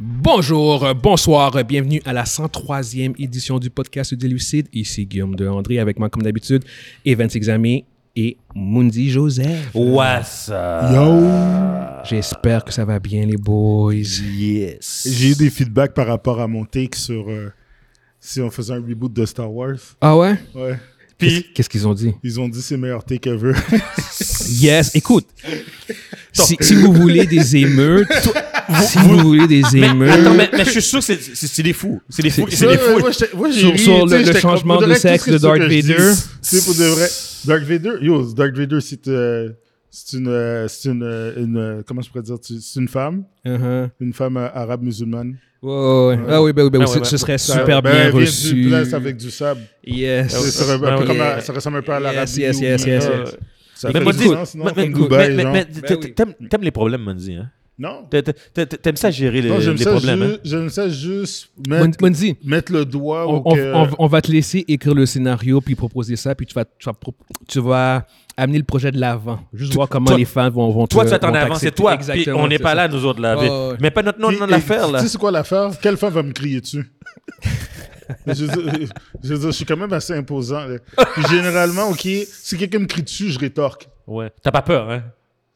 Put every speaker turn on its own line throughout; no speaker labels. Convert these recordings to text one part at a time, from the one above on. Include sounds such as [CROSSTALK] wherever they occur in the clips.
Bonjour, bonsoir, bienvenue à la 103e édition du podcast des Lucides. Ici Guillaume de André avec moi comme d'habitude, Evans Examé et Mundi Joseph. Ah,
What's up?
J'espère que ça va bien les boys.
Yes.
J'ai eu des feedbacks par rapport à mon take sur euh, si on faisait un reboot de Star Wars.
Ah ouais?
Ouais.
Puis,
Qu'est-ce qu'ils ont dit?
Ils ont dit c'est le meilleur take
[LAUGHS]
ever.
Yes, écoute, si, si vous voulez des émeutes, si vous voulez des
attends,
émeutes
mais, mais je suis sûr que c'est- c'est c'est des fous. C'est des fous.
C'est-
C'est des fous.
Sur- sur le- le changement de sexe de Darth Vader.
C'est pour de vrai. Darth Vader, yo, Darth Vader, c'est euh, c'est une, euh, c'est une, euh, une, euh, comment je pourrais dire, tu- c'est une femme,
Uh-huh.
une femme euh, arabe musulmane.
Ouais, ouais, ouais. Ah oui, ben oui, ben oui,
Ah ouais,
ce- ce
ouais.
serait
Ça-
super
ben,
bien Ah
elle vient
reçu.
Du place avec du sable.
Yes. Ben
C'est- ça ressemble un peu
ouais.
comme à- ça ressemble un peu à l'Arabie.
Ah yes,
ou-
yes, yes,
euh,
yes.
Ça
Mais
fait
moi,
du
dis-
sens, non?
mais- mais-
Comme Dubaï,
mais-
genre.
mais-
Ben
t'a-
oui.
T'aimes t'aimes les problèmes, Mundi, hein?
Non.
T'a- t'a- t'a- T'aimes ça gérer les,
Non, j'aime
les
ça,
problèmes,
ju-
hein?
j'aime ça juste
Mon-
mettre
Monzi,
mettre le doigt
on,
ou
on-
que-
on- on va te laisser écrire le scénario, puis proposer ça, puis tu vas, tu vas, pro- tu vas amener le projet de l'avant. Juste voir comment
toi-
les fans vont, vont te-
Toi, tu attends en
vont
avant, c'est
t'accepter.
toi. Puis
Exactement.
on n'est
c'est
pas
ça.
là, nous autres, là.
Ouais, ouais, ouais.
Mais pas notre nom
Puis,
nom de
et-
l'affaire, là.
Tu sais, c'est quoi l'affaire? Quelle femme va me crier dessus? [LAUGHS] je, veux dire, je veux dire, je suis quand même assez imposant. là. Puis généralement, OK, si quelqu'un me crie dessus, je rétorque.
Ouais. T'as pas peur, hein?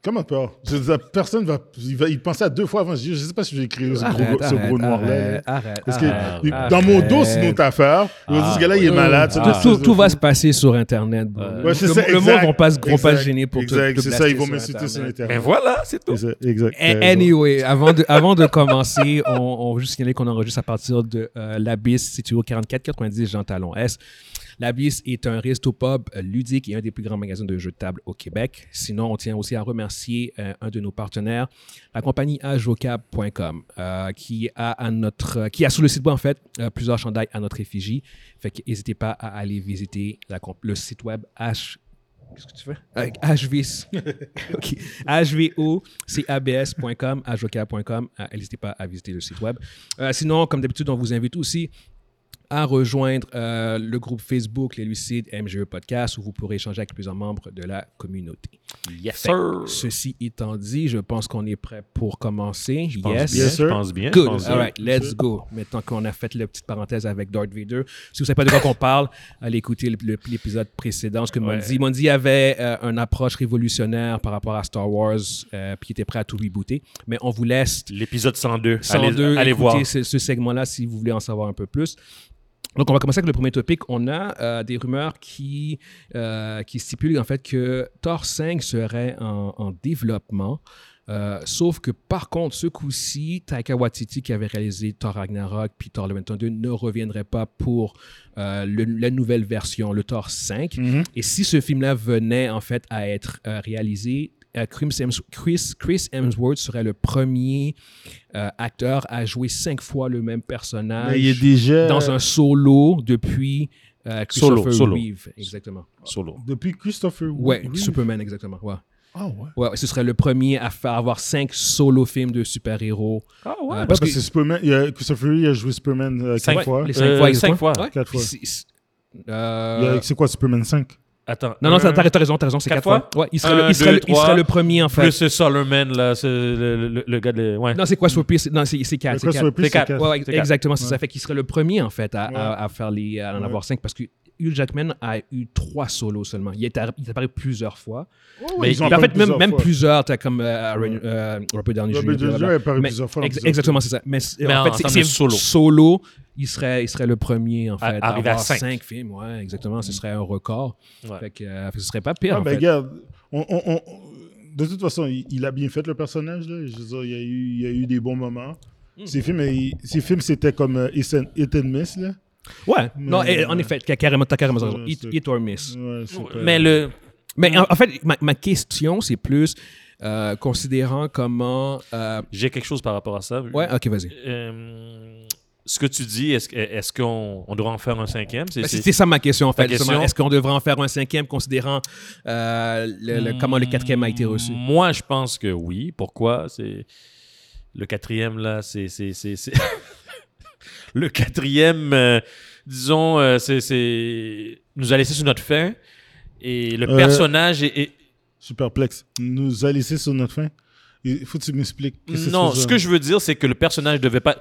Comment peur? Je veux dire, personne va il, va. il pensait à deux fois avant. Je dis, je sais pas si je vais écrire ce gros,
Arrête,
ce gros
arrête,
noir-là. là.
arrête, arrête,
Parce que
arrête,
il-
arrête.
dans mon dos, c'est une autre affaire. Il va dire,
Ah,
ce gars-là, il est
ouais.
malade. ça,
Ah.
tout, tout va se passer sur Internet. bro.
Ouais,
le
Ouais, c'est ça,
le monde
exact,
vont pas, se- vont pas
exact,
se gêner pour te-
Exact,
te
c'est ça,
blaster
ils vont
sur
m'insulter sur
Internet.
Mais
Internet.
Ben voilà, c'est tout.
Exact, exact.
A-
t'as raison.
Anyway, avant de, avant de commencer, on, on veut juste signaler qu'on enregistre à partir de euh, l'Abyss, situé au 4490 Jean Talon S. L'Abyss est un resto pub euh, ludique et un des plus grands magasins de jeux de table au Québec. Sinon, on tient aussi à remercier euh, un de nos partenaires, la compagnie ajocab.com, euh, qui a à notre, euh, qui a sous le site web en fait euh, plusieurs chandails à notre effigie. Fait que n'hésitez pas à aller visiter la comp- le site web H Qu'est-ce que tu fais? Euh, Avec HVS. [LAUGHS] OK. HVOCABS.com, HVOCAB.com. Ah, N'hésitez pas à visiter le site web. Euh, sinon, comme d'habitude, on vous invite aussi à rejoindre euh, le groupe Facebook Les Lucides MGE E Podcast où vous pourrez échanger avec plusieurs membres de la communauté.
Yes,
Fait- Ceci étant dit, je pense qu'on est prêt pour commencer.
Yes,
yes.
bien. Yes,
Je
sir.
pense bien. je
Good.
pense
All
bien.
right, let's go. Maintenant qu'on a fait la petite parenthèse avec Darth Vader, si vous savez pas de quoi qu'on parle, allez écouter le- le- l'épisode précédent, ce que Mondi. Mondi avait euh, une approche révolutionnaire par rapport à Star Wars, euh, puis il était prêt à tout rebooter. Mais on vous laisse
L'épisode 102.
102,
Allez- Allez
écoutez
voir.
ce, ce segment-là si vous voulez en savoir un peu plus. Donc, on va commencer avec le premier topic. On a euh, des rumeurs qui, euh, qui stipulent en fait que Tor 5 serait en, en développement. Euh, sauf que par contre, ce coup-ci, Taika Waititi qui avait réalisé Thor Ragnarok puis Thor le 2 ne reviendrait pas pour euh, le- la nouvelle version, le Thor 5.
Mhm.
Et si ce film-là venait en fait à être euh, réalisé, euh, Chris, Hems- Chris- Chris Hemsworth serait le premier euh, acteur à jouer cinq fois le même personnage
Mais il est déjà.
dans un solo depuis euh,
Solo,
Christopher
solo.
Reeve. Exactement.
Solo.
Depuis Christopher
Ouais,
Reeve.
Superman, exactement. Ouais.
Ah ouais.
Ouais, ouais, ce serait le premier à faire avoir cinq solo films de super-héros.
Ah
ouais?
Parce,
Parce que-
que, c'est Superman. Il y a, Christopher Reeve il a joué Superman euh,
Cinq
quatre
fois.
fois.
Les cinq
Euh,
fois, exactement.
cinq fois.
Ouais.
Quatre fois.
Puis c'est- c'est-
Il y
euh,
a- C'est quoi Superman 5
Attends.
Non, non, t'as
un,
t'as- t'as raison, t'as raison, c'est
Quatre
quatre fois. Ouais, il serait, le,
Un,
il serait
deux,
le- il serait
trois.
le premier en fait.
Plus ce Solomon, là, ce- le, le- le gars de. Ouais.
Non, c'est quoi Swappy? C'est- Non, c'est c'est quatre. c'est
Après,
quatre.
Superman,
C'est
c'est
quatre.
quatre.
Ouais, ouais,
C'est quatre.
exactement, c'est
Ouais.
ça. Fait qu'il serait le premier, en fait, à,
Ouais.
à- à faire les, à en
Ouais.
avoir cinq parce que Hugh Jackman a eu trois solos seulement. Il est, arri- il est apparu plusieurs fois.
Mais
Mais
ils
en
ont apparu
fait, même,
plusieurs
même
fois.
plusieurs, t'as comme euh, Aaron- euh, Robert Downey Jr.
Robert Downey
blablabla.
Jr. est apparu
Mais
plusieurs fois dans
ex-
plusieurs
exactement, c'est ça. Mais, c'est-
Mais
en,
en
fait, c'est-
termes
c'est
de solo.
solo. Il serait, il serait le premier, en fait,
À-
à,
arriver à
avoir
cinq.
films. Ouais, exactement. Ce serait un record.
Ouais.
Fait que euh, ce serait pas pire,
Mm. Ah,
en
ben,
fait.
regarde, on- on- on- de toute façon, il, il a bien fait le personnage. Là. Je veux dire, il y a eu, il y a eu des bons moments.
Mm.
Ces films, ils- ces films, c'était comme euh, Hit and- Hit and Miss. Là.
Ouais. Non,
Mais-
et- en effet, t'as carrément, t'as carrément raison.
Mm. Ouais,
Hit,
c'est-
hit or miss.
Ouais, c'est pas-
Mais le.
Mais en, en fait, ma, ma question, c'est plus euh, considérant comment. euh,
J'ai quelque chose par rapport à ça.
Ouais, ok, vas-y.
Euh, ce que tu dis, est-ce, est-ce qu'on on devrait en faire un cinquième? C'est,
Ben,
c'est-
C'était ça ma question, en
Ta
fait. justement.
question?
Est-ce qu'on devrait en faire un cinquième, considérant euh, le- le- comment le quatrième a été reçu?
Moi, je pense que oui. Pourquoi? C'est... Le quatrième, là, c'est... c'est, c'est, c'est- [LAUGHS] le quatrième, euh, disons, euh, c'est, c'est... nous a laissé sur notre fin. Et le
Euh,
personnage est... est-
Superplex nous a laissé sur notre fin. Il faut que tu m'expliques. qu'est-ce
Non,
tu faisais.
ce que je veux dire, c'est que le personnage devait pas.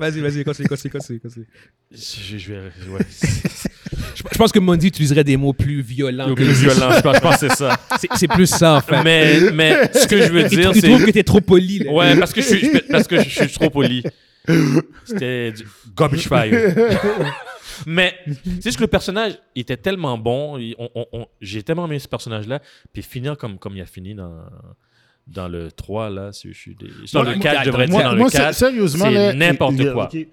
Vas-y, vas-y, continue, continue, continue. continue.
Je, je vais- [LAUGHS] ouais.
Je, je pense que Mondi utiliserait des mots plus violents. que-
Plus violent, je pense, je pense que c'est [LAUGHS] ça.
C'est c'est plus ça, en fait.
Mais, mais ce que je veux
il,
dire,
il
c'est.
trouve que t'es trop poli. Là.
Ouais, parce que je suis, je- parce que je suis trop poli. C'était du garbage
[LAUGHS]
fire. Mais c'est juste que le personnage il était tellement bon, il- on- on- on- j'ai tellement aimé ce personnage-là, puis finir comme, comme il a fini dans, dans le 3, là, si je suis des- dans
Moi,
le 4, je devrais dire,
Moi,
dans
moi,
le 4.
sé- sérieusement,
c'est
là,
n'importe
il- il-
quoi.
ok.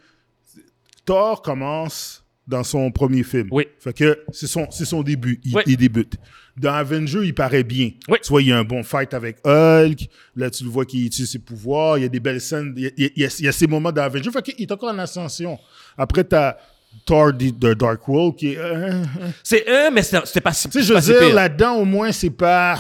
Thor commence dans son premier film.
Oui.
Fait que c'est son, c'est son début. Il,
Oui.
il débute. Dans Avenger, il paraît bien.
Oui.
Tu vois, il y a un bon fight avec Hulk. Là, tu le vois qu'il utilise ses pouvoirs. Il y a des belles scènes. Il y a, il y a- il y a- il y a ces moments dans Avenger. Fait qu'il est encore en ascension. Après, t'as Thor de, de Dark World qui est. euh, euh.
C'est eux, mais c'est- c'était pas si Ah,
Tu sais,
c'est
je
pas
veux
si
dire,
pire.
là-dedans, au moins, c'est pas.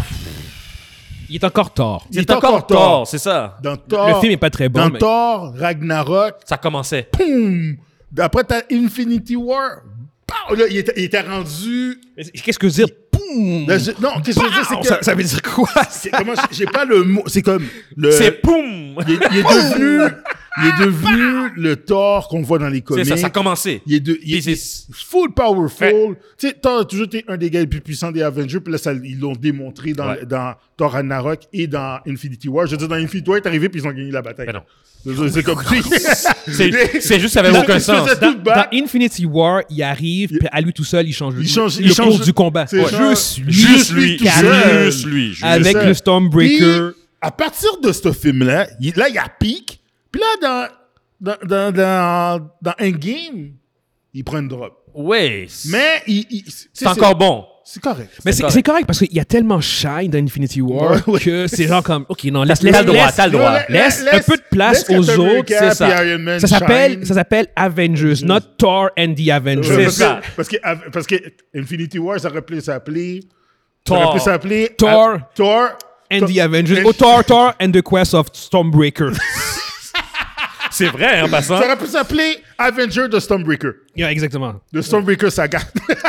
Il est encore tort.
il
C'est
est encore
encore
Thor.
tort, c'est ça.
Dans
Le- Le
Thor,
film est pas très bon.
dans
mais-
Thor Ragnarok,
Ça commençait.
Boum! Après, t'as Infinity War. Pow! Là, il était, il était rendu.
Mais c'est- Qu'est-ce que je veux dire? Poum!
Là, je- non, qu'est-ce que je veux dire, c'est
Pow!
que.
ça, ça veut dire quoi?
c'est- comment je- J'ai pas le mot. C'est comme. Le,
C'est poum!
il, est, il est devenu. Il est devenu le Thor qu'on voit dans les
C'est
comics.
ça, ça a commencé.
Il est, de, il est-
Puis c'est-
il est full powerful. Tu sais, Thor a toujours été un des gars les plus puissants des Avengers. Puis là, ça- ils l'ont démontré dans,
Ouais.
dans Thor Ragnarok et dans Infinity War. Je veux dire, dans Infinity War, il est arrivé puis ils ont gagné la bataille.
Ben non.
Je veux dire, C'est comme. [LAUGHS]
[LAUGHS] C'est c'est juste, ça avait aucun
Ils se
sens.
faisaient tout
Dans
battre.
Infinity War, il arrive, puis à lui tout seul, il change le,
Il change-
le
il
cours
change-
du combat.
c'est ça.
Juste lui,
Juste lui,
tout seul,
juste lui. juste
avec
ça.
le Stormbreaker.
Puis, à partir de ce film-là, il- là, il y a pique. Puis là, dans, dans, dans, dans, dans Endgame, il prend une drop.
Ouais.
Mais il, il-
c'est encore bon.
C'est correct.
Mais c'est
correct.
c'est correct parce qu'il y a tellement shine dans Infinity War
Ouais, ouais.
que c'est genre comme, OK, non, laisse,
T'as
laisse,
le droit,
laisse-
t'as le
Non,
droit.
la-
laisse
la-
un peu de place
laisse
aux
Captain
autres,
America
c'est ça.
puis Iron Man
Ça s'appelle,
shine.
ça s'appelle Avengers, not Thor and the Avengers.
c'est
parce que-
ça.
Parce que, parce que Infinity War, ça aurait pu s'appeler. Ça
Thor.
aurait pu s'appeler.
Thor.
Ah, Thor.
And the Avengers.
And-
Oh, Thor, Thor and the Quest of
[LAUGHS]
Stormbreaker.
C'est vrai, en passant.
Ça aurait pu s'appeler Avenger de Stormbreaker.
Yeah, exactement.
De
[LAUGHS]
Stormbreaker saga.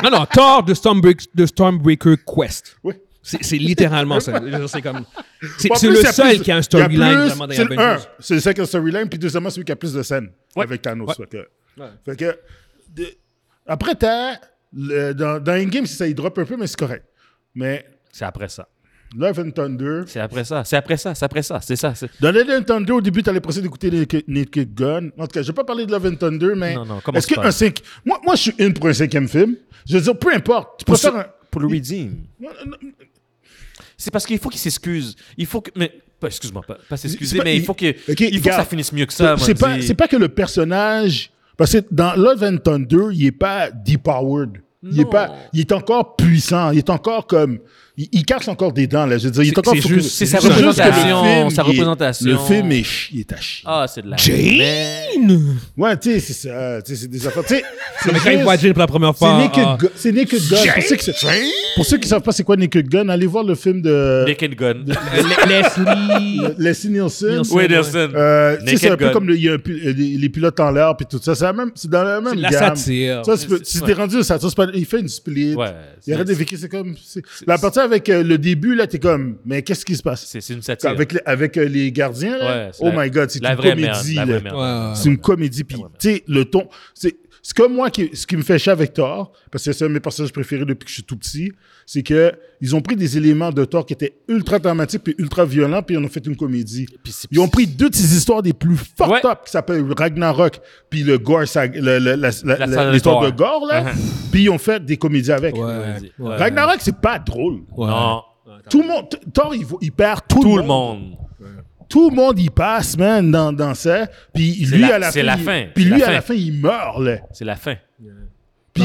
Non, non, Thor de, Stormbreak- de Stormbreaker Quest.
oui.
C'est c'est littéralement ça. Je veux dire, C'est comme. C'est
Bon, en
c'est
plus,
le
il y a
seul
plus-
qui a un
il y
storyline
plus-
vraiment dans
C'est le un,
Avengers.
c'est le seul qui a un storyline, puis deuxièmement, celui qui a plus de scènes
Ouais.
avec Thanos.
Ouais.
Fait que, fait que, de- après, t'as, le- dans, dans Endgame, ça y drop un peu, mais c'est correct. Mais
C'est après ça.
Love and Thunder,
C'est après ça. C'est après ça. C'est après ça. C'est ça. c'est-
dans Love and Thunder, au début, t'allais presser d'écouter Naked- Naked Gun. En tout cas, je vais pas parler de Love and Thunder, mais
Non, non, commence
est-ce que
pas.
un cinq... moi, moi, je suis une pour un cinquième film. Je veux dire, peu importe. Tu
ce-
préfères un...
Pour le redeem.
Non, non, non,
C'est parce qu'il faut qu'il s'excuse. Il faut que. Mais. pas- Excuse-moi, pas, pas s'excuser,
C'est pas-
mais il
il-
faut que,
Ok,
il faut que ça
regarde.
finisse mieux que ça.
C'est
moi,
pas,
dis.
c'est pas que le personnage. Parce que dans Love and Thunder, il est pas depowered. Il est,
Non.
pas, il est encore puissant. Il est encore comme. Il, il cache encore des dents, là. Je veux dire, il est
C'est-
encore.
c'est
focus-
juste- c'est
sa
juste que le
représentation, sa
film, il est-
représentation.
Le film est, chi- il est à chier.
Ah, c'est de la.
Jane!
Ouais, tu sais, c'est ça. Tu sais, c'est des affaires. Tu sais, c'est
Mais quand il voit
juste-
Jane pour la première
c'est
fois.
Naked
ah,
Gun. C'est Naked Gun. Pour ceux, qui, pour ceux qui savent pas c'est quoi Naked Gun, allez voir le film de
Naked Gun.
euh, Le-
[LAUGHS]
Leslie.
Leslie Nielsen.
Nielsen.
Wederson.
Euh, tu sais, c'est un
Naked
peu
Gun.
comme le- il y a un pu- euh, les, les pilotes en l'air puis tout ça. C'est la même- c'est dans la même
de la
gamme.
satire.
Ça, tu peux-
C'est-
si
ouais.
t'es rendu au satire, c'est pas- il fait une split.
Ouais.
il arrête de
c'est-
vécu, c'est comme. c'est- La partie avec euh, le début, là, t'es comme, mais qu'est-ce qui se passe?
C'est c'est une satire.
Avec, les- avec euh, les gardiens, là,
Ouais, c'est
oh
la-
my god, c'est
la
une
vraie merde.
comédie.
La
là.
vraie
Ouais, ouais,
merde.
ouais.
C'est une comédie. Puis,
Ouais, ouais.
tu sais, le ton. C'est c'est comme moi, qui, ce qui me fait chier avec Thor, parce que c'est un de mes personnages préférés depuis que je suis tout petit, c'est que ils ont pris des éléments de Thor qui étaient ultra dramatiques puis ultra violents, puis ils en ont fait une comédie.
Puis c'est-
Ils ont pris deux de ces histoires des plus fucked
Ouais.
up qui s'appellent Ragnarok, puis le Gore, sag- le- le- la- la-
La
la-
saga
l'histoire
de Uh-huh.
de Gore, là. Puis ils ont fait des comédies avec.
Ouais. ouais.
Ragnarok, c'est pas drôle.
Ouais.
Non.
Tout le monde, Thor, il, va- il perd tout,
Tout le monde.
Tout le monde y passe, man, dans, dans ça. Puis lui,
la-
à la fin.
c'est la
il-
fin.
Puis
C'est
lui,
la
à la
fin.
fin, il meurt, là.
C'est la fin.
Non,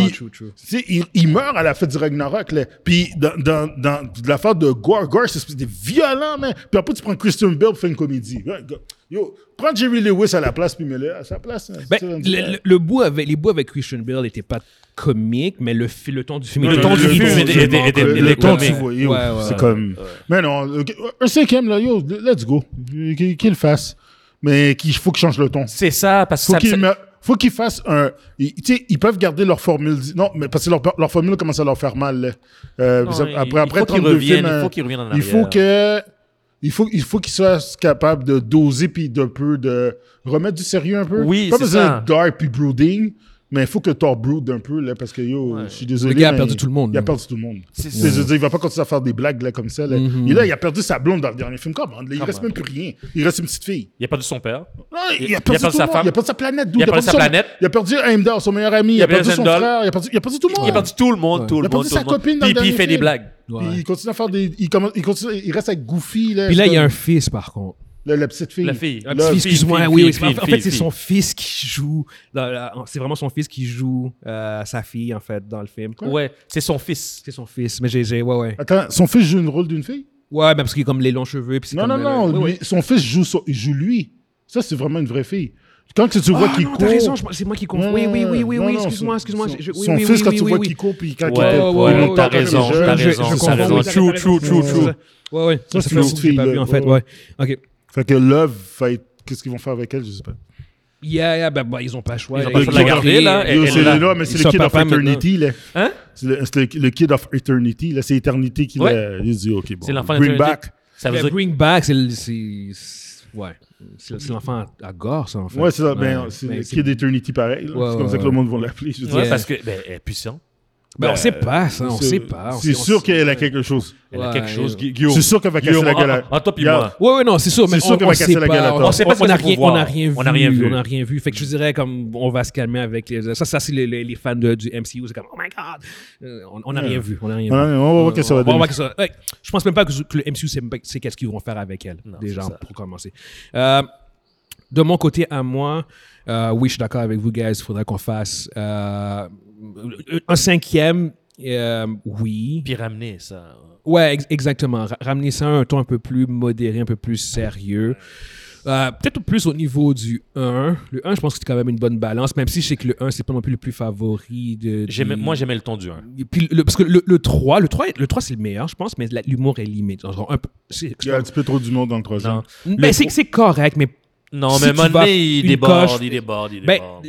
Puis,
true, true.
tu sais, il, il meurt à la fête du Ragnarok, là. Puis, dans, dans, dans l'affaire de Gore, Gore, c'est c'était violent, man. Puis après, tu prends Christian Bale pour faire une comédie. Ouais, go- Yo, prends Jerry Lewis à la place, puis mets-le à sa place. hein.
Ben,
C'est
le,
rendu-
le- le bout avec, les bouts avec Christian Bale n'étaient pas comiques, mais le, fi- le ton du film
Le
était
ton du
vraiment
film
comique.
était- était- était-
le,
était
le temps,
comique.
tu vois, yo,
Ouais, ouais,
c'est
ouais.
comme... Mais non, le- un cinquième, là, yo, let's go. Qu'il qu'il le fasse. Mais qu'il faut qu'il change le ton.
C'est ça, parce que
faut
ça.
qu'ils
ça-
me- faut qu'ils fassent un. ils- Tu sais, ils peuvent garder leur formule. Non, mais parce que leur, leur formule commence à leur faire mal. là. Euh,
Non,
ça-
il-
après,
il
après
faut qu'ils
32
reviennent,
films,
il
euh,
faut qu'ils reviennent en
Il faut que. il faut, il faut qu'il soit capable de doser puis d'un peu de remettre du sérieux un peu.
Oui,
Pas
c'est
besoin
ça.
d'être dark puis brooding, mais il faut que Thor brood un peu, là, parce que yo, je suis désolé.
Le gars a
mais
perdu tout le monde,
Il a
là.
perdu tout le monde.
C'est
C'est-
ça.
je veux dire, il va pas continuer à faire des blagues, là, comme ça, là.
Mhm.
Et là, il a perdu sa blonde dans le dernier film. Comment? Il
Come
reste
on.
même plus rien. Il reste une petite fille.
Il a perdu son père.
Non,
Il-
il,
il
a perdu, tout
sa
le monde.
femme.
Il a perdu sa planète. dude.
Il a perdu sa
son-
planète.
Il a perdu Heimdall, son meilleur ami. Il, a
perdu
perdu son
Zendal.
frère. Il a perdu, il a perdu tout le monde.
Il a perdu tout le monde, tout
Il
le
a
monde.
perdu
tout
sa
le monde.
copine dans
Puis-
le
puis il
dernier
fait des
film.
blagues.
Puis
Ouais.
il continue à faire des. Il, commence- il continue, il reste avec Goofy. Là,
Puis là, il y a
comme-
un fils, par contre.
la, la petite fille.
La fille.
Là,
La petite
Fils,
fille,
Excuse-moi,
fille,
oui,
fille,
oui, c'est- en
fille,
fait, en fait,
fille,
c'est son fils qui joue. là, là, C'est vraiment son fils qui joue euh, sa fille, en fait, dans le film.
Ouais, c'est son fils.
C'est son fils, mais j'ai. j'ai- Ouais, ouais.
Attends, son fils joue le rôle d'une fille
Ouais, ben, parce qu'il a comme les longs cheveux. Puis c'est
Non,
comme,
non,
euh,
non.
ouais,
lui-
ouais.
Son fils joue, son- il joue lui. Ça, c'est vraiment une vraie fille. Quand que tu vois
Ah,
qu'il
non,
court.
t'as raison, je pense- c'est moi qui confonds.
Non,
Oui, oui,
non,
oui, oui,
non,
oui,
non,
excuse-moi,
son-
excuse-moi. je- je-
Son,
oui,
son
oui,
fils,
oui,
quand
oui,
tu vois
oui.
qu'il court, puis quand il
Ouais,
était-
ouais,
il
ouais,
était
ouais,
encore
t'as
jeune.
raison,
je-
t'as
je-
raison,
je
t'as
confonds,
raison.
oui,
True,
t'as
true,
raison,
true,
c'est
true.
ça. Ouais, ouais.
Ça,
Ça,
c'est
c'est
une
pas
petite fille,
pas vu,
là.
en fait,
Ouais.
ouais. OK.
Fait que Love va être. Qu'est-ce qu'ils vont faire avec elle, je sais pas.
Yeah, yeah, ben, ben, ils ont pas le choix.
Ils ont
là,
pas le
ils
choix de la
ont
garder,
pris-
là, et-
Yo,
elle
c'est
est là.
le- là, mais c'est
Ils
le
sont
Kid of
papa maintenant.
Eternity, là.
Hein?
C'est le, c'est le- le Kid of Eternity, là. C'est Eternity qui l'a. Il dit, OK, bon.
C'est l'enfant
Bring
d'Eternity.
back.
Ça veut
Ben,
dire
Bring Back, c'est. le- c'est- c'est- Ouais. C'est c'est l'enfant à, à gore, ça, en fait.
Ouais, c'est ça. Ben, c'est
mais
le
c'est-
Kid Eternity pareil. là.
Ouais,
C'est comme
ouais,
ça que
ouais.
le monde va l'appeler. je veux dire.
Ouais, parce que ben, elle est puissante.
Ben, on
Ben,
sait pas, ça, on
C'est-
sait pas. on
C'est
sait- on
sûr
sait-
qu'elle a quelque chose.
Elle a
Ouais,
quelque chose.
euh,
Gu- Guillaume.
C'est sûr qu'elle va casser
Guillaume,
la
en-
gueule.
en- en toi puis
Regarde,
moi.
Ouais, ouais, non, c'est sûr, mais
C'est sûr
on,
qu'elle
on
va casser
sait
la
pas.
gueule à
on,
tort.
on sait pas
On
parce qu'on
sait
a
pas
rien,
pouvoir.
on a rien
On a rien vu.
On a rien vu. Fait que je dirais comme on va se calmer avec les. Ça, ça c'est les, les- les fans de- du MCU. C'est comme oh my god, Euh, on, on a rien vu. On a rien
On a
vu.
rien- on va voir
Euh,
qu'est-ce que ça va
on
donner.
voir qu'est-ce que ça- ouais, je pense même pas que, que le MCU sait, même pas- sait qu'est-ce qu'ils vont faire avec elle
Non,
déjà
c'est ça.
pour commencer. Euh, de mon côté à moi, euh, oui, je suis d'accord avec vous, guys. Il faudrait qu'on fasse euh, un cinquième. euh, oui.
Puis ramener ça.
Ouais, ex- exactement. Ra- ramener ça à un ton un peu plus modéré, un peu plus sérieux. Euh, Peut-être plus au niveau du 1. Le 1, je pense que c'est quand même une bonne balance, même si je sais que le 1, c'est pas non plus le plus favori de.
J'aimais-
des-
Moi, j'aimais le ton du 1.
Et puis le- parce que le, le 3, le 3, est- le 3 c'est le meilleur, je pense, mais la- l'humour est limite. Genre, un peu- c'est-
Il y a un petit peu trop d'humour dans le troisième.
Non.
Ben,
le-
c'est c'est correct, mais
Non,
Si
mais à un
tu
moment
vas
donné, il
une
déborde,
coche-
il déborde, il
ben,
déborde.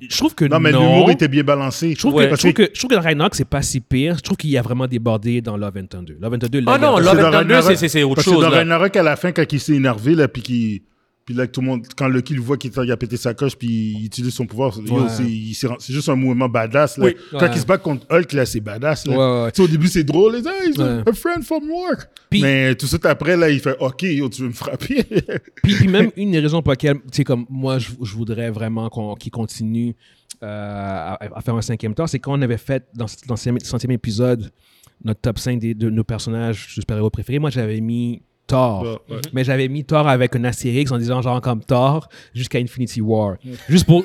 je trouve que
Non, mais l'humour était bien balancé.
Je trouve, que,
Ouais.
je,
Parce
trouve
que-
que, je trouve que le Rhinox, c'est pas si pire. Je trouve qu'il y a vraiment débordé dans Love and Thunder. Love and Thunder, là,
Ah
il y a-
non,
parce
Love
que-
and
dans
Thunder,
Ragnarok-
c'est- c'est- c'est autre
parce
chose,
que dans
là.
Ragnarok, à la fin, quand il s'est énervé, là, puis qu'il- Puis là, que tout le monde, quand Lucky le voit qu'il a pété sa coche, puis il utilise son pouvoir, yo,
Ouais.
c'est il s'est- c'est juste un mouvement badass. Là.
Oui.
Quand
Ouais.
il se bat contre Hulk, là, c'est badass. Là.
Ouais, ouais.
Tu sais, au début, c'est drôle. Les hey,
Ouais.
a friend from work.
Puis-
Mais tout de suite après, là, il fait OK, yo, tu veux me frapper.
puis, puis même une des raisons pour laquelle, tu sais, comme moi, je, je voudrais vraiment qu'on, qu'il continue euh, à, à faire un cinquième tour, c'est qu'on avait fait dans ce dans ce centième épisode notre top 5 des- de nos personnages de super-héros préférés. Moi, j'avais mis Thor.
Ouais, ouais.
Mais j'avais mis Thor avec un astérix en disant genre comme Thor jusqu'à Infinity War. Juste pour.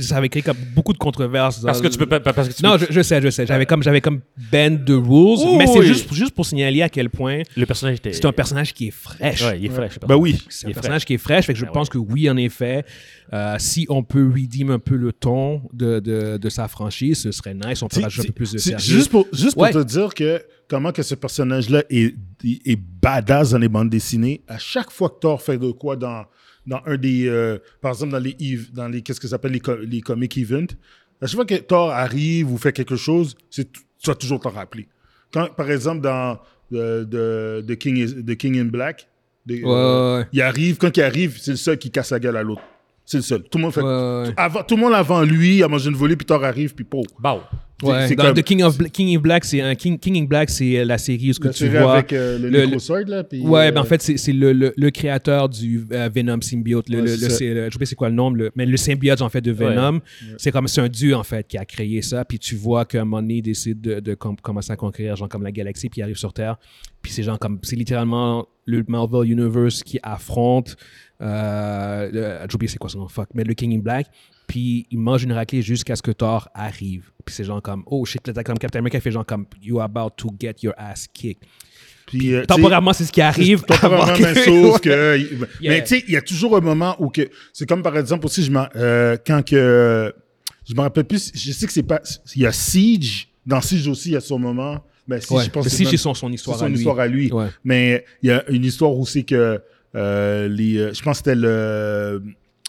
Ça avait créé comme beaucoup de controverses. dans
Parce que tu peux pas. Parce que tu
Non,
peux-
je, je sais, je sais. J'avais comme, j'avais comme bend the rules,
Oui,
mais c'est
oui.
juste, juste pour signaler à quel point
Le personnage était.
c'est un personnage qui est fraîche.
Ouais, il est fraîche.
Ben oui.
C'est
il
un
est
personnage qui est fraîche, fait que je
Ben
Ah ouais.
pense que oui, en effet, euh, si on peut redeem un peu le ton de, de, de sa franchise, ce serait nice. On peut
C'est-
rajouter un peu
c'est-
plus de
c'est
sérieux.
Juste pour, juste pour
Ouais.
te dire que comment que ce personnage-là est, est- est badass dans les bandes dessinées. À chaque fois que Thor fait de quoi dans, dans un des... euh, par exemple, dans les, eve- dans les qu'est-ce que ça s'appelle, les, co- les comic events, à chaque fois que Thor arrive ou fait quelque chose, c'est t- tu vas toujours t'en rappeler. Quand, par exemple, dans euh, de, de King, is- de King in Black, des-
Ouais, ouais,
euh,
ouais.
il arrive, quand il arrive, c'est le seul qui casse la gueule à l'autre. C'est le seul. Tout le monde fait...
Ouais, ouais, ouais.
avant- tout le monde avant lui a mangé une volée, puis Thor arrive, puis pauvre.
Bah, ouais.
Ouais,
c'est
dans
comme-
The King of Bla- King in Black, c'est un King, King in Black, c'est la série où ce que
La
tu
série
vois.
avec euh, le,
le-
Necro Sword, là. Puis,
Ouais,
euh,
ben en fait, c'est c'est le, le- le créateur du euh, Venom symbiote. Le,
Ouais,
le-
c'est
le-
ça.
c'est le- je sais pas c'est quoi le nom, le- mais le symbiote en fait de Venom, c'est comme c'est un dieu en fait qui a créé ça. Puis tu vois qu'à un moment donné, il décide de, de com- commencer à conquérir genre comme la galaxie, puis il arrive sur Terre. Puis c'est genre comme c'est littéralement le Marvel Universe qui affronte. Euh, le- j'ai oublié c'est quoi son nom, fuck, mais le King in Black. Puis il mange une raclée jusqu'à ce que Thor arrive. Puis c'est genre comme, oh shit, là, t'as comme Captain America fait genre comme, you are about to get your ass kicked.
puis, euh, tu sais,
Temporairement, c'est ce qui arrive. Ah,
Temporairement,
avant que- [LAUGHS]
même chose que. euh, il- ben,
Yeah.
Mais tu sais, il y a toujours un moment où que. C'est comme par exemple aussi, je m'en- euh, quand que. Je me rappelle plus, je sais que c'est pas. Il y a Siege. Dans Siege aussi, il y a son moment. Ben, Siege,
Ouais.
je pense
Mais
que
si
même-
j'ai son, son
c'est
histoire
son
à lui.
histoire à lui.
Ouais.
Mais il y a une histoire où c'est que. euh, les, euh, je pense que c'était le,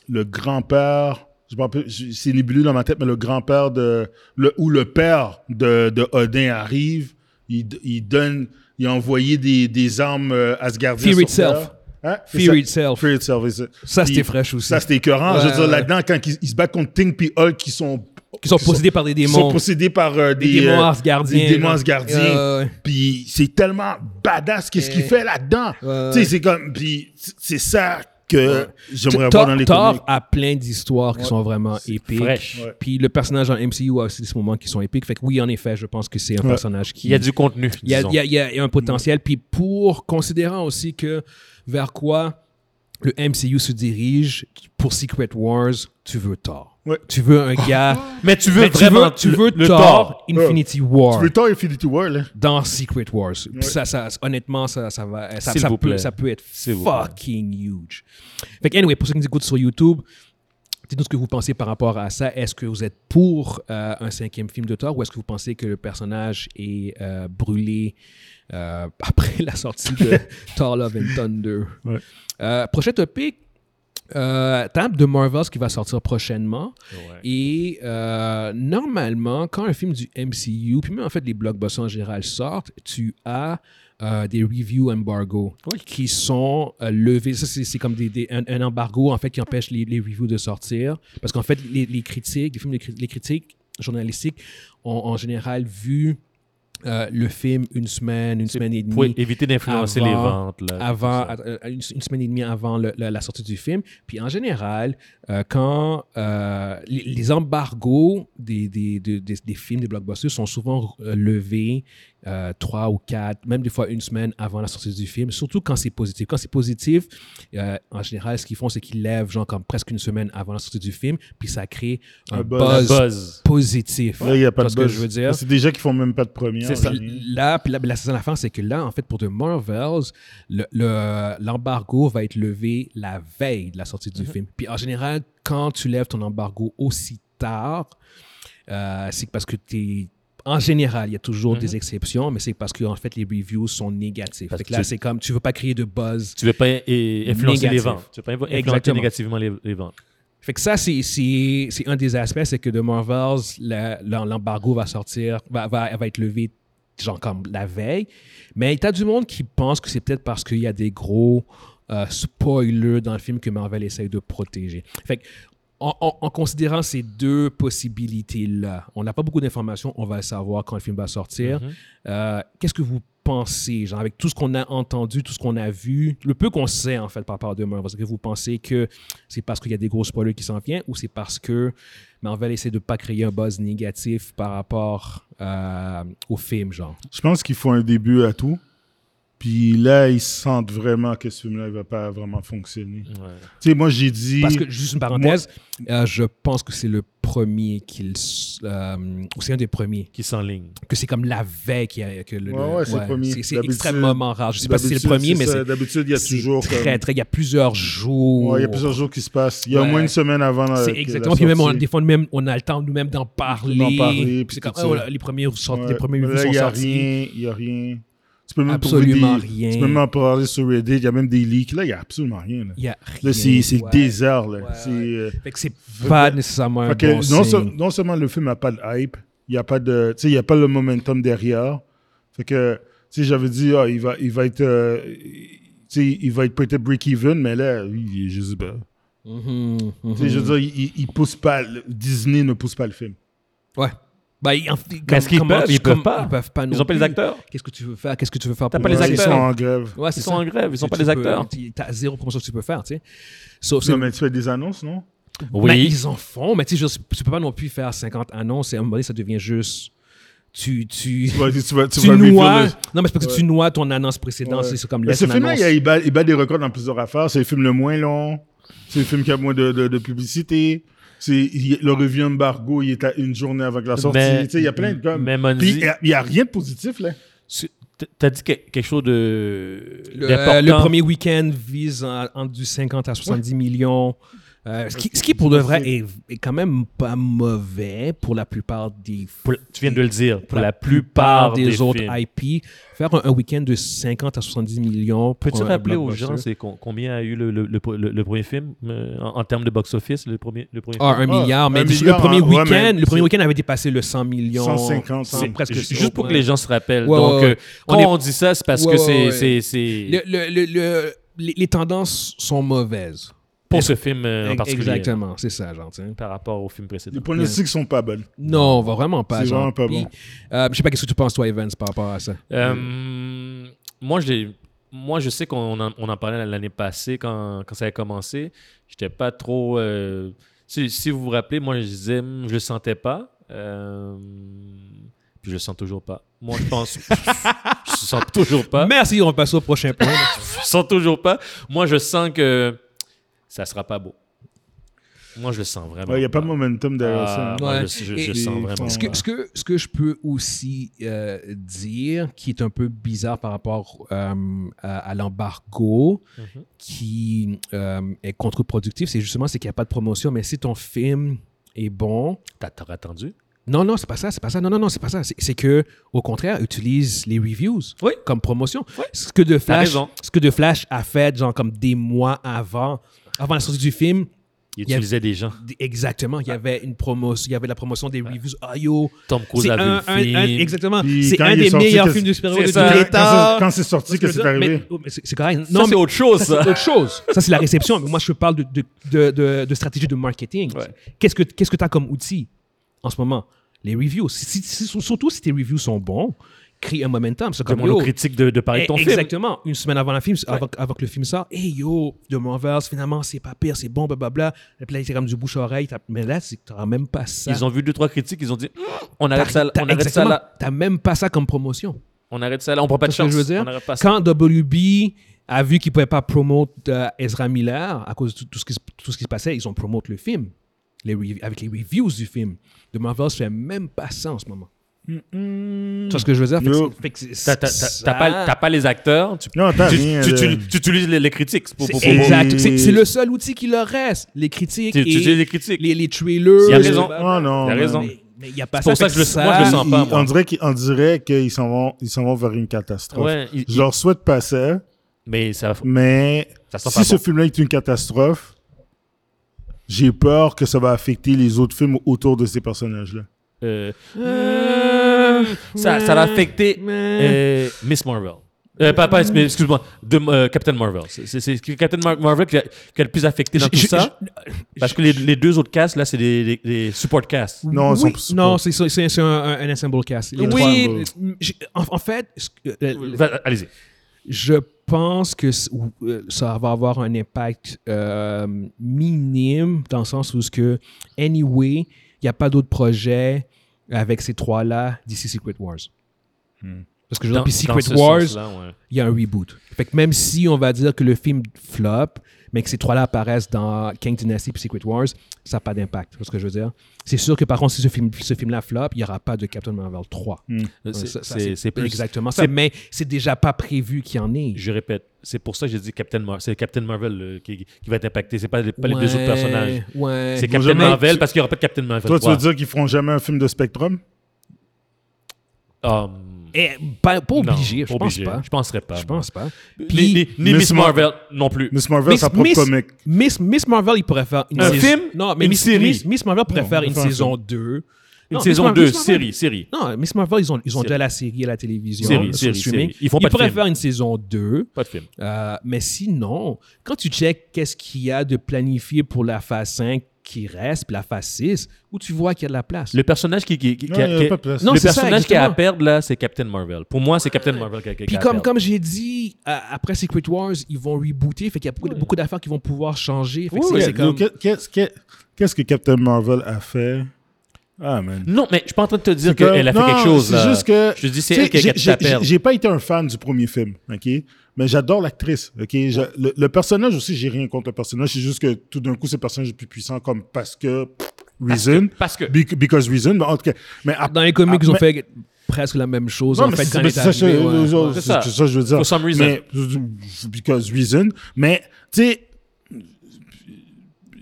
le grand-père. Je me rappelle, je- c'est nébuleux dans ma tête, mais le grand-père de. Le, ou le père de, de Odin arrive. Il, il donne Il a envoyé des, des armes euh, asgardiennes.
Fear
sur
itself.
Terre. Hein?
Fear
Et
itself.
Fear itself. et ça,
Ça,
Puis
c'était fraîche aussi.
Ça, c'était écœurant.
Ouais,
Je veux dire,
ouais.
là-dedans, quand ils, ils se battent contre Ting puis Hulk, qui sont.
Qui sont
qui
possédés par des
qui
démons.
sont possédés par euh, des,
des démons
euh,
asgardiens.
des démons
là.
asgardiens.
Ouais, Euh, ouais.
Puis c'est tellement badass qu'est-ce qu'il
Ouais.
fait là-dedans.
Eh. Ouais.
Tu sais, c'est comme. Puis c'est ça que j'aimerais
Thor-
voir dans les
Thor
comics.
a plein d'histoires qui sont vraiment épiques.
fraîche.
Ouais.
Puis le personnage en MCU a aussi des moments qui sont épiques. Fait que oui, en effet, je pense que c'est un
Ouais.
personnage qui.
Il y a du contenu.
Il y a,
disons.
il y a- il y a- il y a un potentiel. Puis pour, considérant aussi que vers quoi le MCU se dirige, pour Secret Wars, tu veux Thor.
Ouais.
Tu veux un
[LAUGHS]
gars.
Mais tu veux
Mais
vraiment
tu
le-
veux, tu veux
le
Thor,
Thor.
Infinity War
Tu veux Thor Infinity War, là?
dans Secret Wars. Puis Ça, ça, honnêtement, ça, ça va, ça,
S'il
ça
vous
peut,
plaît.
ça peut être
S'il vous plaît.
fucking huge. Fait que, anyway, pour ceux qui nous écoutent sur YouTube, dites-nous ce que vous pensez par rapport à ça. Est-ce que vous êtes pour euh, un cinquième film de Thor ou est-ce que vous pensez que le personnage est euh, brûlé euh, [LAUGHS] après la sortie
[LAUGHS]
de Thor Love and Thunder?
Ouais.
Euh, prochain topic, euh, table de Marvels qui va sortir prochainement. Et euh, normalement, quand un film du MCU, puis même en fait les blockbusters en général sortent, tu as euh, des review embargo qui sont euh, levés. Ça, c'est c'est comme des, des- un, un embargo en fait qui empêche les, les reviews de sortir. Parce qu'en fait, les, les critiques, les films, de cri- les critiques journalistiques ont en général vu euh, le film une semaine, une semaine et demie
Pour éviter d'influencer les
avant-
ventes. Là,
avant,
tout Euh, ça.
à- à- une, une semaine et demie avant le- le- la sortie du film. Puis en général, euh, quand euh, les, les embargos des, des, des- des- des films, des blockbusters sont souvent euh, levés euh, trois ou quatre, même des fois une semaine avant la sortie du film, surtout quand c'est positif. Quand c'est positif, euh, en général, ce qu'ils font, c'est qu'ils lèvent genre comme presque une semaine avant la sortie du film, puis ça crée un,
Un buzz.
La
buzz,
buzz.
positif.
Là, il n'y a pas
Tu vois
de
ce que
buzz.
je veux dire.
C'est des gens qui font même pas de première.
C'est ça.
là.
Puis Là, puis la, la saison à la fin, c'est que là, en fait, pour The Marvels, le- le- l'embargo va être levé la veille de la sortie du film. Puis en général, quand tu lèves ton embargo aussi tard, euh, c'est parce que t'es. En général, il y a toujours des exceptions, mais c'est parce que en fait, les reviews sont négatifs.
Parce
Fait que
que
là,
tu-
c'est comme tu veux pas créer de buzz.
Tu ne veux pas eh, influencer les
Négatif.
ventes. Tu ne veux pas influ- influencer
Exactement.
négativement les, les ventes.
Fait que ça, c'est- c'est c'est un des aspects, c'est que de Marvels, la- l'em- l'embargo va sortir, va, va, va être levé, genre comme la veille. Mais t'as du monde qui pense que c'est peut-être parce qu'il y a des gros euh, spoilers dans le film que Marvel essaye de protéger. Fait que, en, en- en considérant ces deux possibilités-là, on n'a pas beaucoup d'informations, on va le savoir quand le film va sortir. Euh, Qu'est-ce que vous pensez, genre, avec tout ce qu'on a entendu, tout ce qu'on a vu, le peu qu'on sait, en fait, par rapport à demain, parce que vous pensez que c'est parce qu'il y a des gros spoilers qui s'en viennent ou c'est parce que Marvel essaie de pas créer un buzz négatif par rapport euh, au film, genre?
Je pense qu'ils font un début à tout. Puis là, ils sentent vraiment que ce film-là, il va pas vraiment fonctionner.
Mhm. Ouais.
Tu sais, moi, j'ai dit.
Parce que, juste une parenthèse, euh, je pense que c'est le premier qu'il... s- euh, ou c'est un des premiers.
Qui s'enligne.
Que c'est comme la veille qu'il y a- que le...
Ouais, ouais, c'est le premier.
c'est- C'est
D'habitude-
extrêmement rare. Je sais pas si c'est le premier, mais c'est...
D'habitude, il y a
c'est
toujours. comme-
Très, très... Il y a plusieurs jours.
Ouais, il y a plusieurs jours qui se passent. Il y a au
Ouais.
moins une semaine avant. la-
C'est
que
exactement.
la
Puis même, on,
sortie.
des fois, même, on a le temps nous-mêmes d'en parler.
D'en parler,
Puis
puis
c'est comme,
tout
ah, voilà,
ça.
les premiers, sortent, les
Ouais.
premiers
Mais
reviews
là,
sont
il y a
sortis.
rien. Il y a rien. Tu peux même trouver
Absolument
des-
rien.
Tu peux même en parler sur Reddit. Il y a même des leaks. Là, il y a absolument rien. Là,
Il y a rien.
Là, c'est c'est
ouais.
désert. Là.
Ouais,
C'est,
ouais.
euh,
Fait que c'est pas nécessairement un
Fait que
bon signe.
non, se- non seulement le film n'a pas de hype, il n'y a pas de, tu sais, il y a pas le momentum derrière. Fait que, tu sais, j'avais dit, ah, il va, il va être, euh, tu sais, il va être peut-être break even, mais là, il, je sais pas.
Mhm, mhm.
Tu sais, je veux dire, il, il- il pousse pas, le- Disney ne pousse pas le film.
Ouais. Ben, ils- en- comme-
est-ce qu'ils
comment
peuvent?
tu-
Ils peuvent
comme-
pas.
Ils peuvent pas non
Ils n'ont pas les
plus.
acteurs.
Qu'est-ce que tu veux faire? Qu'est-ce que tu veux faire
T'as
pour
pas les
eux?
Ouais,
C'est
Ils
acteurs.
sont
ça.
en grève.
Ouais, c'est
Ils
ça.
sont en grève. Ils sont
Tu-
pas
tu
les
peux-
acteurs.
tu- T'as zéro promotion que tu peux faire, tu sais. Sauf c'est-
Non, mais tu fais des annonces, non?
Mais ils en font, mais tu sais, je- tu peux pas non plus faire 50 annonces et à un moment donné, ça devient juste. Tu, tu,
Tu vas, tu vas, tu
tu
vas
noies.
revivre
Non, mais c'est parce que
Ouais.
tu noies ton annonce
le-
précédente.
Ouais.
C'est c'est comme
Mais
laisse
ce film-là,
l'annonce.
il, y a- il bat, il bat des records dans plusieurs affaires. C'est le film le moins long. C'est le film qui a moins de, de, de publicité. C'est, il- le revue embargo, il est à une journée avant que la sortie. Tu sais, il y a plein de comme.
Mais
Puis
Monzi,
euh,
il y a- il n'y a rien de positif, là.
tu- t'as dit que- quelque chose de
Le, euh,
d'important.
le premier week-end vise en- entre du 50 à 70 millions. Euh, ce, qui, ce qui, pour de vrai, est, est quand même pas mauvais pour la plupart des
Pour- tu viens de le dire. Pour la,
par
plupart
des,
des,
autres
films.
IP. Faire un, un week-end de 50 à 70 millions. pour
Peux-tu
un
rappeler aux
blockbuster.
gens c'est con- combien a eu le, le- le- le- le premier film euh, en, en termes de box-office, le premier, le premier
Ah, un
Ah,
milliard, mais
un
le
milliard,
premier
hein, ouais,
week-end,
mais
le premier
c'est-
week-end avait dépassé le 100 millions.
150,
C'est
c'est-
presque
film? Ju-
ça,
Juste pour
ouais.
que les gens se rappellent.
Ouais,
Donc,
ouais,
euh,
ouais.
quand
On est-
on dit ça, c'est parce
Ouais,
que
ouais,
c'est-
ouais.
c'est. c'est-
Le- le- le- le- les, les tendances sont mauvaises.
Pour ce film euh, en particulier.
Exactement, c'est ça, genre. tu sais.
Par rapport au film précédent.
Les pronostics sont pas bonnes.
Non, vraiment pas.
C'est
genre.
vraiment pas
Puis,
bon.
euh, je sais pas qu'est-ce que tu penses, toi, Evans, par rapport à ça.
Euh, moi, j'ai- moi, je sais qu'on en, on en parlait l'année passée quand, quand ça a commencé. J'étais pas trop. euh, si, si vous vous rappelez, moi, je disais, Hmm, je le sentais pas. Euh, puis je le sens toujours pas. Moi, je pense. [LAUGHS] je le sens toujours pas.
Merci, on passe au prochain point.
[LAUGHS] Je le sens toujours pas. Moi, je sens que ça sera pas beau. Moi, je le sens vraiment.
Il n'y a pas de momentum derrière ça.
Ah,
hein.
moi,
Ouais.
je, je-
Et-
je le sens
et-
vraiment.
ce,
pas.
que, ce, que, ce que je peux aussi euh, dire, qui est un peu bizarre par rapport euh, à, à l'embargo,
Mhm.
qui euh, est contre-productif, c'est justement c'est qu'il n'y a pas de promotion, mais si ton film est bon,
T'as- T'aurais attendu?
Non, non, c'est pas ça, c'est pas ça. Non, non, non, c'est pas ça. C'est c'est que, au contraire, utilise les reviews
Oui.
comme promotion.
Oui.
Ce que de Flash,
raison.
ce que de Flash a fait, genre comme des mois avant, avant la sortie du film,
Il
y a-
utilisait des gens.
d- exactement, il y avait une promotion, il y avait la promotion des reviews. Ah yo,
Tom Cruise
c'est
avait
un,
le film.
un- un- exactement,
Puis
c'est
quand
un
il est
des
sorti,
meilleurs
qu'est-ce-
films de super-héros de
C'est
tous
ça.
les
Quand
temps.
c'est- Quand c'est sorti, que c'est arrivé.
Mais- oh, mais c'est c'est correct.
Non,
Non,
c'est
mais
autre chose, ça.
c'est autre chose. Ça, c'est la réception. Mais moi, je parle de, de, de, de- de stratégie de marketing.
Ouais.
Qu'est-ce que qu'est-ce que tu as comme outil en ce moment? Les reviews. Si- si- si- surtout si tes reviews sont bons, crée un momentum. C'est comme
Demande
yo,
aux critiques de, de parler de
eh,
ton film.
Exactement. Une semaine avant, la film, avant, avant que le film sort, hey yo, de Marvels, finalement, c'est pas pire, c'est bon, blablabla. Et puis là, c'est comme du bouche-oreille. T'as- Mais là, c'est- t'auras même pas ça.
Ils ont vu deux, trois critiques, ils ont dit "Hmm, on arrête, ça, là,
T'as-
on, arrête ça
exactement.
là,
T'as même pas ça comme promotion.
on arrête ça là, on prend pas de
C'est ce que
chance.
je veux dire.
On arrête pas ça.
Quand WB a vu qu'il ne pouvait pas promouvoir Ezra Miller à cause de tout, tout ce qui, se- tout ce qui se passait, ils ont promote le film les rev- avec les reviews du film. De Marvel, je fais même pas ça en ce moment. Tu vois ce que je veux dire? Fait que
Yo.
c'est- fait que c'est-
T'as- t'as- T'as
ça-
t'as pas, t'as pas les acteurs, tu,
Non, t'as
tu-
rien
tu-
de-
tu- tu utilises les, les critiques. pour-
c'est-
pour- pour-
Exact.
pour-
C'est c'est le seul outil qui leur reste. Les critiques,
Tu
et
tu utilises les critiques.
les, les trailers.
Il y a raison.
Ah non.
Il y a
man.
raison.
Mais mais il n'y a pas
C'est pour ça que je le- moi, je le
Ils-
sens pas,
ils-
moi.
on dirait qu'ils on dirait qu'ils s'en vont, ils s'en vont vers une catastrophe.
Ouais, il-
Je leur souhaite pas ça,
Mais ça va.
mais
Ça sent
si
pas
ce
bon.
film-là est une catastrophe, j'ai peur que ça va affecter les autres films autour de ces personnages-là.
euh, ça, ça va affecter euh, Miss Marvel. Euh, pas, pas- mais excuse-moi, de, euh, Captain Marvel. C'est- C'est c'est Captain Mar- Marvel qui a, qui a le plus affecté dans
Je-
tout
je-
ça. parce que les, les deux autres castes, là, c'est des, des- des support castes.
Non, ils
Oui,
sont-
non, c'est c'est- c'est- c'est un, un, un ensemble cast. Les
Oui.
trois- j'ai- en, en fait, ce que- euh,
Va- Allez-y.
je pense que c- ou- euh, ça va avoir un impact euh, minime dans le sens où ce que anyway, il n'y a pas d'autres projets avec ces trois-là d'ici Secret Wars. Parce que je veux dire, puis
Hmm. Dans- dans
Secret
ce
Wars,
sens-là, ouais.
il y a un reboot. Fait que même si on va dire que le film flop, mais que ces trois-là apparaissent dans King Dynasty et Secret Wars, ça n'a pas d'impact. C'est ce que je veux dire. C'est sûr que par contre, si ce film- ce film-là flop, il n'y aura pas de Captain Marvel 3. Ouais,
C'est-
ça- ça,
C'est c'est plus.
exactement ça. Mais c'est déjà pas prévu qu'il y en ait.
Je répète, c'est pour ça que j'ai dit Captain Marvel. C'est Captain Marvel euh, qui, qui va être impacté. C'est pas, les- pas les deux autres personnages.
Ouais.
C'est
Moi,
Captain
jamais-
Marvel
tu-
parce qu'il n'y aura pas de Captain Marvel.
Toi, tu
trois.
veux dire qu'ils feront jamais un film de Spectrum
Hum,
Eh, pas, pas
non,
obligé, je
obligé.
pense pas.
Je penserais pas.
Je pense pas.
Ni,
Puis-
ni- ni
Miss
Miss
Mar-
Marvel non plus.
Miss Marvel,
Miss,
sa propre
Miss-
comique.
Miss, Miss Marvel, il pourrait faire une
Un
saison-
film,
Non, mais
une
Miss,
série.
Miss, Miss Marvel pourrait
Non,
faire
on peut
une
faire un
saison 2.
Une saison 2, série, série.
Non, Miss Marvel, ils ont, ils ont
Série.
déjà la série à la télévision.
Série,
sur
série,
streaming.
série. Ils font pas de
pourraient
film.
faire une saison 2.
Pas de film.
Euh, mais sinon, quand tu checkes qu'est-ce qu'il y a de planifié pour la phase 5 qui reste, puis la phase 6, où tu vois qu'il y a de la place.
Le personnage qui, qui, qui-
Non,
qui a-
il y a
qui a-
pas de place.
Non,
le
c'est ça,
personnage qui a à
exactement.
perdre là, c'est Captain Marvel. Pour moi, c'est Captain Marvel qui a, qui a
Puis
à
comme,
perdre.
comme j'ai dit, à- après Secret Wars, ils vont rebooter, fait qu'il y a beaucoup, beaucoup d'affaires qui vont pouvoir changer. Fait que c'est- c'est
Qu'est-
comme-
Qu'est-ce que- qu'est-ce que Captain Marvel a fait Ah, man.
Non, mais je suis pas en train de te dire
C'est que-
qu'elle a fait
non,
quelque chose.
C'est
là.
juste que.
Je te dis, c'est
tu sais,
elle qui a
j'ai-
quelque chose à
j'ai-
perdre.
J'ai pas été un fan du premier film, OK? Mais j'adore l'actrice, OK? Je- le, le personnage aussi, j'ai rien contre le personnage. C'est juste que tout d'un coup, ce personnage est plus puissant comme parce que. pff, Reason.
parce que-
Bec- Because reason. Mais en tout cas. Mais à-
Dans les comics,
Ah,
ils ont
mais-
fait presque la même chose.
non,
en
mais
fait,
c'est-
quand
mais
il est
c'est ça,
arrivé,
je-
ouais.
je-
C'est
c'est
ça.
ça. que je veux dire.
For some reason.
Mais, because reason. Mais, tu sais,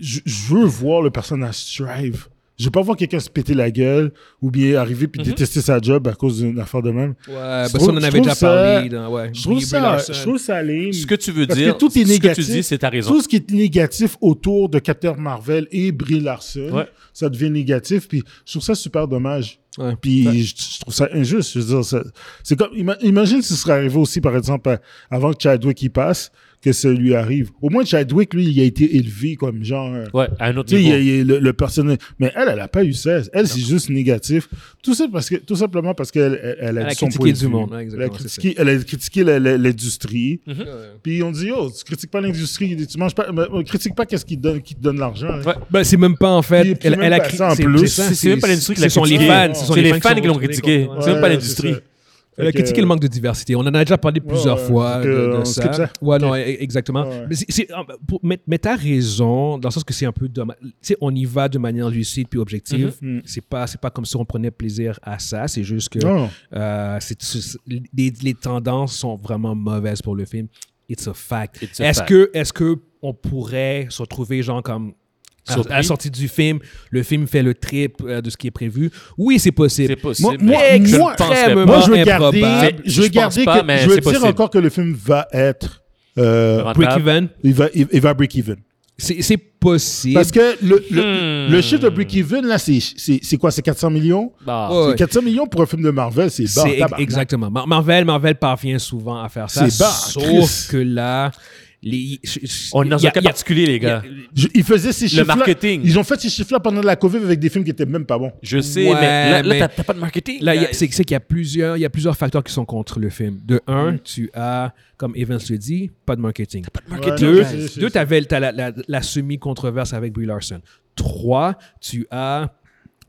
je je veux voir le personnage strive. Je veux pas voir quelqu'un se péter la gueule ou bien arriver puis détester sa job à cause d'une affaire de même.
Mm-hmm. Ouais, bah, ça,
trouve-
on en
je
avait déjà
trouve
parlé.
ça-
dans- ouais,
Je trouve
Brie
ça,
Larson.
je trouve ça lame.
Ce que tu veux
Parce que
dire,
tout est négatif.
ce que tu dis, c'est ta raison.
Tout ce qui est négatif autour de Captain Marvel et Brie Larson,
Ouais.
ça devient négatif. Puis je trouve ça super dommage.
Ouais.
Puis je, je trouve ça injuste. Je veux dire, ça- c'est comme ima- imagine si ce serait arrivé aussi, par exemple, à- avant que Chadwick y passe, que ça lui arrive. Au moins Chadwick, lui, il a été élevé comme genre. euh,
Ouais, à un autre
Tu sais, il y a-
niveau.
il y a le, le personnage. Mais elle, elle n'a pas eu 16. Elle, c'est juste négatif. Tout, ça parce que, tout simplement parce qu'elle elle, elle a,
Elle
dit
a
son
critiqué
point de
du
vue.
monde, hein,
elle a
exactement, c'est
critiqué, elle a critiqué la- la- l'industrie.
Ouais.
Puis on dit, oh, tu critiques pas l'industrie, tu manges pas, mais on critique pas qu'est-ce qui te donne, qui te donne l'argent. hein.
Ouais.
Ben, c'est même pas en fait.
Puis, puis
Elle, elle a
même pas
cri-
ça en
c'est-
plus.
c'est ça,
C'est c'est même pas l'industrie qui
Ce
l'a
sont les
critiqué.
fans. ce sont
C'est les
qui
fans
sont
qui l'ont
retournés
critiqué.
contre-
C'est même pas
Ouais,
l'industrie.
c'est ça.
Elle a
Fait que-
critiqué le manque de diversité. On en a déjà parlé plusieurs
ouais,
fois
fait que,
de, de
on skip
ça.
ça.
Ouais,
Ok.
non, e- exactement.
Ouais.
Mais, c'est- c'est- ah, ben, pour- mais- mais t'as raison, dans le sens que c'est un peu dommage. Tu sais, on y va de manière lucide puis objective.
Mhm. Mm.
C'est pas, c'est pas comme si on prenait plaisir à ça. C'est juste que
Non.
euh, c'est- c'est- les, les tendances sont vraiment mauvaises pour le film. It's a fact.
It's a
Est-ce
fact.
que, est-ce que on pourrait se retrouver genre comme à,
Surpris?
à la sortie du film, le film fait le trip euh, de ce qui est prévu? Oui, c'est possible.
C'est possible.
Moi-
mais
moi-
je
moi-
ne
Moi,
penserais pas.
Moi, je veux
improbable.
garder,
C'est-
je veux
je pense
garder
pas,
que-
mais
je veux
c'est
dire
possible.
encore que le film va être, euh,
Rentable.
Break even,
il va, il, il va break even.
c'est c'est possible.
Parce que le, le,
Hmm.
le chiffre de break even, là, c'est, c'est, c'est quoi? C'est 400 millions?
Bah,
Ouais.
C'est 400 millions pour un film de Marvel, c'est bas.
C'est
tabarnak.
exactement. Mar- Marvel, Marvel parvient souvent à faire ça.
C'est bas,
Sauf
Chris.
que là, les, je- je-
On est dans
y
un
a-
cas
y a-
particulier, les gars.
Je- ils faisaient ces chiffres-là.
marketing.
Ils ont fait ces chiffres-là pendant la COVID avec des films qui étaient même pas bons.
Je sais,
Ouais,
mais là, là,
mais-
t'as- t'as pas de marketing.
Là, il y a-
guys.
c'est c'est qu'il y a plusieurs, il y a plusieurs facteurs qui sont contre le film. De un, tu as, comme Evans le dit, pas de marketing.
Pas de marketing.
Deux,
Ouais, c'est- c'est-
deux,
c'est-
t'avais t'as la, la, la semi-controverse avec Brie Larson. Trois, tu as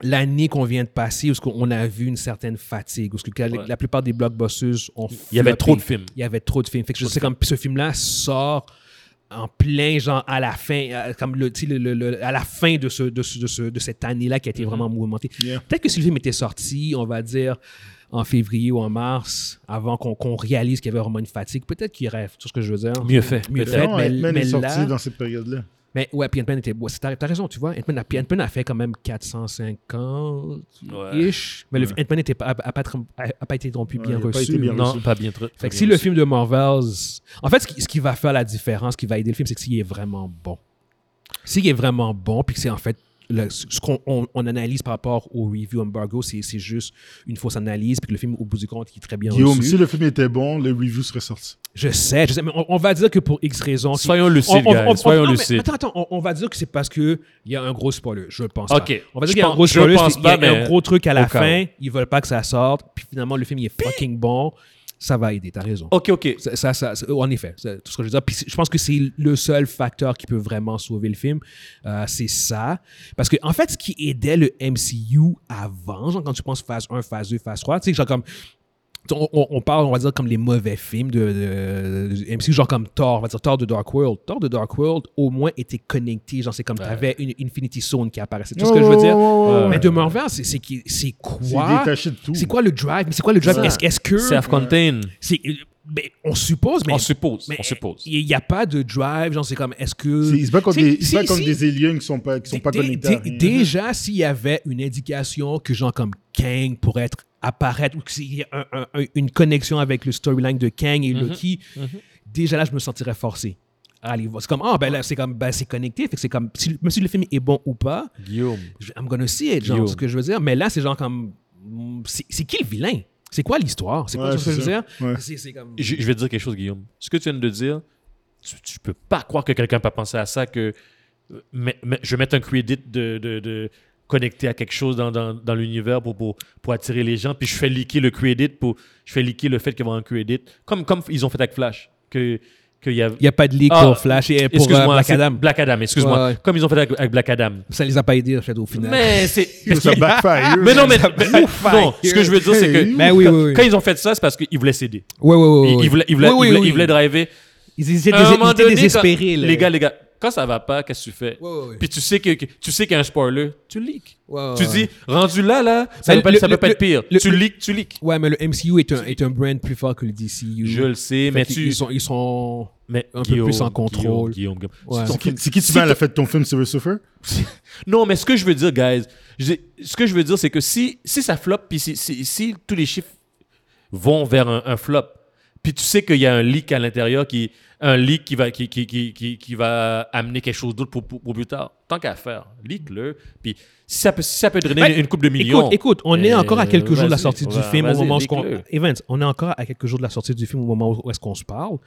l'année qu'on vient de passer où ce qu'on- on a vu une certaine fatigue, où ce que la,
Ouais.
la plupart des blockbusters ont
Il y avait
floppé.
trop de films.
Il y avait trop de films. Fait que je sais comme ce film-là sort en plein genre à la fin euh, comme le, tu sais, le- le- le- à la fin de ce de, ce- de ce- de cette année-là qui a été
Mm-hmm.
vraiment mouvementée.
Yeah.
Peut-être que si le film était sorti, on va dire en février ou en mars, avant qu'on qu'on réalise qu'il y avait vraiment une fatigue, peut-être qu'il aurait, tout ce que je veux dire,
Mieux fait.
mieux
peut-être.
fait,
Non,
mais,
Ant-Man
mais
est sorti
là,
dans cette période-là.
mais ouais, puis Ant-Man était. ouais, c'est- T'as t'as raison, tu vois. Ant-Man a, puis Ant-Man a fait quand même 450-ish. Mais le Ant-Man n'a pas, a, pas trom- a- a pas été non plus
Ouais,
bien
il a pas
reçu.
été bien
Non.
Non, pas bien trop.
Fait que si le film de Marvels. En fait, ce qui, ce qui va faire la différence, ce qui va aider le film, c'est que s'il est vraiment bon. S'il est vraiment bon, puis que c'est en fait. le- ce qu'on on- on analyse par rapport au review embargo, c'est c'est juste une fausse analyse, puis que le film, au bout du compte, il est très bien
Guillaume,
reçu.
si le film était bon, le review serait sorti.
Je sais, je sais, mais on, on va dire que pour X raisons. c'est-
Soyons lucides,
on- on-
guys.
on-
Soyons
non, mais
lucides.
Attends, attends, on, on va dire que c'est parce qu'il y a un gros spoiler. Je le pense pas.
Ok.
On va dire
Je
qu'il y a un
pense-
gros
je
spoiler.
pense
c'est- Il y a
pas,
un
mais
gros truc à la
au cas
fin. Ils veulent pas que ça sorte. Puis finalement, le film, il est fucking bon. Ça va aider, t'as raison.
Ok, ok.
Ça, ça, ça- ça- en effet, c'est tout ce que je veux dire. Puis c'est- je pense que c'est le seul facteur qui peut vraiment sauver le film. Euh, c'est ça. Parce que, en fait, ce qui aidait le MCU avant, genre quand tu penses phase 1, phase 2, phase 3, tu sais, genre comme. On, on- on parle, on va dire, comme les mauvais films de, de- du MCU, genre comme Thor, on va dire Thor de Dark World. Thor de Dark World, au moins, était connecté. Genre, c'est comme t'avais une Infinity Zone qui apparaissait. Tout ce que je veux dire.
ouais.
Mais de Marvel, c'est- c'est qui- c'est
C'est
quoi
détaché de tout.
C'est quoi le drive Mais c'est quoi le drive
Ça.
Est-ce est-ce que.
Self-contained.
C'est- euh, ben, on suppose, mais.
On suppose.
mais
On suppose.
Il n'y a pas de drive, genre, c'est comme, est-ce que.
C'est- Ils se battent contre,
C'est-
des, ils se
c'est-
battent contre
c'est-
des aliens qui sont pas, qui sont pas
dé- dé-
connectés. à
dé-
rien.
Déjà, s'il y avait une indication que, genre, comme Kang pourrait être, apparaître, ou qu'il y ait un- un- un- une connexion avec le storyline de Kang et
Mhm.
Loki, déjà là, je me sentirais forcé. à aller voir. c'est comme, ah, ben là, c'est comme, ben, c'est connecté, fait que c'est comme, si- même si le film est bon ou pas,
Guillaume.
je- I'm gonna see it, genre,
Yo.
ce que je veux dire. Mais là, c'est genre comme, mm, c'est c'est qui le vilain? C'est quoi l'histoire? C'est quoi
Ouais,
ce que je
c'est
veux dire?
ça. Ouais.
C'est c'est comme.
Je, je vais te dire quelque chose, Guillaume. Ce que tu viens de dire, tu, tu peux pas croire que quelqu'un peut penser à ça, que euh, mais- mais je vais mettre un credit de, de, de connecter à quelque chose dans, dans, dans l'univers pour, pour, pour attirer les gens, puis je fais liquer le credit, pour, je fais liquer le fait qu'il y aura un credit, comme, comme ils ont fait avec Flash, que, que y a,
Il n'y a pas de leak
Ah,
pour Flash et pour euh, Black
c'est
Adam.
Black Adam, excuse-moi.
Ouais, ouais.
Comme ils ont fait avec, avec Black Adam.
Ça les a pas aidés, en fait, au final.
Mais c'est...
Ça backfire.
[LAUGHS] mais non, mais, mais- non, ce que je veux dire, c'est que
Mais Ben oui, oui, oui.
quand ils ont fait ça, c'est parce qu'ils voulaient s'aider.
Ouais, ouais, ouais, ouais,
Ils,
ouais.
ils voulaient, ils voulaient,
Oui, oui,
ils voulaient-
oui.
ils voulaient driver.
Ils étaient,
À un
dés-
moment
ils étaient
donné,
désespérés.
quand-
là.
Les gars, les gars, Quand ça va pas, qu'est-ce que tu fais?
Ouais, ouais, ouais.
Puis tu sais que, que- tu sais qu'il y a un spoiler, tu leaks.
Ouais, ouais,
tu
ouais.
dis, rendu là, là, ça
Mais
peut, pas,
le-
ça peut
le-
pas être
le-
pire.
le-
tu
le-
leaks, tu leaks.
Ouais, mais le MCU est un, est un brand plus fort que le DCU.
Je le sais,
Fait
mais
qu'ils-
tu.
Ils sont, ils sont
mais
un peu plus en contrôle.
Guillaume, Guillaume.
Ouais.
Si ton
C'est qui,
film-
c'est qui tu mets à la fête de ton film Silver Surfer?
Non, mais ce que je veux dire, guys, je dis- ce que je veux dire, c'est que si, si ça floppe, puis si, si- si tous les chiffres vont vers un, un flop, puis tu sais qu'il y a un leak à l'intérieur, qui, un leak qui va, qui, qui, qui, qui, qui va amener quelque chose d'autre pour, pour, pour plus tard, tant qu'à faire, leak-le. Puis si ça peut, si ça peut drainer
Ben,
une coupe de millions.
Écoute, écoute, on est
Euh,
encore à quelques jours de la
vas-y,
sortie du
va-
film au
vas-y,
moment où ce qu'on-
leak-le.
Evans, on est encore à quelques jours de la sortie du film au moment où- où est-ce qu'on se parle.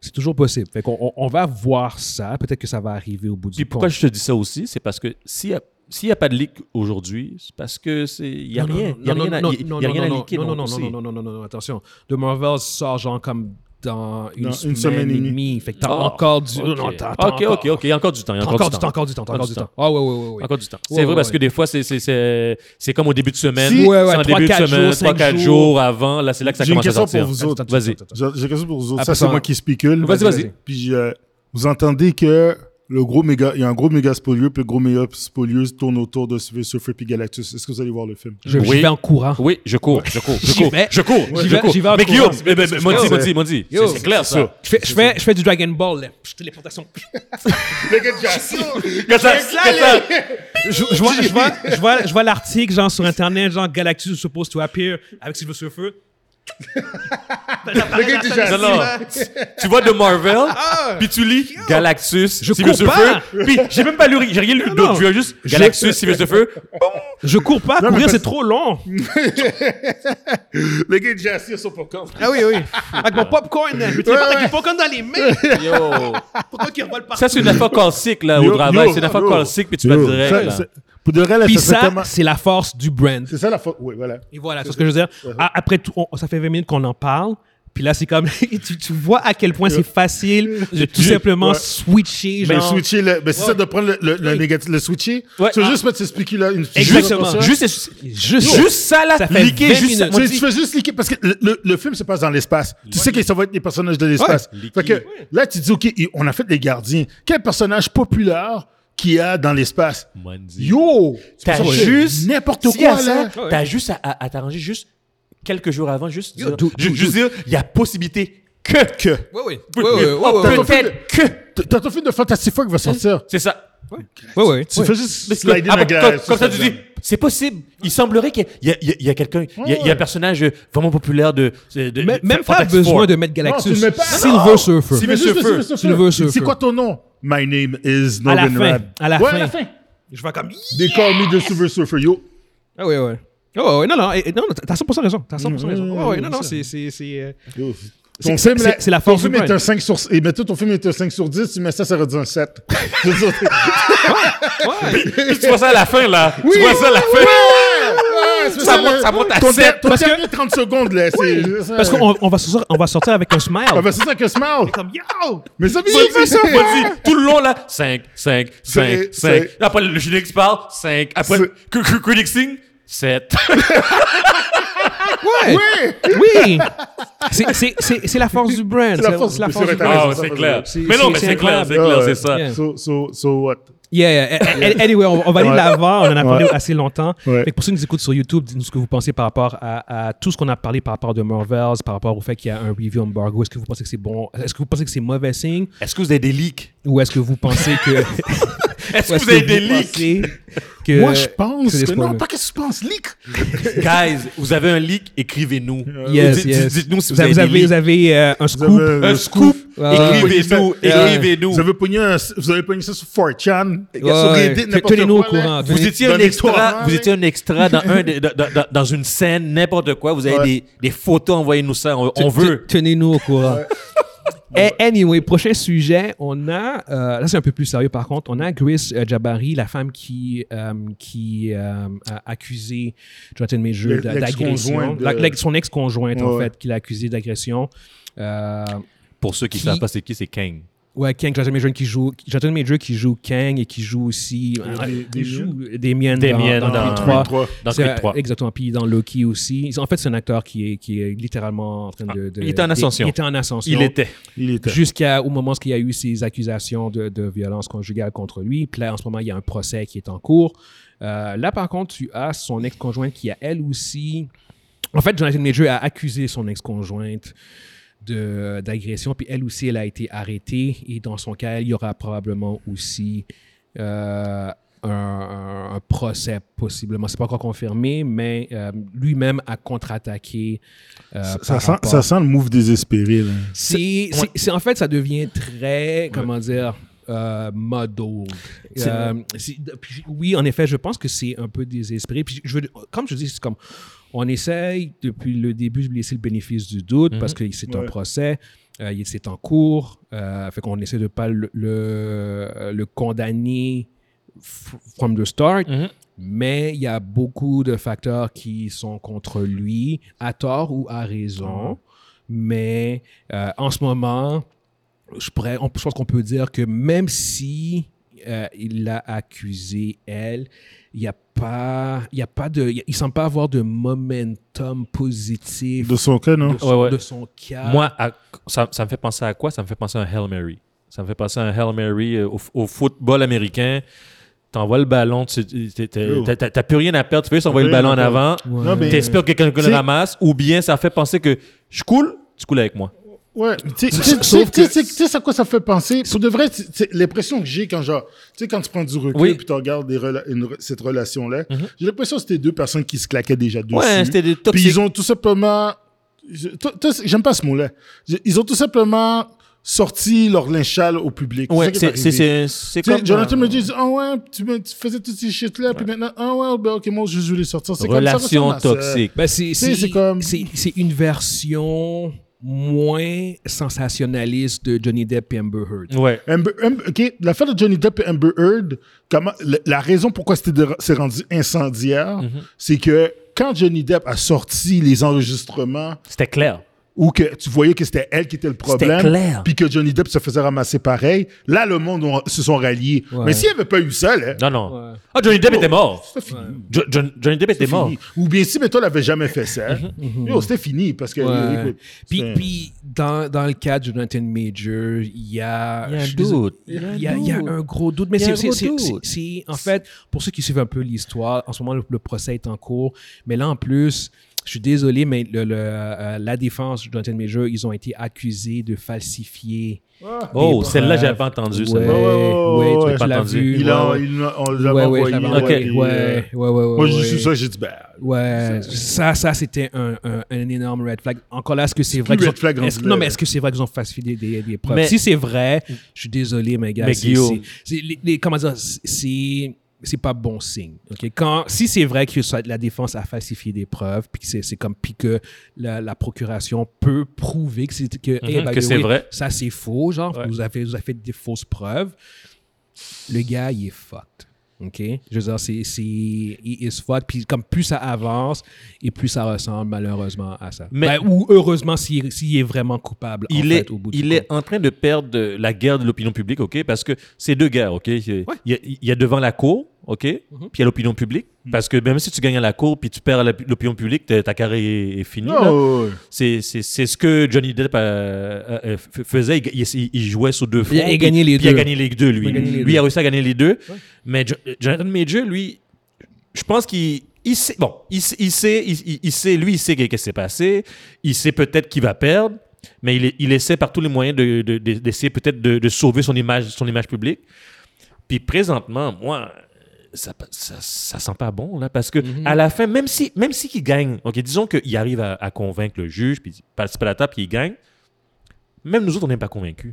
C'est toujours possible. Fait qu'on on- on va voir ça. Peut-être que ça va arriver au bout
Puis
du
pourquoi
compte.
je te dis ça aussi, c'est parce que s'il y a s'il n'y a pas de leak aujourd'hui, c'est parce que c'est il y a
Non, non,
rien, il y a
non,
rien à
non,
il y
non,
a rien à
non,
leaker.
Non, non,
donc,
non,
aussi.
non, non, non, non, non, non, attention. The Marvel sort genre comme dans une,
Dans
semaine, et demie. Fait que t'as
Ah,
encore du...
ok.
non, t'as- t'as
ok,
encore-
ok, ok, il y a encore du temps. il y a
T'as encore du temps, encore du temps, t'as encore du temps. Ah ouais, ouais, ouais, ouais.
Encore du temps. C'est
Ouais,
vrai
ouais,
parce que
ouais.
des fois, c'est- c'est- c'est c'est comme au début de semaine.
Si-
Ouais, ouais,
c'est en
trois,
début de
quatre
semaine,
jours, cinq
3-4 jours.
jours.
avant. Là, c'est là que ça
J'ai une
commence à
question
sortir.
pour vous autres.
Attends,
Vas-y.
attends, attends,
J'ai j'ai quelque chose pour vous autres.
Après
ça,
ça,
c'est moi qui spécule.
Vas-y, vas-y.
Puis euh, vous entendez que le gros méga, il y a un gros méga spolieux, puis le gros méga spolieux tourne autour de Silver Surfer puis Galactus. Est-ce que vous allez voir le film?
Je
Oui.
j'y vais en courant.
Oui, je cours, je cours, je
J'y
cours,
vais.
je cours,
J'y
je
vais-
cours.
j'y vais en
Mais Guillaume, eh ben,
courant.
mais- mais- mais- Mondi, Mondi,
c'est-
Mondi,
Yo.
c'est clair ça.
Je fais, je, fais, je fais du Dragon Ball, là. Je téléportation.
Quand ça- quand ça-
je, je vois, je vois, je vois, je vois l'article, genre, sur Internet, genre, Galactus is supposed to appear avec Silver Surfer.
Le
[LAUGHS]
gars est déjà
Non, non. Tu vois de Marvel,
Ah.
puis tu lis Galactus,
Je
Silver
comprends.
Surfer, puis j'ai même pas lu, j'ai rien lu d'autre,
non.
je vois juste Galactus, Silver Surfer.
Je cours pas,
mais
courir,
parce-
c'est trop long.
Le gars est déjà assis à son popcorn.
Ah oui, oui. Avec mon popcorn, là. Je me téléporte avec du popcorn dans les mains. Pourquoi qu'il revole partout?
Ça, c'est une affaire classique, là, Ah, au
Yo,
travail.
yo,
C'est une affaire
yo.
classique, puis tu vas
Yo,
direct,
ça,
là.
c'est- Pour de vrai, là,
Puis
ça, serait
ça,
tellement-
c'est la force du brand.
C'est ça Uh-huh. la faute. Oui, voilà.
Et voilà, c'est ce que je veux dire. A- Après tout, on- ça fait 20 minutes qu'on en parle. Puis là, c'est comme, [LAUGHS] tu, tu vois à quel point c'est facile de tout
J'ai-
simplement
ouais.
switcher,
Ben,
genre.
switcher, le- ben, c'est ça de prendre le, le, le négatif, le switcher.
Ouais.
Tu veux
Ah.
juste mettre ce spécula, une
Exactement.
pour ça.
Juste,
Juste,
juste ça, là,
Ça fait
liquer,
20
juste ça.
minutes.
Tu, sais, tu fais juste liquer parce que le, le- le film se passe dans l'espace. Tu sais que ça va être des personnages de l'espace.
Ouais.
Fait que là, tu dis, OK, il- on a fait les gardiens. Quel personnage populaire qu'il y a dans l'espace?
Mondi.
Yo! Tu
T'as
peux sortir
juste-
N'importe
Si à
quoi,
ça,
là.
T'as juste à, à- à t'arranger juste quelques jours avant, juste dire,
do-
ju-
do-
juste dire, il y a possibilité que, que,
Oui, oui.
Oh,
ouais, ouais.
peut-être que.
T- T'as ton film de Fantastic Four qui va sortir.
C'est ça.
Oui, oui.
Tu fais juste
Ah,
slider dans
bah,
la
comme,
glace.
comme ça, tu dis, c'est possible. Il semblerait qu'il y a, il y a- il y a quelqu'un, il y a, il y a un
ouais.
personnage vraiment populaire de. de- de-
Même-
de-
Même pas
Fantastic
besoin
Four.
de mettre Galactus.
Non, tu le mets pas.
Silver Surfer.
Tu fais juste
Silver
le
Surfer.
Silver Surfer.
C'est quoi ton nom? My name is
À la
Norman
fin,
Rad.
à la
Ouais,
fin.
à la fin.
Je vais comme.
They call me the Silver Surfer. Yo,
Ah oui, oui. Oh, ouais, non, non, et- et non, non, t'as 100% raison. T'as 100%
Mm-hmm.
raison. Ouais, ouais, non, non, c'est. c'est- c'est, euh,
[LAUGHS] Yo.
C'est-
Ton film,
c'est-
là,
c'est la
ton
force
film
du
est
brand.
un 5 sur Et mettons, ton film est un 5 sur 10, tu mets ça, ça aurait dit un [LAUGHS] 7. Je veux dire,
Ouais.
Puis tu vois ça à la fin, là. tu
Oui,
vois ça à la fin.
ouais, c'est
Ça
le-
monte- ça monte à
ton
sept,
ter- Ton
parce que-
dernier 30 secondes, là, c'est. c'est ça.
Parce qu'on on va, sortir- on va sortir avec un smile.
Ah, ben, c'est ça que Smile.
Comme yo!
Mais ça, Ah, mais
Mondi, Mondi, tout le long, là, 5, 5, 5,
C'est-
5.
c'est-
Après, le générique parle, 5. Après,
C'est-
Cr- Cr- Critic Sing, 7.
Ouais!
Oui!
Oui! C'est- C'est c'est- c'est la force du brand.
C'est la force du- c'est vrai, t'as
Ah,
raison.
ouais,
ça,
c'est
ça,
clair.
c'est-
Mais non,
c'est-
mais
c'est
c'est clair, c'est
incroyable.
clair, c'est ça.
Yeah.
So, so, so what?
Yeah, yeah. A- a- Anyway, on, on va aller de
Ouais.
l'avant. On en a parlé assez longtemps.
Ouais.
Fait que pour ceux qui nous écoutent sur YouTube, dites-nous ce que vous pensez par rapport à, à tout ce qu'on a parlé par rapport de Marvels, par rapport au fait qu'il y a un review embargo. Est-ce que vous pensez que c'est bon? Est-ce que vous pensez que c'est mauvais signe?
Est-ce que vous avez des leaks?
Ou est-ce que vous pensez que.
Est-ce
ou
que
est-ce
vous avez des leaks?
pensez que-
Moi, je pense
Euh, c'est des
que non,
spoilers?
pas qu'est-ce que tu penses, leak?
Guys, vous avez un leak, écrivez-nous.
Yes,
Dites-
yes.
Dites-nous si vous
vous avez,
avez, des
vous
leaks.
avez, euh, un scoop.
avez, euh,
Un scoop,
Ouais, ouais.
écrivez-nous,
Ouais.
écrivez-nous.
Vous avez pogné un- vous avez pogné ça sur 4chan, sur
Ouais,
Reddit,
ouais.
n'importe
Tenez-nous au
quoi, là.
courant.
Vous étiez, un
Donnez-toi un
extra,
moment,
vous
là.
étiez un extra dans, un des- dans, dans- dans une scène, n'importe quoi. Vous avez
Ouais.
des, des photos, envoyez-nous ça, on, on veut.
Tenez-nous au courant. [LAUGHS] Eh, Anyway, prochain sujet, on a, euh, là c'est un peu plus sérieux par contre, on a Grace euh, Jabari, la femme qui, euh, qui euh, a accusé Jonathan Major
Le-
d'a- d'agression,
l'ex-conjoint de-
La- l'ex- son ex-conjointe en
Ouais.
fait, qui l'a accusé d'agression. Euh,
Pour ceux qui ne
Qui-
savent pas c'est qui, c'est Kang.
Ouais, Kang, j'entends mes jeunes qui jouent. J'entends mes jeux qui jouent Kang et qui jouent aussi. euh,
des-
ils
des
jouent des miennes dans,
Damien
dans,
dans-
Creed
dans
trois.
Creed trois.
Dans
C'est,
Creed
euh,
3.
Exactement. Puis dans Loki aussi. Ils sont- En fait, c'est un acteur qui est, qui est littéralement en train de, de-
Ah. il était en
de-
ascension.
Il était en ascension.
Il était.
Il était.
Jusqu'au moment où il y a eu ces accusations de, de violence conjugale contre lui. Puis là, en ce moment, il y a un procès qui est en cours. Euh, là, par contre, tu as son ex-conjointe qui a elle aussi. En fait, Jonathan Major a accusé son ex-conjointe de- d'agression, puis elle aussi, elle a été arrêtée. Et dans son cas, il y aura probablement aussi euh, un, un- un procès, possiblement. C'est pas encore confirmé, mais euh, lui-même a contre-attaqué. euh,
Ça, ça
par
sent,
rapport-
ça sent le move désespéré. Là.
c'est, c'est-
ouais.
c'est- en fait, ça devient très, comment dire, euh, model.
C'est-
Euh, c'est- puis, oui, en effet, je pense que c'est un peu désespéré. Puis je veux- comme je dis, c'est comme on essaye depuis le début de lui laisser le bénéfice du doute parce que c'est un
Ouais.
procès, euh, il- c'est en cours, euh, fait qu'on essaie de pas le, le, le condamner f- from the start.
Mhm.
Mais il y a beaucoup de facteurs qui sont contre lui, à tort ou à raison. Mais euh, en ce moment, je, pourrais, on- je pense qu'on peut dire que même si euh, il l'a accusé, elle, il n'y a pas, il y a pas de, il y a- il semble pas avoir de momentum positif
De son cas, non?
de son,
Ouais, ouais.
de son
Ah.
cas.
Moi, à- ça, ça me fait penser à quoi? Ça me fait penser à un Hail Mary. Ça me fait penser à un Hail Mary euh, au, au football américain. T'envoies le ballon, tu- tu- t'es- t'es-
Yo.
t'as t'as- t'as plus rien à perdre, tu fais juste envoyer le
Rien
ballon en
à perdre.
avant,
Ouais.
Non, mais-
t'espères que quelqu'un
C'est-
le ramasse, ou bien ça fait penser que je coule, tu coules avec moi.
Ouais, tu sais- tu sais- tu
Sauf
sais tu
que-
sais- tu sais à quoi ça fait penser? Pour de vrai, tu- tu sais, l'impression que j'ai quand genre, tu sais, quand tu prends du recul
Oui.
puis tu regardes des rela- une re- cette relation-là,
Mm-hmm.
Mhm.
j'ai l'impression que c'était deux personnes qui se claquaient déjà dessus.
Ouais, c'était des
Puis
toxiques.
ils ont tout simplement. je- to- to- J'aime pas ce mot-là. Je- Ils ont tout simplement sorti leur linge sale au public.
Ouais,
C'est ça
c'est-
qui est
c'est- c'est
arrivé.
c'est
Tu sais,
comme...
Jonathan
euh,
me dit Ah ouais, tu, me- tu faisais toutes ces shit-là, puis maintenant, ah ouais, ben, ok, moi je, je vais les sortir. C'est comme ça,
Relation
ressemble à ça.
toxique.
Ben, c'est,
sais,
c'est,
c'est comme-
c'est- c'est une version moins sensationnaliste de Johnny Depp et Amber Heard.
Ouais.
Amber, Amber- OK, l'affaire de Johnny Depp et Amber Heard, comment, la, la raison pourquoi c'était de- c'est rendu incendiaire,
Mhm.
c'est que quand Johnny Depp a sorti les enregistrements
C'était clair.
où que tu voyais que c'était elle qui était le problème,
clair.
puis que Johnny Depp se faisait ramasser pareil, là, le monde ont- se sont ralliés.
Ouais.
Mais s'il n'y avait pas eu ça, là,
Non, non.
Ouais.
Ah, Johnny Depp était mort.
c'était fini.
Jo- Jo- Johnny Depp était
C'était
mort. Mhm.
fini. Ou bien si, mais toi, l'avais jamais fait ça, yo, c'était fini, parce que...
Ouais.
écoute,
Puis,
c'est-
puis dans, dans le cas de Jonathan Major, il y a...
Il y a un
je suis désolé,
doute.
Il y a, il y a- il y a un gros doute. Mais
Il y a
c'est,
un
c'est,
gros
c'est-
doute.
c'est- c'est- en fait, pour ceux qui suivent un peu l'histoire, en ce moment, le, le procès est en cours. Mais là, en plus, je suis désolé, mais le- le, euh, la défense de Jonathan Major, ils ont été accusés de falsifier.
Ah.
Oh,
Des
celle-là,
preuves.
j'avais pas entendu.
Ouais,
celle-là.
ouais,
ouais,
tu-
ouais,
tu
pas
l'as
entendu.
vu.
Il
ouais,
a,
ouais.
il a- on
Ouais,
l'avait
ouais,
envoyé.
je l'avais
ouais,
envoyé.
puis, euh,
Ouais, ouais, ouais, ouais,
Moi, je
ouais.
dis ça, j'ai dit, ben,
Ouais, ça, ça, c'était un, un- un énorme red flag. Encore là, est-ce que c'est vrai
plus
qu'ils
red flag
ont... est-ce-
rendu là,
Non, mais
là.
est-ce que c'est vrai qu'ils ont falsifié des, des, des preuves?
Mais-
Si c'est vrai, je suis désolé, mes gars.
Mais
c'est-
Guillaume-
c'est- c'est- les- les- comment dire? C'est... C'est pas bon signe. ok Quand, si c'est vrai que ça- la défense a falsifié des preuves, puis que c'est- c'est comme puis que la, la procuration peut prouver que c'est que, eh,
Mhm,
by
que
the
c'est
way,
vrai.
ça c'est faux, genre
Ouais.
vous avez vous avez fait des fausses preuves. Le gars il est fucked. OK? Je veux dire, c'est. c'est- Il is fucked. Puis, comme plus ça avance, et plus ça ressemble malheureusement à ça. Ben,
Mais-
ou heureusement s'il s'il est vraiment coupable en
il
fait,
est,
au bout du
il
compte.
est en train de perdre euh, la guerre de l'opinion publique, OK? Parce que c'est deux guerres, OK? Il y a- il, y a, il y a devant la cour, OK?
Mhm.
Puis il y a l'opinion publique. Parce que même si tu gagnes à la cour puis tu perds à la- l'opinion publique, t'es- ta carrière est, est finie. là.
non, ouais, ouais.
C'est, c'est, c'est ce que Johnny Depp euh, euh, euh, f- faisait. Il, il- il jouait sur deux fronts.
Il a
puis-
gagné les
puis Il
deux.
a gagné les deux, lui.
Il a gagné les
lui
deux.
a réussi à gagner les deux. Mais Jo- Jonathan Major, lui, je pense qu'il il sait. Bon, il, sait- il sait, il, il- il sait, lui, il sait qu'est-ce qui s'est passé. Il sait peut-être qu'il va perdre. Mais il, il essaie par tous les moyens de- de- de- d'essayer peut-être de, de sauver son image, son image publique. Puis présentement, moi, ça, ça, ça sent pas bon, là, parce que
Mm-hmm.
à la fin, même si, même si qu'il gagne, ok, disons qu'il arrive à, à convaincre le juge, puis il participe à la table, puis il gagne, même nous autres, on n'est pas convaincus.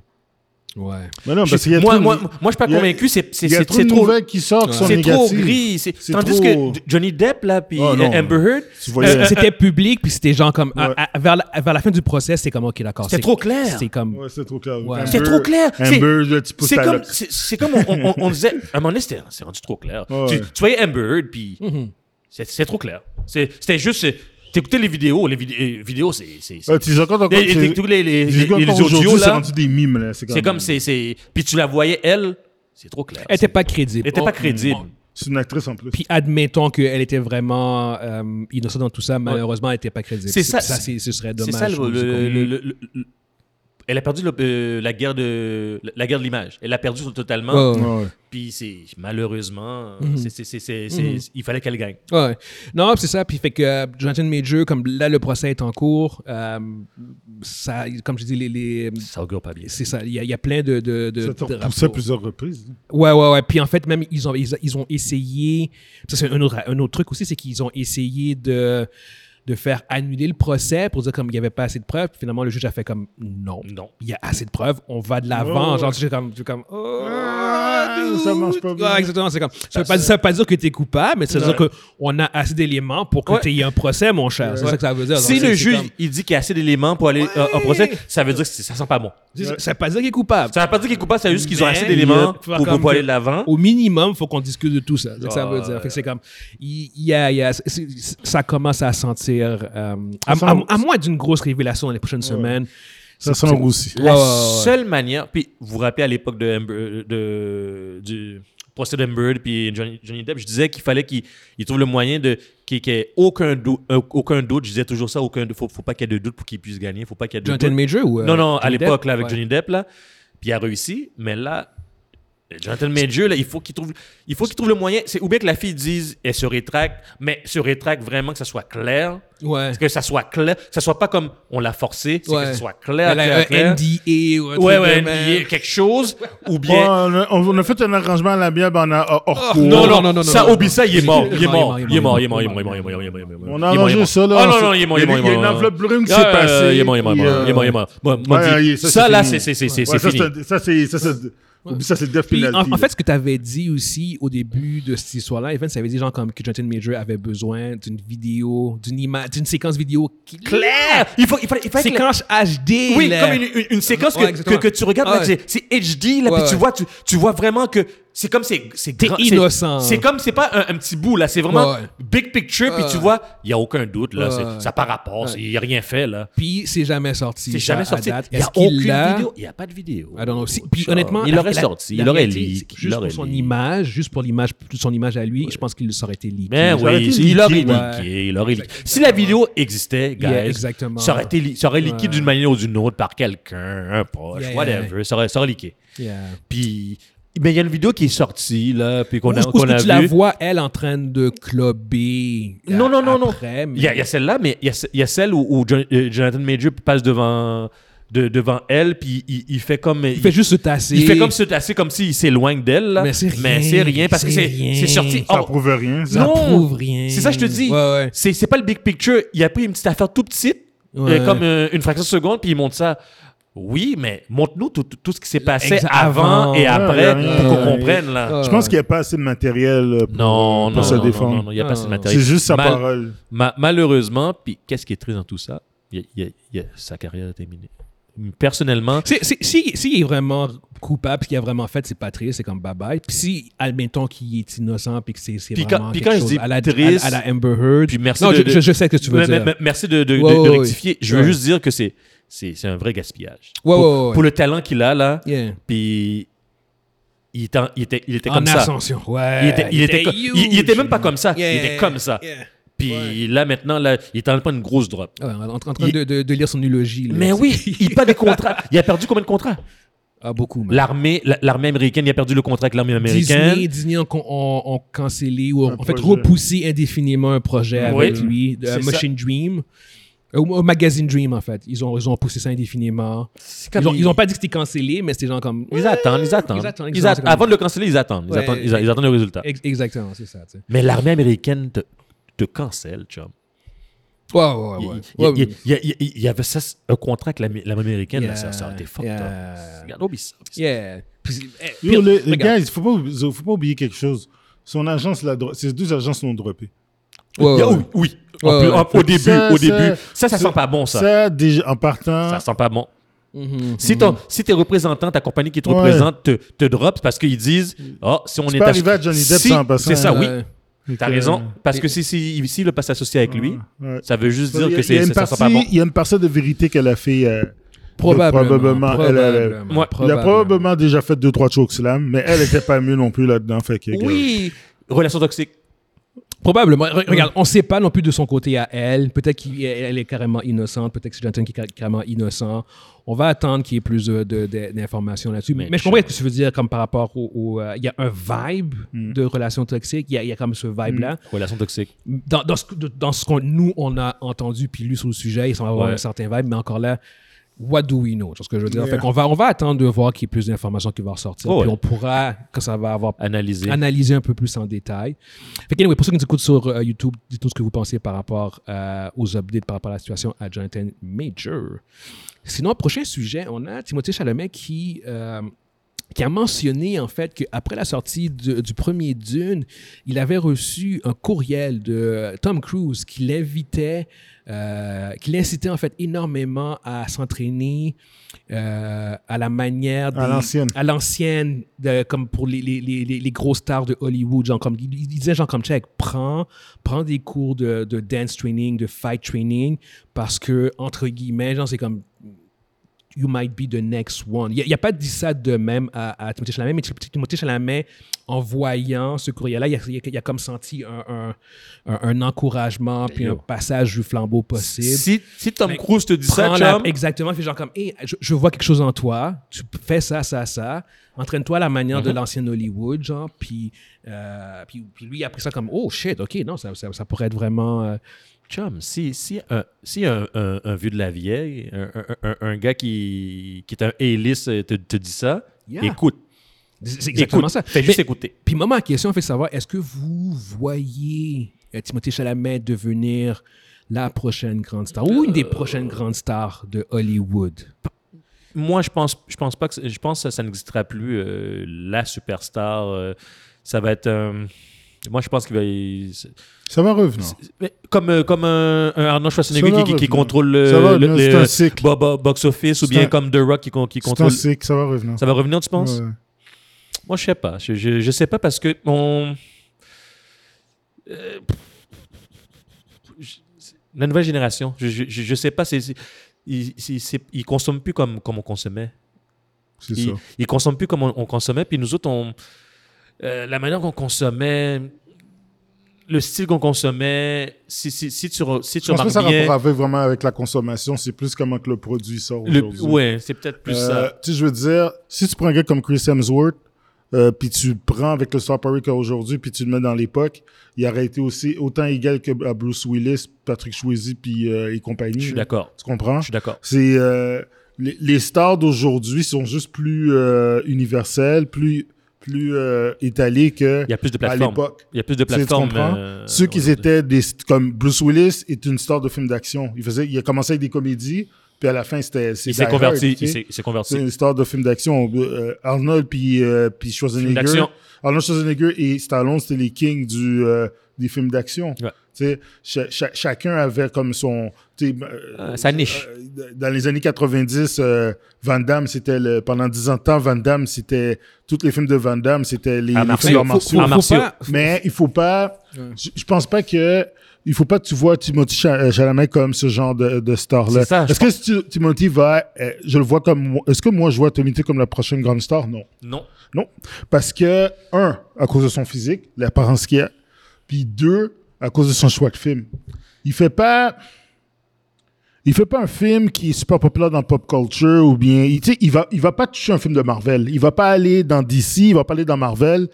Ouais.
Mais non,
Je-
parce qu'il y a
moi,
trop de-
moi, moi, je suis pas
il y a-
convaincu, c'est c'est-
il y a
c'est-
trop
c'est
de
trop,
nouvelles qui sortent qui sont
c'est trop
négatives.
gris. c'est-
C'est
Tandis
trop-
que Johnny Depp, là, puis
Oh, non.
Amber Heard,
Tu voyais-
Euh, c'était public, puis c'était genre comme. à-
Ouais.
à- vers, la, vers la fin du procès, c'était comme, OK, d'accord.
C'était
c'est-
trop clair.
C'est comme.
Ouais, c'est trop clair.
Ouais.
Amber-
C'est trop clair. C'est-
Amber, là, tu pousses
C'est
ta
comme,
loque.
c'est- c'est comme on, on- on disait, à un moment donné, c'était- c'est rendu trop clair.
Ouais.
Mhm.
Tu, tu voyais Amber Heard, puis c'est c'est trop clair. C'est- C'était juste, c'est- T'écoutais les vidéos, les vid- euh, vidéos, c'est. c'est- c'est-
Euh, tu sais, quand on-
Et- et-
c'est-
et tous les- les-
tu sais, quand
les- les
on- aujourd'hui,
audios,
c'est
là,
rendu des mimes, là. C'est
C'est comme, c'est, c'est. Puis tu la voyais, elle, c'est trop clair.
Elle était pas crédible.
Elle était
On-
pas crédible.
C'est une actrice en plus.
Puis admettons qu'elle était vraiment euh, innocente dans tout ça, malheureusement, elle n'était pas crédible.
C'est ça-
c'est- ce serait
C'est
dommage.
ça le,
je trouve,
le-
c'est
le-
comme-
le- le- le- Elle a perdu le- euh, la guerre de la- la guerre de l'image. Elle l'a perdu totalement.
Ouais, ouais.
Ouais.
Puis c'est malheureusement,
Mhm.
c'est- c'est- c'est- c'est- c'est-
Mhm.
il fallait qu'elle gagne.
Ouais. Non, puis c'est ça. Puis fait que euh, Jonathan Major, comme là, le procès est en cours, euh, ça, comme je dis, les, les-
Ça augure pas bien.
c'est ça. Il y, a- il y a plein de. de, de
Ça t'a
de
repoussé à
rapports.
plusieurs reprises.
Ouais, ouais, ouais. Puis en fait, même, ils ont, ils, ils ont essayé. Ça, c'est un autre, un autre truc aussi, c'est qu'ils ont essayé de, de faire annuler le procès pour dire comme il n'y avait pas assez de preuves. Puis finalement, le juge a fait comme non.
Non.
Il y a assez de preuves, on va de l'avant.
Ouais.
Genre, tu sais, comme. Tu sais, comme oh,
Ah, ça
dude.
marche pas bien.
Ouais, exactement. C'est comme. Ça veut pas, ça veut pas dire que tu es coupable, mais ça veut dire qu'on a assez d'éléments pour que
Ouais.
tu aies un procès, mon cher. C'est
Ouais.
ça que ça veut dire.
Si
Donc, c'est-
le
c'est
juge
comme-
il dit qu'il y a assez d'éléments pour aller
Ouais.
euh, en procès, ça veut dire que c'est- ça sent pas bon.
c'est- Ça veut pas dire qu'il est coupable.
Ça veut pas dire qu'il est coupable, ça veut juste qu'ils ont
Mais
assez
il y
d'éléments
a-
pour,
faut
pour
comme que-
aller de l'avant.
Au minimum, faut qu'on discute de tout ça. C'est ça que ça veut
Ah,
dire. Fait que c'est
ouais.
comme, il il y a, il y a- c'est- c'est- ça commence à sentir, euh, à,
sent-
à- à moins d'une grosse révélation dans les prochaines semaines.
Ça sent le roussi.
Ouais,
La
ouais, ouais.
seule manière, puis vous vous rappelez à l'époque de, Amber- euh, de- du procès d'Amber puis Johnny, Johnny Depp, je disais qu'il fallait qu'il il trouve le moyen de qu'il n'y ait aucun, dou- euh, aucun doute. Je disais toujours ça, aucun faut, faut pas qu'il y ait de doute pour qu'il puisse gagner, faut pas qu'il y ait de
Jonathan
doute.
Major ou euh,
non, non, à
Johnny
l'époque
Depp?
là avec
Ouais.
Johnny Depp là, puis il a réussi, mais là. Jonathan Major, là, il faut qu'il trouve, il faut qu'il trouve le moyen. C'est ou bien que la fille dise, elle se rétracte, mais se rétracte vraiment que ça soit clair,
Ouais.
que ça soit clair, que ça soit pas comme on l'a forcé, c'est que
Ouais.
ça soit clair,
Elle a
clair,
un
clair.
NDA ou un
Ouais,
truc
ouais,
de même.
NBA, quelque chose, ou
Ouais,
bien. Ah,
on, a, on a fait un arrangement à la bière, ben on a a- hors cours.
non,
non, non,
non, non,
ça,
non,
Obisa, il est mort, il est mort, il est mort, il est
il
mort, il est
est
mort, il est mort, il est mort, il est mort, il est mort, il est mort.
On
Il
a
est mort, il est
arrangé
mort.
ça, là.
Ah non, non, il est mort, il est mort.
Il y a une
mort.
enveloppe brune qui
Ah,
s'est
euh,
passée.
Il est mort, il est mort, il
puis,
est mort, il est mort, il est mort. Moi, moi,
ouais,
dis-
ouais, ça,
Ça,
c'est
là, c'est
fini.
c'est- c'est- c'est- c'est
Ouais, ça,
fini.
c'est- Ça, c'est. Ça, c'est. oublie Ça, c'est death
Puis, en,
penalty.
en
là.
fait, ce que tu avais dit aussi au début de cette histoire-là, Evan, ça avait dit genre comme que Jonathan Major avait besoin d'une vidéo, d'une image, d'une séquence vidéo qui-
Clair! Il faut, il fallait, il fallait que la-
Séquence HD.
Oui,
là.
comme une, une- une séquence que,
Ouais,
que,
exactement. Ah,
que tu regardes, là,
Ouais.
c'est- c'est HD, là,
Ouais,
puis tu
ouais.
vois, tu, tu vois vraiment que c'est comme c'est c'est
T'es
grand-
innocent.
C'est c'est comme c'est pas un, un petit bout là, c'est vraiment
Ouais.
big picture, puis
Ouais.
tu vois, il y a aucun doute là, c'est-
Ouais.
ça par rapport, c'est- il y a rien fait là.
Puis c'est jamais sorti.
C'est jamais
à- à
sorti.
date.
Il n'y
Est-ce
a
qu'il
aucune
l'a?
vidéo. Il n'y a pas de vidéo.
I don't know. Si- puis
Genre,
honnêtement,
il
la-
aurait
la-
sorti,
la
il aurait
réalité,
leak.
c'est que
il
Juste
aurait
pour son
leak.
image, juste pour l'image, toute son image à lui, je pense qu'il aurait été leaké.
Mais
aurait
Ben oui,
été
il aurait
leaké,
ouais.
leaké, il aurait leaké. Si la vidéo existait, guys,
Yeah, exactement.
ça aurait été li- ça aurait leaké
Ouais.
d'une manière ou d'une autre par quelqu'un, un proche,
Yeah,
whatever, ça aurait, ça aurait leaké.
Yeah.
Puis mais il y a une vidéo qui est sortie là, puis qu'on
Ou
a
est-ce
qu'on
que
a
tu la
vue.
vois, elle, en train de clubber euh,
Non, non, non, non.
après, mais-
Il y a, il y a celle-là, mais il y a, ce- il y a celle où, où Jon- euh, Jonathan Major passe devant, de- devant elle, puis il, il fait comme.
Il fait juste se tasser.
Il fait comme si assez comme s'il s'éloigne d'elle. là.
Mais c'est rien.
Mais c'est rien parce que
C'est
c'est
rien.
c'est sorti.
Ça
hors-
prouve rien. ça.
Ça
Non.
prouve rien.
C'est ça que je te dis.
Ouais, ouais.
C'est c'est pas le big picture. Il a pris une petite affaire tout petite, euh,
Ouais.
comme euh, une fraction de seconde, puis il montre ça. Oui, mais montre-nous tout, tout- tout ce qui s'est passé
Exact-
avant et
avant.
après
Ouais, ouais,
pour qu'on
ouais.
comprenne. Là.
Je pense qu'il n'y a pas assez de matériel euh, pour,
Non,
pour
non,
se
non,
défendre. Ah.
non, non, il n'y a pas assez de
Non.
matériel.
C'est juste sa
Mal-
parole.
ma- malheureusement, puis qu'est-ce qui est triste dans tout ça? Il y a- il y a- il y a- sa carrière est terminée. Personnellement,
C'est- c'est- Si s'il est vraiment coupable, ce qu'il a vraiment fait, c'est pas triste, c'est comme bye-bye. Puis si, admettons qu'il est innocent, puis que c'est c'est
Puis
vraiment
quand- puis quand
quelque
je
chose
dis
à la, à la-
triste,
à la Amber Heard...
puis merci
non,
de-
je,
de-
je- je sais ce que tu veux
Mais-
dire.
mais- mais- merci de, de- de-
Ouais,
de
ouais, ouais.
rectifier. Je veux
Ouais.
juste dire que c'est, c'est, c'est un vrai gaspillage.
Ouais,
pour,
ouais, ouais.
pour le talent qu'il a là,
Yeah.
puis il, était en- il était, il était
En
comme ça.
ascension, ouais.
Il était, il, était, co- il- il
huge.
était même pas comme ça.
Yeah,
il était comme ça.
yeah.
Puis là maintenant, là, il est en train de une grosse drop.
Ouais, en, en train
Il-
de, de- de lire son eulogie. là.
Mais oui, il pas des contrats. Il a perdu combien de contrats
[LAUGHS] Ah, beaucoup, man.
L'armée, la- l'armée américaine, il a perdu le contrat avec l'armée américaine.
Disney, Disney ont, con- ont- ont cancellé ou ont,
Un
en fait
projet.
repoussé indéfiniment un projet
Oui.
avec lui, de
C'est ça.
Machine Dream. Euh, Ou Magazine Dream, en fait. Ils ont, ils ont repoussé ça indéfiniment.
C'est comme
Ils ont,
il-
ils ont pas dit que c'était cancellé, mais c'était genre comme.
ils attendent, ils attendent.
Ils attendent,
Ils
exactement,
att-
c'est comme-
Avant de le canceller, ils attendent. Ils,
Ouais,
attendent, ils a-
et-
ils attendent le résultat.
Ex- Exactement, c'est ça, tu sais.
Mais l'armée américaine te, te cancelle, chum.
Ouais, ouais,
Il-
ouais.
il-
Ouais,
il- il- il- il- il y avait ça, un contrat avec l'Am- l'armée américaine, là, ça,
Yeah,
ça a été fucked
yeah.
up. Regarde, oublie ça, oublie ça.
Yeah. Puis- eh,
Yo,
pire,
les, les gars,
regarde.
il ne faut, pas oublier- faut pas oublier quelque chose. Son agence, l'a dro- ces deux agences l'ont droppé.
Ouais, ouais,
Yeah,
ouais.
oui, oui.
Ouais,
En plus,
ouais.
en- au début,
Ça,
au
ça,
début. Ça, ça sent pas bon, ça.
Ça, déjà, en partant,
Ça sent pas bon.
Mhm.
Si, ton, si tes représentants, ta compagnie qui te
mm-hmm. Ouais.
représente te, te drop, c'est parce qu'ils disent, ah, si on est
pas
ach-
arrivé à Johnny Depp,
Si-
ça, en passant,
C'est ça,
hein.
Ah oui.
Ouais.
T'as
que-
raison. Parce que si, si, si le passe associé avec lui,
Ouais.
ça veut juste dire
Il y a-
que
il y a
c'est
une
ça, ça sera pas
partie-
bon.
Il y a une partie de vérité qu'elle a fait. euh,
Probablement.
Probablement, elle, elle, elle.
probablement,
Ouais.
Il a probablement déjà fait deux, trois chokeslam, mais elle était pas mieux non plus là-dedans. Fait que,
Oui! Relation toxique.
Probablement. Re- Regarde, on ne sait pas non plus de son côté à elle. Peut-être qu'elle est carrément innocente. Peut-être que c'est Jonathan qui est car- carrément innocent. On va attendre qu'il y ait plus de- de- de- d'informations là-dessus. Mais,
Mais
je comprends ce que tu veux dire comme par rapport au... au, euh, Il y a un vibe
Mm.
de relation toxique. Il y a, il y a comme ce vibe-là.
Relation toxique.
Dans, dans ce, que- dans ce qu'on nous, on a entendu puis lu sur le sujet, ils sont avoir
Ouais.
un certain vibe. Mais encore là, what do we know? C'est ce que je veux dire.
Yeah.
Fait qu'on va, on va attendre de voir qu'il y ait plus d'informations qui vont ressortir.
Oh,
puis
ouais.
on pourra, quand ça va avoir
Analyser.
analyser un peu plus en détail. Fait que, anyway, pour ceux qui nous écoutent sur euh, YouTube, dites-nous ce que vous pensez par rapport euh, aux updates, par rapport à la situation à Jonathan Major. Sinon, prochain sujet, on a Timothée Chalamet qui, euh, qui a mentionné en fait qu'après la sortie de- du premier Dune, il avait reçu un courriel de Tom Cruise qui l'invitait, euh, qui l'incitait en fait énormément à s'entraîner euh, à la manière
À
des-
l'ancienne.
à l'ancienne, de- comme pour les, les, les, les- les gros stars de Hollywood. Genre comme, il, il disait, genre comme check, prends, prends des cours de, de dance training, de fight training, parce que, entre guillemets, genre, c'est comme you might be the next one. Il n'y a, pas dit ça de même à, à Timothée Chalamet, mais Timothée Chalamet, en voyant ce courrier-là, il a, il a- il a comme senti un, un, un- un encouragement, puis un passage du flambeau possible.
Si, si Tom
Mais
Cruise te dit ça,
Prends la-
chum,
exactement, fait genre comme, Hey, je, je vois quelque chose en toi, tu fais ça, ça, ça, entraîne-toi à la manière
Mm-hmm.
de l'ancien Hollywood, genre, puis, euh, puis, puis lui il a pris ça comme, oh shit, ok, non, ça, ça- ça pourrait être vraiment... euh,
Chum, si, si, un, si un, un- un vieux de la vieille, un, un- un- un gars qui, qui est un A-list euh, te, te dit ça,
Yeah.
écoute.
c'est exactement
écoute,
ça.
Fais juste
Mais-
écouter.
Puis maman, en question, on fait savoir, est-ce que vous voyez euh, Timothée Chalamet devenir la prochaine grande star ou une des prochaines grandes stars de Hollywood?
Moi, je pense, je pense pas que c'est- je pense que ça n'existera plus euh, la superstar. euh, ça va être. euh, moi, je pense qu'il va. y- c'est-
Ça va revenir.
mais Comme, euh, comme un, un Arnold Schwarzenegger
Ça
qui,
va
qui- qui
revenir.
contrôle le,
Ça va
euh, le-
revenir,
le-
c'est un cycle.
bo- bo- box office ou
C'est
bien
un-
comme The Rock qui, con- qui
C'est un
contrôle.
cycle, ça va revenir.
Ça va revenir, tu penses?
Ouais.
Moi, je sais pas. Je, je, je sais pas parce que on. Euh, je- La nouvelle génération, je, je, je- je sais pas, c'est, c'est- ils, c'est- c'est- ils consomment plus comme, comme on consommait.
C'est
Ils,
ça.
ils consomment plus comme on, on consommait. Puis nous autres, on, euh, la manière qu'on consommait, le style qu'on consommait, si, si, si tu, re- si tu
Je pense
remarques
que ça a
bien,
rapport avec vraiment avec la consommation. C'est plus comment que le produit sort
le-
aujourd'hui.
ouais, c'est peut-être plus
Euh,
ça.
Tu sais, je veux dire, si tu prends un gars comme Chris Hemsworth, euh, puis tu le prends avec le star power qu'il a aujourd'hui, puis tu le mets dans l'époque, il aurait été aussi autant égal que à Bruce Willis, Patrick Swayze, puis euh, et compagnie.
Je suis
là.
d'accord.
Tu comprends?
Je suis d'accord.
C'est euh, les, les stars d'aujourd'hui sont juste plus euh, universelles, plus plus euh, étalées que
Il y a plus de
à
plateformes.
l'époque.
Il y a plus de
Tu sais, tu
plateformes.
comprends?
euh,
Ceux qui
aujourd'hui.
étaient des comme Bruce Willis est une star de films d'action. Il faisait, il a commencé avec des comédies, puis à la fin c'était c'est
Il s'est
Die
converti.
Hard, tu
il
sais.
s'est- il s'est
C'est
converti.
une star de films d'action. Euh, Arnold puis euh, puis Schwarzenegger.
Films d'action.
Arnold Schwarzenegger et Stallone c'était les kings du euh, des films d'action.
Ouais.
Tu sais, cha- cha- chacun avait comme son tu sais, euh,
Euh, sa niche.
euh, dans les années 90, euh, Van Damme, c'était le, pendant 10 ans de temps, Van Damme, c'était tous les films de Van Damme, c'était les,
Ah,
les
Martial,
films
faut-
martiaux.
faut- martiaux.
pas-
[LAUGHS] Mais il faut pas,
Ouais.
je je pense pas que il faut pas que tu vois Timothy Cha- euh, Chalamet comme ce genre de, de star-là.
C'est ça, je
Est-ce que tu- Timothy va, euh, je le vois comme, moi- est-ce que moi je vois Timothy comme la prochaine grande star Non,
Non.
non, parce que un, à cause de son physique, l'apparence qu'il a, puis deux, à cause de son choix de film. Il fait pas, il fait pas un film qui est super populaire dans le pop culture ou bien, il, tu sais, il va, il va pas toucher un film de Marvel. Il va pas aller dans DC, il va pas aller dans Marvel.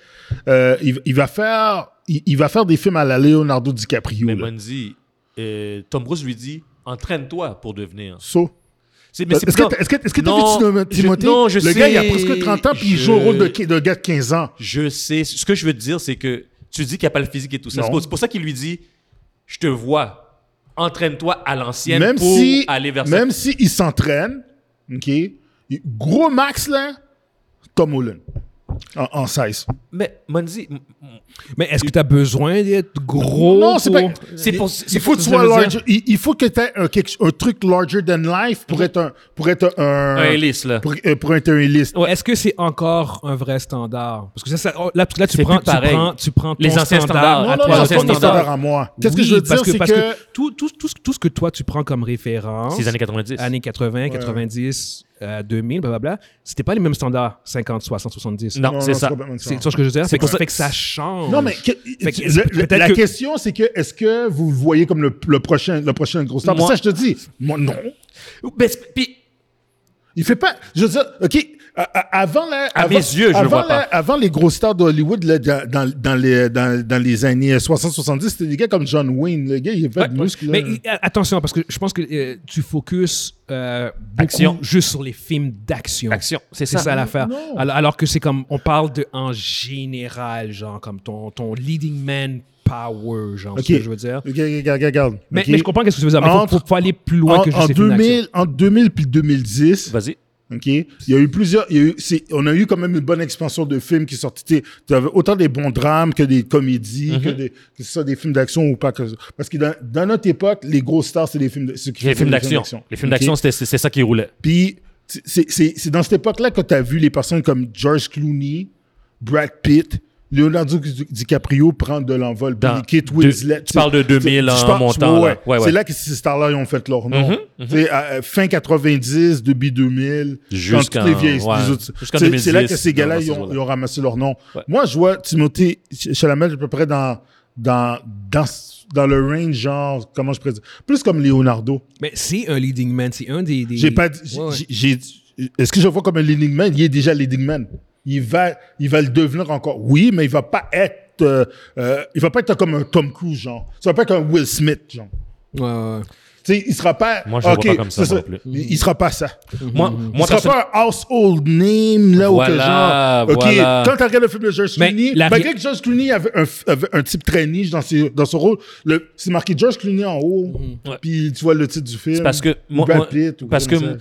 Euh, il, il va faire, il, il va faire des films à la Leonardo DiCaprio.
Mais
là.
Bundy, euh, Tom Cruise lui dit entraîne-toi pour devenir.
So.
C'est, mais
Euh, Est-ce
c'est
que
pas-
t'as- est-ce que est-ce que
Non,
t'as vu
je-
Timothée?
non, je
le gars, il a
sais,
presque 30 ans puis il
je-
joue au rôle de, qui- de gars de 15 ans.
Je sais. Ce que je veux te dire, c'est que tu dis qu'il n'y a pas le physique et tout ça.
Non.
C'est pour- C'est pour ça qu'il lui dit je te vois. Entraîne-toi à l'ancienne
même
pour
si,
aller vers
Même si il s'entraîne, OK? il- Gros max, là, Tom Holland. en, en size.
Mais Monzi, m- m-
Mais est-ce que tu as besoin d'être gros?
non, c'est
pour-
pas.
C'est pour-
il
c'est
faut
pour-
que tu
ça
sois
veut dire-
larger. Il, il faut que tu aies un, quelque- un truc larger than life pour être un. Pour être un.
un hélice, là.
pour, euh, pour être un liste.
Ouais, Est-ce que c'est encore un vrai standard? Parce que ça, ça- oh, là, tu- là, tu,
C'est
prends,
plus
tu,
pareil.
prends, tu prends ton
Les anciens
standard
standards.
à
Non, non,
toi.
non,
ton
c'est mon
standard.
standard à moi. Qu'est-ce que je veux
Oui, parce
dire, c'est
parce
que.
tout, tout, tout, ce- tout ce que toi, tu prends comme référence,
C'est les années 90.
années 80, 90, euh, 2000, blablabla, c'était pas les mêmes standards, 50, 60, 70.
Non, c'est ça.
complètement
C'est
différent.
ça ce que je veux dire. C'est
pour
que,
ça-
fait que ça change.
Non, mais que-
Fait que-
le- le-
peut-être
la
que-
question, c'est que est-ce que vous le voyez comme le, le prochain, le prochain gros star?
Moi-
Pour ça, je te dis, moi, non.
Ben, c'est- puis-
Il fait pas. Je veux dire, OK, à- à- avant la.
À
avant-
mes yeux, je le
avant
vois
la- Avant les gros stars d'Hollywood, là, dans, dans- dans les, dans, dans les années 60-70, c'était des gars comme John Wayne. Le gars, il avait
Ouais,
de muscles. là.
mais i- a- attention, parce que je pense que euh, tu focuses euh, beaucoup
Action.
juste sur les films d'action.
Action, c'est
C'est
ça.
ça l'affaire.
Non.
Alors, alors que c'est comme, on parle de en général, genre, comme ton, ton leading man power, genre,
OK.
ce que je veux dire.
Regarde, regarde, regarde.
Mais,
OK.
mais je comprends qu'est-ce que tu veux dire. Mais faut-
Entre-
faut, faut aller plus loin
En,
que juste
en
les films d'action.
2000, entre 2000 puis 2010,
Vas-y.
OK? Il y a eu plusieurs. il y a eu- c'est- on a eu quand même une bonne expansion de films qui sortaient. Tu avais autant des bons drames que des comédies,
Mm-hmm.
que, des, que ce soit des films d'action ou pas. que- parce que dans, dans notre époque, les gros stars, c'est les films de- ceux qui
Les
faisaient
films
des
d'action. Les films d'action,
OK?
c'était- c'est c'est ça qui roulait.
Puis c'est- c'est c'est dans cette époque-là que tu as vu les personnes comme George Clooney, Brad Pitt. Leonardo Di- DiCaprio prendre de l'envol. Puis
Dans
Kate
deux-
Winslet.
tu parles de 2000 en
je parle-
montant,
ouais,
là. Ouais, Mm-hmm, ouais.
C'est là que ces stars-là ils ont fait leur nom. Tu sais, à- à fin 90, début 2000.
Jusqu'en-
quand toutes les vieilles- les
ouais.
autres-
Jusqu'en
tu sais, C'est là que
2010,
ces gars-là,
dans
ils,
ces
ont-
eaux-là.
ils ont ramassé leur nom.
Ouais.
Moi, je vois Timothée Ch- Chalamet à peu près dans, dans, dans, dans le range, genre, comment je pourrais dire, plus comme Leonardo.
Mais c'est un leading man, c'est un des. des-
J'ai pas. dit-
Ouais, ouais.
j'ai- j'ai- Est-ce que je le vois comme un leading man? Il est déjà leading man. Il va, il va le devenir encore. Oui, mais il va pas être. euh, euh, il va pas être comme un Tom Cruise, genre. Ça va pas être un Will Smith, genre.
Ouais, ouais, ouais.
Tu sais, il sera pas.
Moi, je le vois
OK,
pas comme ça,
c'est
moi non plus.
Il, il sera pas ça.
Moi,
il
moi
sera
perso-
pas un household name, là, ou que
Voilà,
genre. OK,
voilà.
quand tu regardes le film de George
Mais
Clooney,
la
malgré
ré-
que George Clooney avait un, f- avait un type très niche dans, ses- dans son rôle, le- c'est marqué George Clooney en haut,
Mhm. Ouais.
puis tu vois le titre du film.
C'est parce que moi,
Brad
moi-
Pitt ou
parce que
comme ça.
m-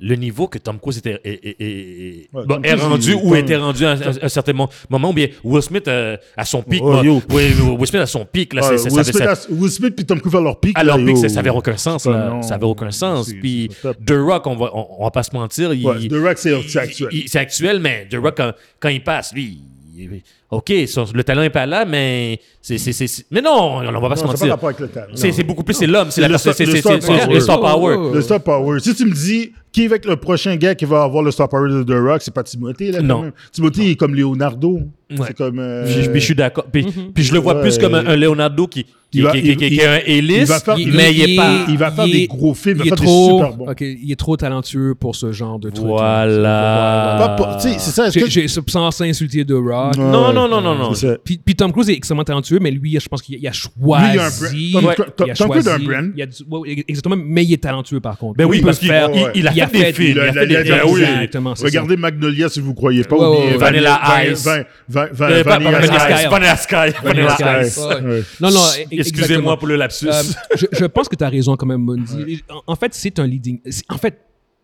le niveau que Tom Cruise était est, est- est- est-
Ouais,
bon,
Tom
est
Cruise,
rendu
il-
ou
ouais.
était rendu à un, à un certain mo- moment ou bien Will Smith euh, à son pic
Oh,
bah,
yo.
oui, oui, Will Smith à son pic là
Ah,
c'est- c'est-
Will,
ça-
Smith,
ça-
a- Will Smith puis Tom Cruise à leur pic.
à leur
là,
pic
yo.
ça ça avait aucun sens
Ça,
là.
non.
ça avait aucun sens
C'est-
puis
c'est pas top.
The Rock on va on, on va pas se mentir il,
Ouais, The Rock, c'est-
il-
c'est actuel.
il- c'est actuel mais The Rock quand, quand il passe lui il- OK son- le talent est pas là mais c'est c'est- c'est- c'est- mais non on, on va pas se
Non, ça n'a pas
mentir
rapport avec le talent.
c'est c'est beaucoup plus c'est l'homme c'est
C'est
la
le
personne c'est
star- le
c'est-
star
c'est- c'est-
power.
le star power
Le star power. Si tu me dis qui va être le prochain gars qui va avoir le star power de The Rock, c'est pas Timothée. Là, quand
Non.
même. Timothée il est comme Leonardo.
Ouais.
C'est comme. euh,
Puis, puis je suis d'accord. Puis,
Mhm.
puis je le vois
Ouais.
plus comme un, un Leonardo qui, qui,
Il va-
qui- qui-
il-
qui- qui
il-
est un
il
hélice,
va faire- il-
mais il, est pas.
il va faire
il
des
est-
gros films, il va
est
faire des
trop-
super bons.
ok, il est trop talentueux pour ce genre de truc.
Voilà.
pas pour- tu sais, c'est ça. est-ce
J'ai-
que-
j'ai- Sans insinuer de Rock.
Ouais,
Non, non, non, non, non.
c'est ça.
Puis, puis Tom Cruise est extrêmement talentueux, mais lui, je pense qu'il a- il a
Lui, il a un
choisi.
brand. Tom-
Ouais.
Tom-
il a
Tom Cruise a
choisi-
un brand.
il a du- ouais, ouais, exactement, mais il est talentueux par contre.
Ben oui,
Oui,
parce
parce
qu'il
qu'il-
il- il a
il a
fait des
fait-
films.
Il a-
Il a fait
il a-
des
il a-
films.
oui.
Exactement, c'est
Regardez Magnolia si vous croyez pas.
Ouais,
ou bien
ouais, ouais.
Vanilla
Vanilla
Ice.
Vin- Vin- Vin-
Euh, pas-
Vanilla
Vanilla
pas- Vanilla
Sky.
Sky. Vanilla Sky. Vanilla
Vanilla
Sky.
Vanilla
Sky.
Sky.
Ouais.
Ouais.
Non, non, e- exactement.
Excusez-moi pour le lapsus.
Euh, je, je pense que tu as raison quand même, Mondi. En, en fait, c'est un leading. c'est- En fait,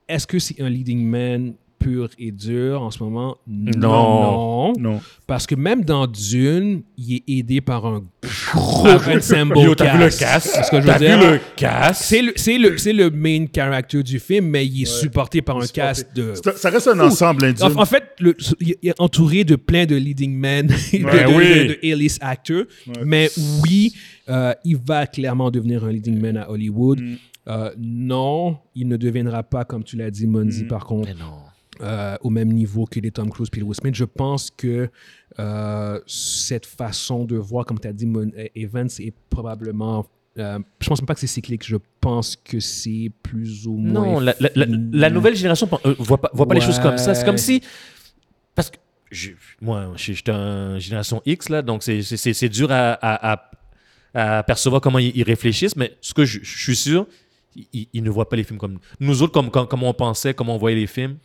est-ce que c'est un leading man pur et dur en ce moment? Non.
Non.
Parce que même dans Dune, il est aidé par un gros ensemble
Yo, t'as vu le
cast.
casque?
C'est ce que je veux
T'as
dire.
vu le casque?
C'est le, c'est le, c'est le main character du film, mais il est supporté par un cast de.
C'est- Ça reste un ensemble indien.
En, en fait, le- il est entouré de plein de leading men, [LAUGHS] de,
Ouais,
de-
oui.
de- de A-list actors. Mais oui, euh, il va clairement devenir un leading man à Hollywood.
Mm.
Euh, non, il ne deviendra pas, comme tu l'as dit,
Mm.
Monzi, par contre, euh, au même niveau que les Tom Cruise et Will Smith. Je pense que euh, cette façon de voir, comme tu as dit, Mon- euh, Evans est probablement. euh, je pense même pas que c'est cyclique. Je pense que c'est plus ou moins.
Non, la, la- la- la nouvelle génération pen- euh, voit pas, voit pas les choses comme ça. C'est comme
Ouais.
si. Parce que je- moi, je- j'étais en génération X, là, donc c'est- c'est c'est- c'est dur à, à, à- à percevoir comment ils, ils réfléchissent, mais ce que je, je suis sûr, ils- ils, ils ne voient pas les films comme nous. Nous autres, comme, comme, comme on pensait, comme on voyait les films,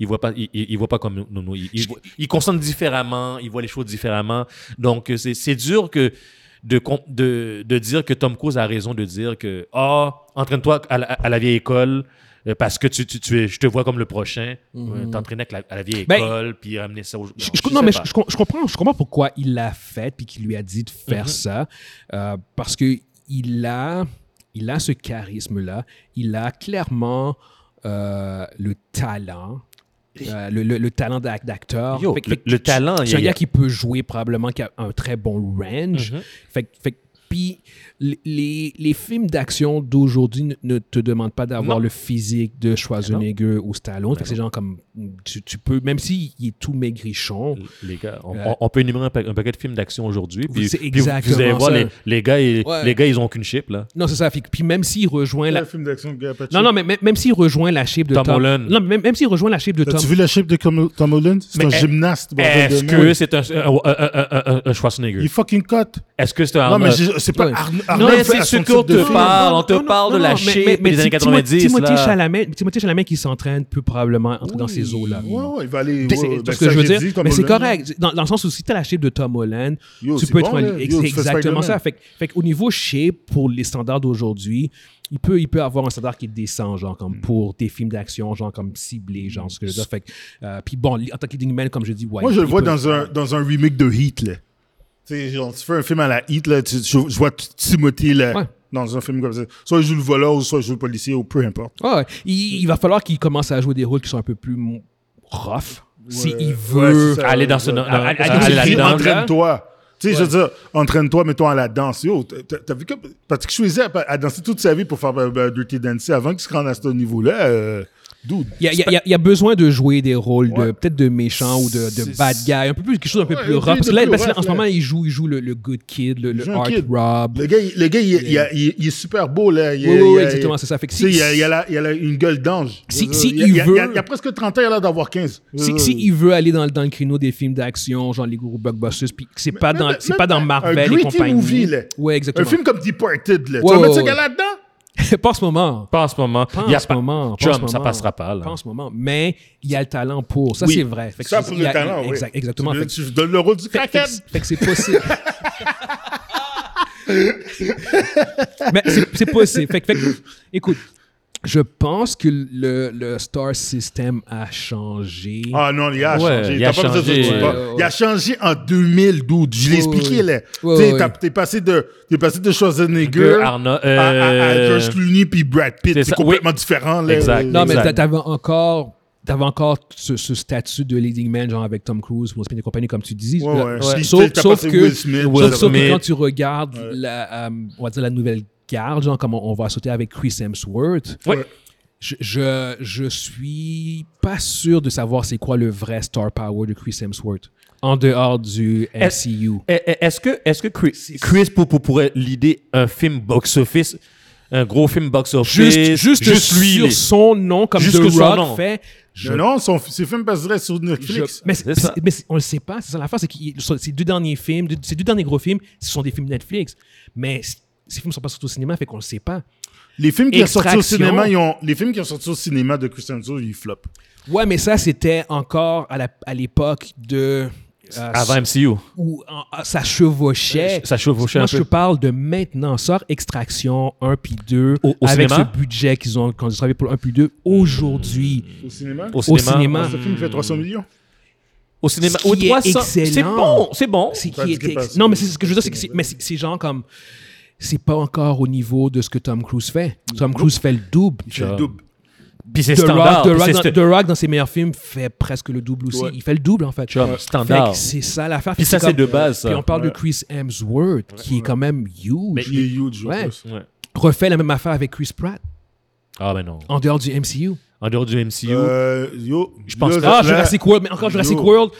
ils ne voient, pas- ils, ils- ils voient pas comme nous. nous- nous. Ils, ils, voient- ils consentent différemment, ils voient les choses différemment. Donc, euh, c'est c'est dur que de, com- de, de dire que Tom Cruise a raison de dire que, ah, entraîne-toi à, la- à la vieille école, euh, parce que tu, tu, tu es, je te vois comme le prochain, euh, t'entraîner avec la- à la vieille
Mhm. Ben,
école, puis ramener ça aux gens.
Je- je- non, mais je, je com- je comprends, je comprends pourquoi il l'a fait puis qu'il lui a dit de faire
Mhm.
ça. euh, parce que il a, il a ce charisme-là. Il a clairement euh, le talent. euh, le, le- le talent d'ac- d'acteur.
Yo,
Fait que-
le-
fait que
le
tu-
talent, il y
C'est
a-
un gars qui peut jouer probablement, qui a un très bon range.
Mhm.
Fait que- fait que- puis les- les, les films d'action d'aujourd'hui ne, ne te demandent pas d'avoir
Non. Ben
le physique de Schwarzenegger ou Stallone. Fait que c'est genre comme tu, tu peux, même s'il il est tout maigrichon,
Les gars, on,
Ouais.
on- on peut énumérer un, pa- un paquet de films d'action aujourd'hui. Puis,
C'est
puis vous-
exactement
vous allez
ça.
voir, les, les gars, ils,
Ouais.
les gars, ils ont qu'une chip, là.
Non, c'est ça. Fait que- Puis même s'il rejoint la...
Le film d'action de Gapache.
Non, non, mais même, même s'il rejoint la shape de
Tom
Tom...
Holland.
Non, mais même, même s'il rejoint la shape de Tom...
As-tu vu la shape de Tom Tom Holland? C'est
Mais
un
est-
gymnaste. bordel de
Est-ce
merde.
que c'est un, un- un- un- un- un Schwarzenegger?
Il fucking cut.
Est-ce que c'est un.
Non, mais
euh,
j'ai- c'est pas
ouais.
Arn-
non,
Arnold
mais
fait à
c'est ce
son
qu'on
type de
te
film.
parle. On te
Non, non,
parle de
non, mais-
la
mais-
shape
mais
des années
Tim- Timo-
90.
Timothée
là.
Chalamet, Timothée Chalamet qui s'entraîne peut probablement entrer dans ces eaux-là.
Ouais, ouais, il va aller.
C'est-
ouais,
c'est
ben,
ce que
ça,
je veux
j'ai
dire.
dit, Tom
mais c'est
Holland.
correct. Dans, dans le sens où si tu as la shape de Tom Holland,
Yo,
tu
c'est
peux
bon,
être un-
là.
ex-
Yo, tu fais
exactement
Spider-Man.
ça. Fait, que- fait qu'au niveau shape, pour les standards d'aujourd'hui, il peut, il peut avoir un standard qui descend, genre comme
Mm.
pour des films d'action, genre comme ciblé, genre ce que je veux dire. Fait que, euh, puis bon, en tant que leading man, comme je dis, ouais.
Moi, je le
il
vois
peut-
dans un, dans un remake de Heat, là. Tu sais, genre, tu fais un film à la Heat, là, tu- je, je vois T- Timothy, là,
Ouais.
dans un film comme ça. Soit il joue le voleur, ou soit il joue le policier, ou peu importe.
Ah Ouais, ouais. il, il va falloir qu'il commence à jouer des rôles qui sont un peu plus m- rough. S'il
Ouais,
veut.
ouais, c'est ça,
aller
ouais,
dans ce-
euh,
ouais.
dans- dans-
Parce que
aller
c'est
là-dedans,
écrit,
là.
Entraîne-toi. Tu sais, je veux dire, entraîne-toi, mets-toi à la danse. Yo, t'as- t'as t'as vu que Patrick Swayze a, a dansé toute sa vie pour faire euh, euh, Dirty Dancing avant qu'il se rende à ce niveau-là. Euh, dude.
il y, a, il y a- il y a- il y a besoin de jouer des rôles de peut-être de méchant ou de, de
C'est-
bad guy, un peu plus quelque chose un peu
Ouais,
plus
un
rough. Parce que
peu
là,
plus
parce que là,
rough,
en ce
là.
moment, il joue, il joue le, le good kid, le, le
joue un
art
kid.
rob.
Le gars, il, le gars, il, il a- il- il est super beau, là. Il,
Oui, oui,
il
oui,
a-
exactement,
il-
c'est ça. Fait que
tu
si-
sais, il a, il a la- il a la- une gueule d'ange.
Si-
Je veux
si
dire,
il
il, a- il a-
veut-
il a presque 30 ans, il a l'air d'avoir 15.
Si, si il veut aller dans, dans le créneau des films d'action, genre les gros blockbusters, puis que c'est pas dans
mais-
c'est
mais-
pas dans
un
Marvel et
gritty
compagnie.
movie, là.
Ouais,
Un
exactement.
film comme Departed, là.
Ouais,
tu vas mettre
ouais,
ce
ouais.
gars là-dedans?
[LAUGHS] pas en ce moment.
Pas en ce moment.
Pas
Il y
en
a
ce
pas-
moment. pas en
Chum,
ce
ça
moment.
passera pas, là.
Pas en ce moment. Mais il y a le talent pour. Ça,
Oui.
c'est vrai. Fait que
Ça,
c'est-
pour
il
le
y a-
talent, oui.
exact- Exactement. Fait que-
Tu donnes le rôle du
Fait, fait
crackhead.
que- fait que c'est possible. [LAUGHS] Mais c'est c'est possible. Fait, que- fait que- écoute, je pense que le, le star system a changé.
Ah non, il a
Ouais,
changé.
il a
T'as pas besoin de
changé.
dire pas.
Ouais, ouais, ouais.
Il a changé en 2012. Je l'ai
Ouais,
expliqué,
ouais.
là.
Ouais,
Tu sais,
ouais,
t'as-
ouais.
T'es passé de, t'es passé de
Que
Schwarzenegger à,
Arno-
à, à
euh,
George Clooney puis Brad Pitt.
c'est
C'est
ça,
complètement différent, là.
Exact.
Non, mais
Exact.
t'a- t'avais encore, t'avais encore ce, ce statut de leading man, genre avec Tom Cruise, Will Smith et compagnie, comme tu dis.
Ouais, ouais.
Sauf-
Si,
Sauf,
t'as
sauf
passé
que,
Will Smith,
sauf-
Will
sauf que
Smith.
quand tu regardes la, euh, on va dire la nouvelle garde, genre comme on, on va sauter avec Chris Hemsworth,
Oui.
je, je, je suis pas sûr de savoir c'est quoi le vrai star power de Chris Hemsworth en dehors du
Est-ce-
MCU.
Eh, eh, Est-ce que, est que Chris, Chris pour, pour- pourrait l'idée un film box-office, un gros film box-office,
Juste, juste,
lui,
sur
les-
son nom, comme
Juste
The
que son
Rock
nom.
fait,
Mais
je
non, son, ses films passeraient sur
Je-
Netflix.
mais, c'est-
C'est ça.
c'est- mais c'est- on le sait pas, c'est ça l'affaire, c'est que ces deux derniers films, deux- ces deux derniers gros films, ce sont des films Netflix, mais c- ces films sont pas sortis au cinéma, fait qu'on le sait pas.
Les films qui sont sortis au
Extraction.
cinéma, ils ont, les films qui ont sorti au cinéma de Christian Hemsworth, ils flopent.
Ouais, mais ça c'était encore à la- à l'époque de euh,
avant MCU.
où en- ah, ça chevauchait.
Euh, Ça chevauchait
Moi,
un
je
peu.
te parle de maintenant. Sort Extraction 1 puis 2
Au- au
avec
cinéma?
ce budget qu'ils ont quand ils ont travaillé pour le 1 puis 2 aujourd'hui.
Au cinéma?
Au
Au
cinéma.
cinéma,
Ce film fait 300 millions.
Au cinéma.
Ce
au
qui est
300. C'est
excellent.
bon, c'est bon.
C'est
Pas
qui
du
était-
Gaspar,
Non,
c'est-
mais c'est ce que je veux dire, c'est que c'est- mais c'est c'est genre comme. C'est pas encore au niveau de ce que Tom Cruise fait. Tom Cruise fait le double.
C'est le double.
Puis c'est
The Rock,
standard.
The
puis
Rock
c'est
dans,
st-
The Rock, dans ses meilleurs films, fait presque le double aussi.
Ouais.
Il fait le double, en fait.
Chum,
Fait que
standard.
C'est ça l'affaire.
Puis
Fait
ça,
que
c'est de
comme-
base. ça.
Puis on parle de
Ouais.
Chris Hemsworth, qui est quand même huge.
Il est huge. en
Ouais.
plus.
Ouais.
Refait la même affaire avec Chris Pratt,
Ah, ben non.
en dehors du MCU.
En dehors du MCU.
Euh, yo,
Je pense
là,
que-
là-
Ah, Jurassic World, mais encore Jurassic
Yo.
World.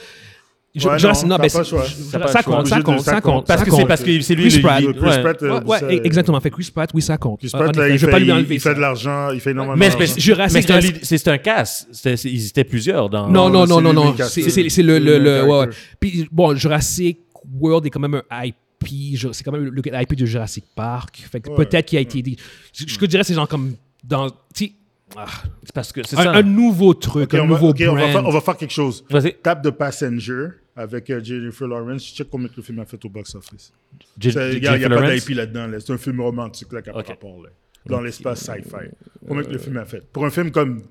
Ju-
Ouais,
Jurassic- non,
non, t'as
ben,
pas le
c'est-
choix.
ça,
T'as pas le choix.
compte, ça
Obligé de-
compte,
ça
ça
compte.
compte.
parce
ça
que c'est
compte.
parce que c'est lui
Chris
le-
Pratt.
le-
Chris
ouais.
Pratt, euh,
Ouais, ouais,
ça-
exactement. Fait Chris Pratt, oui, ça compte.
Chris
Ah,
Pratt,
honnêtement,
là, il
je vais pas lui
fait-
enlever
il fait
ça.
de l'argent, il fait énormément
Mais, mais
d'argent.
c'est-
Jurassic,
Jurassic-
mais c'est un lead- c'est c'est un casse. C'était- c'est- Ils étaient plusieurs dans.
Non,
Non,
non, non,
c'est
non,
lui,
non.
Lucas,
C'est
c'est-
c'est- c'est le.
c'est
le,
le
le- ouais, ouais.
character.
Puis, bon, Jurassic World est quand même un IP. je- C'est quand même le- l'IP de Jurassic Park. Fait que
Ouais. Mm.
peut-être qu'il a été. dit- Ce ce que je dirais, c'est genre comme dans. tu sais, ah,
C'est parce que c'est
un,
ça.
un nouveau truc,
Ok,
un
on va-
nouveau
ok, on
brand.
va faire- on va faire quelque chose.
Vas-y.
Tape de Passenger avec euh, Jennifer Lawrence. Je check combien que le film a fait au box-office.
J-
Il
J-
n'y a,
Jennifer
pas
Lawrence.
d'IP là-dedans. là. C'est un film romantique là, qui a pas
Ok.
rapport. Là. dans l'espace sci-fi. Combien que
Euh,
le film a fait? Pour un film comme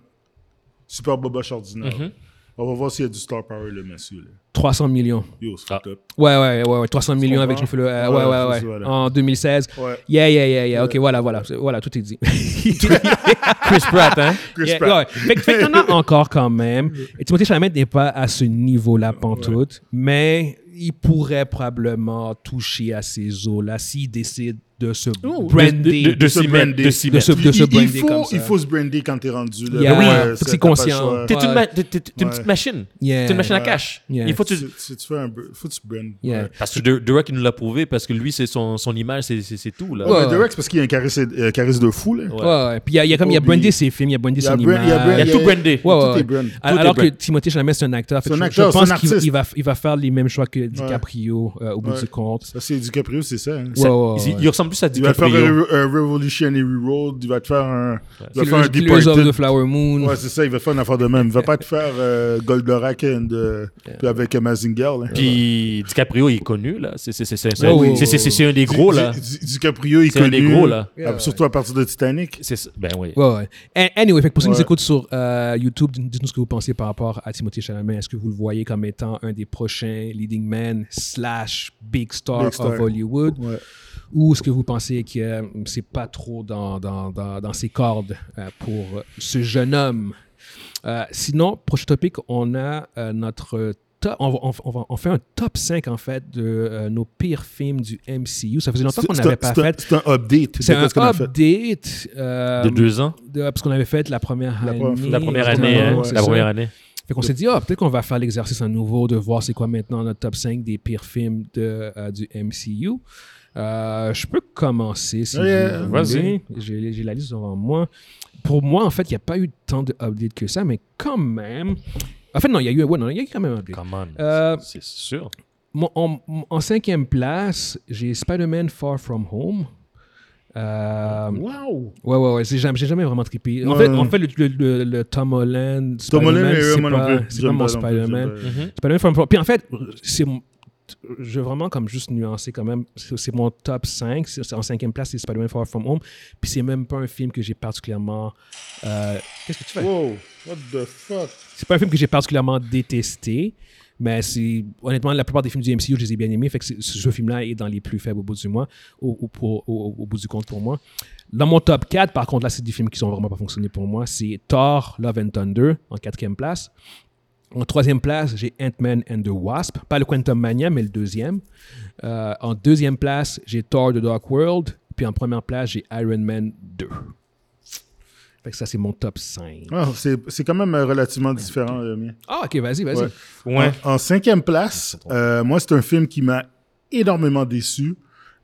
Super Boboche Ordinaire,
Mhm.
on va voir s'il y a du star power, le monsieur. Là.
300 millions.
Yo, c'est fucked up.
Ouais, ouais, ouais, ouais, 300 millions avec
comprends?
Jeff Le. euh,
Ouais,
ouais, ouais,
c'est
ouais.
ça, voilà.
En 2016.
Ouais.
Yeah, yeah, yeah, yeah. Ok, voilà, voilà, c'est- voilà, tout est dit.
[LAUGHS] Chris Pratt, hein?
Chris
Yeah,
Pratt.
ouais. Fait, que- fait qu'il y en a encore quand
[LAUGHS]
même. Et Timothée Chalamet n'est pas à ce niveau-là pantoute, mais il pourrait probablement toucher à ces eaux-là s'il décide de se brander.
De, de, de s'y
se
mettre.
brander.
De s'y
De
mettre.
se-
Il, il-
brander
il faut,
comme ça.
il faut se brander quand t'es rendu là.
Yeah.
Ouais,
Oui,
faut que
ça,
c'est
t'as pas le
conscient.
choix.
T'es une,
Ouais.
ma- t'es- t'es- t'es une
Ouais.
petite machine.
Yeah.
T'es une machine à
Ouais.
cash.
Yeah.
Il faut que tu.
Tu, tu- tu fais un br- faut que tu brandes.
Yeah.
Ouais.
Parce que The, The Rock, il nous l'a prouvé, parce que lui, c'est son, son image, c'est- c'est c'est tout. Là.
Ah Ouais.
Mais The Rock, c'est parce qu'il y a un charisme, euh, charisme de fou. Là.
Ouais, ouais. Puis il y a, il y a comme il y a
Faut oublier.
brandé ses films, il y a brandé
Il y a
son
brand-
image.
il y a brand-
Il y a
Yeah.
tout brandé.
Ouais, ouais,
Tout est
ouais.
brand.
Al-
Tout est
Alors que
brand.
Timothée Chalamet, c'est un acteur. Fait
C'est
que
un
je- je
acteur, c'est
pense
un
qu'il va-
artiste.
il va, il va faire les mêmes choix que DiCaprio euh, au bout
Ouais.
du compte.
Ça, c'est DiCaprio, c'est ça. hein.
Ouais, ouais,
Il-
ouais.
Il ressemble plus à
Il va te faire
DiCaprio.
un, Re- un Revolutionary Road, il va te faire un, il va
Killers,
faire un
Killers of the
Departed.
Flower Moon.
Ouais, c'est ça, il va te faire une affaire de même. Il va pas te faire euh, Goldorak and, euh, puis avec euh, Mazinger. Là.
Puis DiCaprio, il est connu, là. C'est c'est- c'est- c'est-
Ouais, ouais,
c'est- c'est-
ouais,
c'est- c'est un des gros,
Di-
là.
Di- Di- DiCaprio, il
C'est un des
connu, euh,
gros, là.
Yeah,
Surtout à partir de Titanic.
C'est ça. Ben oui.
Ouais, ouais. An- Anyway, fait que pour ceux qui nous
Ouais.
écoutent sur euh, YouTube, dites- dites-nous ce que vous pensez par rapport à Timothée Chalamet. Est-ce que vous le voyez comme étant un des prochains leading men slash big star,
Big star.
of Hollywood?
Ouais.
Ou est-ce que vous pensez que euh, c'est pas trop dans, dans, dans, dans ses cordes euh, pour euh, ce jeune homme? Euh, sinon, prochain topic, on a euh, notre top. On, va- on, va- on va- on fait un top 5 en fait de euh, nos pires films du MCU. Ça faisait longtemps qu'on
C'est-
n'avait
c'est
pas
un-
fait.
C'est un update. de
C'est un
qu'est-ce qu'on a fait.
update. euh,
De deux ans.
de- parce qu'on avait fait la première
La
année.
première-
La première année.
Ouais,
hein.
ouais, c'est
La première année.
Fait qu'on s'est dit, ah, peut-être qu'on va faire l'exercice à nouveau de voir c'est quoi maintenant notre top 5 des pires films de, euh, du MCU. Euh, je peux commencer si
Yeah,
vous
vas-y.
voulez. J'ai j'ai la liste devant moi. Pour moi, en fait, il n'y a pas eu tant d'updates que ça, mais quand même. En fait, non, il y a eu ouais, non, il y a eu quand même un update.
Come on.
Euh,
C'est c'est sûr.
Mon- en, en cinquième place, j'ai Spider-Man Far From Home. Euh,
Wow!
Ouais, ouais, ouais. J'ai jamais, j'ai jamais vraiment trippé. En
Ouais.
fait, en fait le, le, le, le Tom Holland,
Tom Holland,
Spider-Man,
euh,
c'est
moi non
pas,
plus.
c'est pas
J'aime
mon
pas non plus,
Spider-Man.
j'aime pas.
Spider-Man From Home. Puis en fait, c'est mon- je veux vraiment comme juste nuancer quand même. C'est c'est mon top 5. C'est- c'est en cinquième place, c'est Spider-Man Far From Home. Puis c'est même pas un film que j'ai particulièrement. euh, Qu'est-ce que tu fais?
Wow! What the fuck?
C'est pas un film que j'ai particulièrement détesté, mais c'est honnêtement la plupart des films du MCU, je les ai bien aimés. Fait que c'est- ce ce film-là est dans les plus faibles au bout du mois, au, au- pour- au- au bout du compte pour moi. Dans mon top 4, par contre, là, c'est des films qui sont vraiment pas fonctionnés pour moi. C'est Thor, Love and Thunder en quatrième place. En troisième place, j'ai Ant-Man and the Wasp. Pas le Quantum Mania, mais le deuxième. Euh, en deuxième place, j'ai Thor The Dark World. Puis en première place, j'ai Iron Man 2. Fait que ça, c'est mon top 5.
Ah, c'est c'est quand même euh, relativement différent, le mien.
Ah, ok, vas-y, vas-y.
Ouais. En, en cinquième place, euh, moi, c'est un film qui m'a énormément déçu.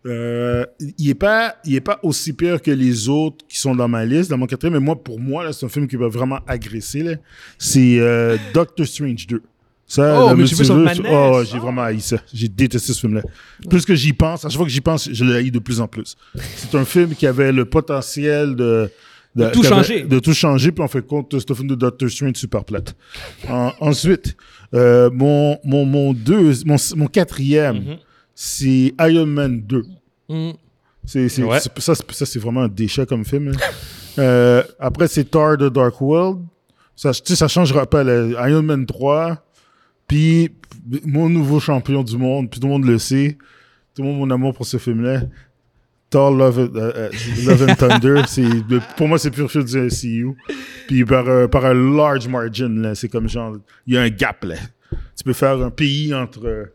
Euh, il n'est pas, il est pas aussi pire que les autres qui sont dans ma liste, dans mon quatrième. Mais moi, pour moi, là, c'est un film qui m'a vraiment agressé. là. C'est euh, Doctor Strange 2. Ça,
Oh,
le
mais tu veux sur
multiverse-
Madness. Ah,
oh, j'ai vraiment haï ça. J'ai détesté ce film-là. Plus que j'y pense, à chaque fois que j'y pense, je le haïs de plus en plus. C'est un film qui avait le potentiel de...
De tout
qui avait-
changer.
De tout changer, puis on fait compte, c'est un film de Doctor Strange super plate. En- ensuite, euh, mon, mon, mon, deux, mon, mon quatrième,
Mhm.
c'est Iron Man 2.
Mm.
C'est, c'est,
Ouais.
c'est- ça, c'est- ça, c'est vraiment un déchet comme film. hein. [LAUGHS] Euh, après, c'est Thor The Dark World. Ça, tu sais, ça changera pas. le- Iron Man 3. Puis, p- mon nouveau champion du monde. Puis, tout le monde le sait. Tout le monde, mon amour pour ce film-là. Thor Love, and- euh, euh, Love and Thunder. [LAUGHS] c'est, le- pour moi, c'est pur film du MCU. Puis, par, un- par un large margin, là, c'est comme genre, il y a un gap, là. Tu peux faire un pays entre, euh,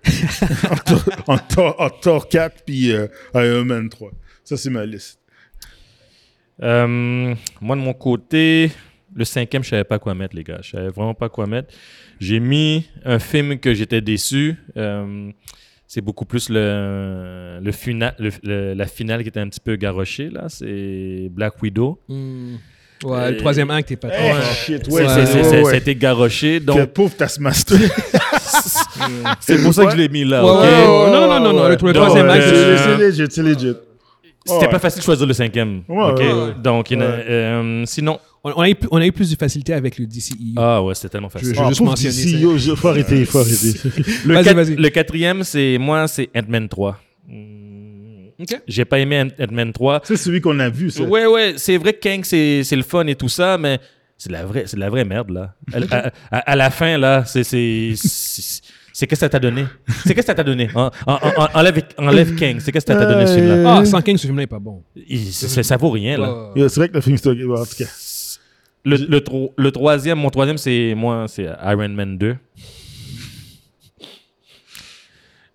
entre, entre, entre Thor 4 puis euh, Iron Man 3. Ça, c'est ma liste.
Euh, moi, de mon côté, le cinquième, je savais pas quoi mettre, les gars. Je savais vraiment pas quoi mettre. J'ai mis un film que j'étais déçu. Euh, c'est beaucoup plus le, le fina- le- le- la finale qui était un petit peu garochée, là. C'est Black Widow.
Mm. Ouais, le
Hmm. Et-
troisième acte est pas trop.
Eh,
fort.
shit,
Ouais,
ouais,
c'est- c'est- c'est-
ouais, ouais.
C'était garoché,
Que
donc
pauvre Taskmaster.
[LAUGHS] c'est pour ça que je l'ai mis là.
Ouais,
ok?
ouais, ouais. Non, non, non, non, le- le
troisième acte,
c'est
c'est-
c'est legit, c'est legit.
C'était
Ouais.
pas facile de choisir le cinquième.
Ouais,
ok?
ouais, ouais.
Donc, il y en a-
Ouais.
euh, sinon,
On, on a eu, plus- on a eu plus de facilité avec le E. DCEU.
ah ouais, c'était tellement facile.
Je vais
Ah,
juste
pauvre
mentionner
DC,
ça.
yo, je- faut
[LAUGHS]
arrêter, faut arrêter.
Le,
Vas-y,
quat-
vas-y.
le quatrième, c'est moi, c'est Ant-Man 3. Hmm.
OK.
J'ai pas aimé Ant- Ant-Man 3.
C'est celui qu'on a vu, ça.
Ouais, ouais, c'est vrai que Kang, c'est c'est le fun et tout ça, mais c'est de la vraie, c'est de la vraie merde, là. À,
[LAUGHS]
à- à- à la fin, là, c'est... C'est c'est- c'est qu'est-ce que ça t'a donné? C'est qu'est-ce que ça t'a donné? En- en- en- enlève, enlève Kang, c'est qu'est-ce que ça t'a donné,
Euh,
celui-là?
Ah, sans King, ce film-là n'est pas bon.
Il- c'est- c'est- ça vaut rien, là.
Ah.
Yo, C'est vrai que le film, c'est ouais, en tout cas.
Le, le, tro- le troisième, mon troisième, c'est moi, c'est Iron Man 2.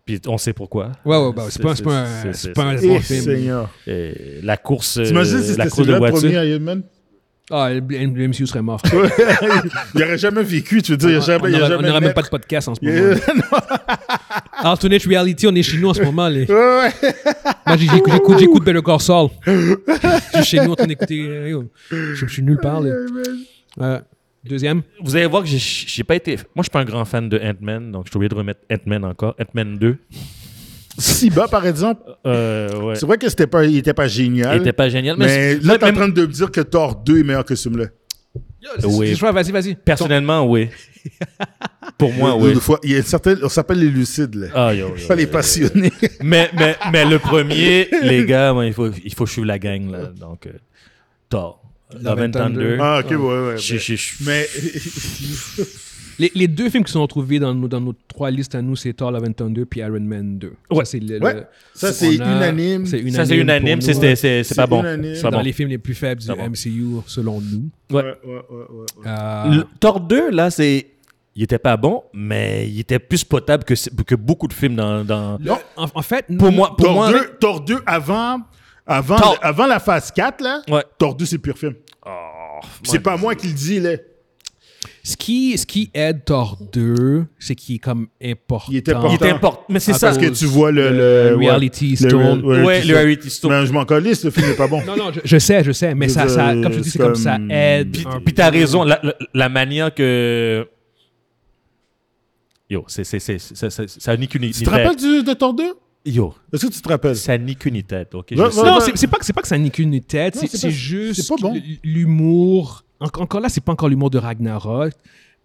Puis on sait pourquoi.
Ouais, ouais, bah, c'est pas, c'est pas un-
c'est-
c'est
c'est-
pas un
Eh,
bon film.
Seigneur.
Et la course,
T'imagines
euh,
si
la
c'était
course de
celui-là le
voiture.
premier Iron Man?
Ah, le, le- le monsieur serait mort.
il n'aurait jamais vécu, tu veux dire. Il
On
n'aurait jamais. il aurait
n'aurait on
jamais
n'aurait même
net.
pas de podcast en ce moment.
[LAUGHS] Yeah.
Alternate reality, on est chez nous en ce moment. les-
Ouais, ouais.
Moi, j'ai- j'écoute, j'écoute, j'écoute Better Call Saul. Je suis chez nous en train d'écouter. euh, yo, Je, je suis nulle part.
[LAUGHS]
là. Euh, deuxième.
Vous allez voir que j'ai- j'ai pas été. Moi, je suis pas un grand fan de Ant-Man, donc je suis obligé de remettre Ant-Man encore. Ant-Man 2.
Siba, par exemple,
Euh, ouais.
c'est vrai que c'était pas, il n'était pas
Il
génial.
était pas génial, mais,
mais là,
mais-
t'es en
mais-
train de me dire que Thor 2 est meilleur que ce là
Oui.
C'est- c'est- Vas-y, vas-y.
personnellement,
[LAUGHS]
oui. Pour moi, oui.
il y a certaines- on s'appelle les lucides, là.
Ah, yo, yo,
pas les
yo. [LAUGHS]
passionnés.
mais, mais, mais le
[LAUGHS]
premier, les gars, moi, il, faut, il faut suivre la gang. Là. Donc, euh, Thor, Love and Thunder.
ah, ok, ouais, ouais.
Je- je- je- [LAUGHS]
Mais
Les, les deux films qui sont retrouvés dans nos, dans nos trois listes à nous, c'est Thor Love and Thunder puis Iron Man 2.
Ouais.
Ça, c'est, le-
Ouais.
le-
Ça,
on
c'est unanime.
ça, c'est
pour
unanime.
nous.
c'est- C'est c'est- c'est
C'est
pas bon.
unanime.
C'est
dans
pas bon.
les films les plus faibles du
C'est bon.
MCU, selon nous.
Ouais.
Ouais, ouais, ouais, ouais, ouais.
Euh,
Le Thor 2, là, c'est. Il était pas bon, mais il était plus potable que, c'est- que beaucoup de films dans. dans-
non, en, en fait,
Pour moi, pour
Thor,
moi.
2, Thor 2 avant, avant,
Thor-
avant la phase 4, là,
Ouais.
Thor 2, c'est pur film.
Oh,
c'est pas moi qui le dis, là.
ce qui, ce qui aide Thor 2, c'est qu'il est comme important.
Il était
Il
important.
était important. Mais c'est
Ah,
ça.
Parce que tu vois le...
Le
le, ouais,
Reality
le
Stone.
real-
Ouais, le
Stone.
Reality Stone.
Ben, je m'en colisse, le film n'est pas bon.
Non, non, je, je sais, je sais, mais
Je
ça,
veux
ça,
dire,
comme je dis, c'est
c'est
comme ça
comme-
aide.
Puis,
un
puis t'as raison, la, la, la manière que. Yo, c'est, c'est, c'est, c'est, c'est- ça nique une
Tu te rappelles du- de Thor 2?
Yo,
Est-ce que tu te rappelles?
ça nique une tête, ok?
Ouais,
Je sais.
ouais.
Non, c'est c'est pas, que- c'est pas que ça nique une tête,
Non,
c'est
c'est
c'est
pas-
juste
c'est pas bon.
que l'humour. en- encore là, c'est pas encore l'humour de Ragnarok,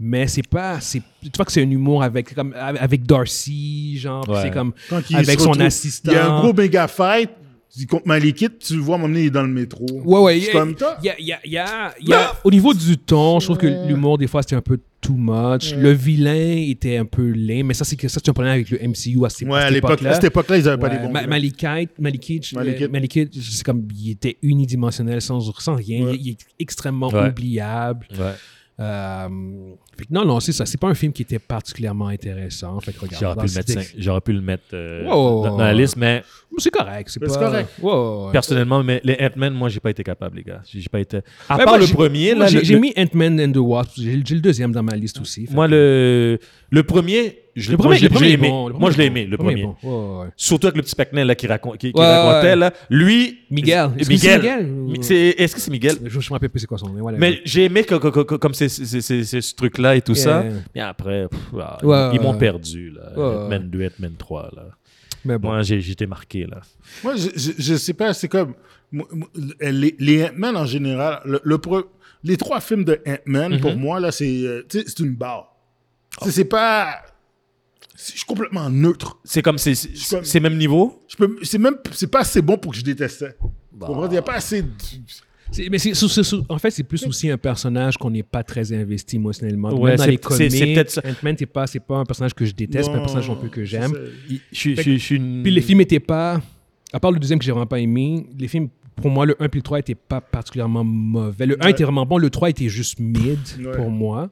mais c'est pas. c'est- Tu vois que c'est un humour avec, comme, avec Darcy, genre, puis
Ouais.
c'est comme.
Quand il
avec
se
son
retrouve-
assistant.
Il y a un gros méga fight il contre Malikit, tu le vois m'emmener il est dans le métro.
Ouais, ouais,
C'est
il y a-
comme ça. Ah!
il y a- il y a- il y a- il y a- Au niveau du ton, je trouve que l'humour, des fois, c'était un peu too much. Le vilain était un peu lame, mais ça, c'est que ça, c'est un problème avec le MCU à cette,
Ouais,
à
à
cette
l'époque,
époque-là.
à cette époque-là, ils n'avaient pas
Ouais,
les bons.
Ma-
gars.
Malikite, Malikite,
Malikite.
euh, Malikite, c'est comme il était unidimensionnel sans, sans rien,
Ouais.
il, il est extrêmement
Ouais.
oubliable.
Ouais.
Euh, fait que non, non, c'est ça, c'est pas un film qui était particulièrement intéressant. Fait que regarde,
J'aurais,
dans
pu le
cette-
mettre, cinq- j'aurais pu le mettre euh,
Ouais, ouais,
dans, dans la
ouais.
liste, mais
c'est correct, c'est
Mais
pas
c'est correct.
Ouais, ouais, ouais.
personnellement, mais les Ant-Man, moi, j'ai pas été capable, les gars. J'ai, j'ai pas été. À
Ouais,
part
moi,
le
j'ai-
premier,
moi,
là.
j'ai
le-
j'ai
le-
mis Ant-Man and the Wasp, j'ai j'ai le deuxième dans ma liste aussi. fait
Moi,
que-
le, le premier, je, l'ai-
le
moi, je l'ai- je l'ai
est
aimé.
bon, le
moi, je
premier
l'ai aimé,
est
le
bon,
premier.
est bon, ouais, ouais, ouais.
Surtout avec le petit Pacnel là, qui, racon- qui, qui
Ouais,
racontait,
ouais.
là. Lui.
Miguel.
c'est-
Est-ce que c'est
Miguel.
Miguel ou-
Mi- c'est- est-ce que c'est Miguel?
Je je me rappelle plus c'est quoi son nom. voilà.
Mais j'ai aimé co- co- co- co- comme c'est c'est- c'est- c'est ce truc-là et tout
Yeah.
ça. Mais après, pff, ah, ils-
Ouais,
ils m'ont
ouais.
perdu. Là.
Ouais,
Hitman 2, Hitman 3. Là.
mais bon.
Moi, j'ai- j'étais marqué. là.
Moi, je, je, je sais pas, c'est comme. moi, moi, Les, les Ant-Man en général, le, le pre- les trois films de Ant-Man,
Mhm.
pour moi, là, c'est euh, tu sais, c'est une barre.
Oh.
Tu sais, C'est pas. c'est- Je suis complètement neutre.
C'est comme c'est- c'est
comme-
c'est même niveau.
Je peux- C'est même. C'est pas assez bon pour que je déteste ça.
Bah.
Pour moi, Il n'y a pas assez. de-
C'est- Mais c'est, sous- sous- sous- en fait, c'est plus aussi un personnage qu'on n'est pas très investi émotionnellement. Puis
Ouais,
Même dans
c'est-
les
c'est- c'est
comics,
peut-être ça.
Ant-Man, c'est pas, c'est pas un personnage que je déteste, mais un
Non,
personnage non plus que
c'est
j'aime.
ça.
Je suis- je suis- je suis une-
Puis les films n'étaient pas, à part le deuxième que j'ai vraiment pas aimé, les films, pour moi, le 1 puis le 3 n'étaient pas particulièrement mauvais. Le 1
Ouais.
était vraiment bon, le 3 était juste mid
Ouais.
pour moi.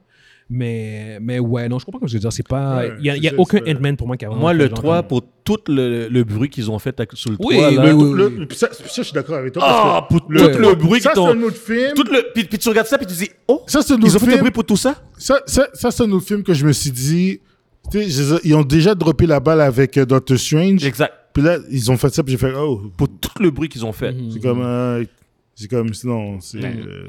Mais, mais ouais, non, je comprends ce que je veux dire. C'est pas,
Ouais,
il n'y a,
c'est
il y a
ça,
aucun
c'est-
Ant-Man pour moi qui a vraiment
Moi,
fait
le
genre
3,
comme-
pour tout le, le bruit qu'ils ont fait avec- sur le
Oui,
3. là,
oui, oui,
tout-
Le- Euh, le- ça, ça, je suis d'accord avec toi.
Ah,
parce
pour
que
tout le bruit
Ça,
qu'ils
c'est
ont.
un autre film.
tout le- puis, puis tu regardes ça puis tu dis Oh,
Ça, c'est un
ils
autre
ont fait le
film.
bruit pour tout ça
Ça, ça, ça, c'est un autre film que je me suis dit. tu sais, je les ai- ils ont déjà droppé la balle avec euh, Doctor Strange.
Exact.
Puis là, ils ont fait ça, puis j'ai fait, oh,
Pour tout le bruit qu'ils ont fait.
c'est comme. euh, c'est comme, sinon, c'est. euh,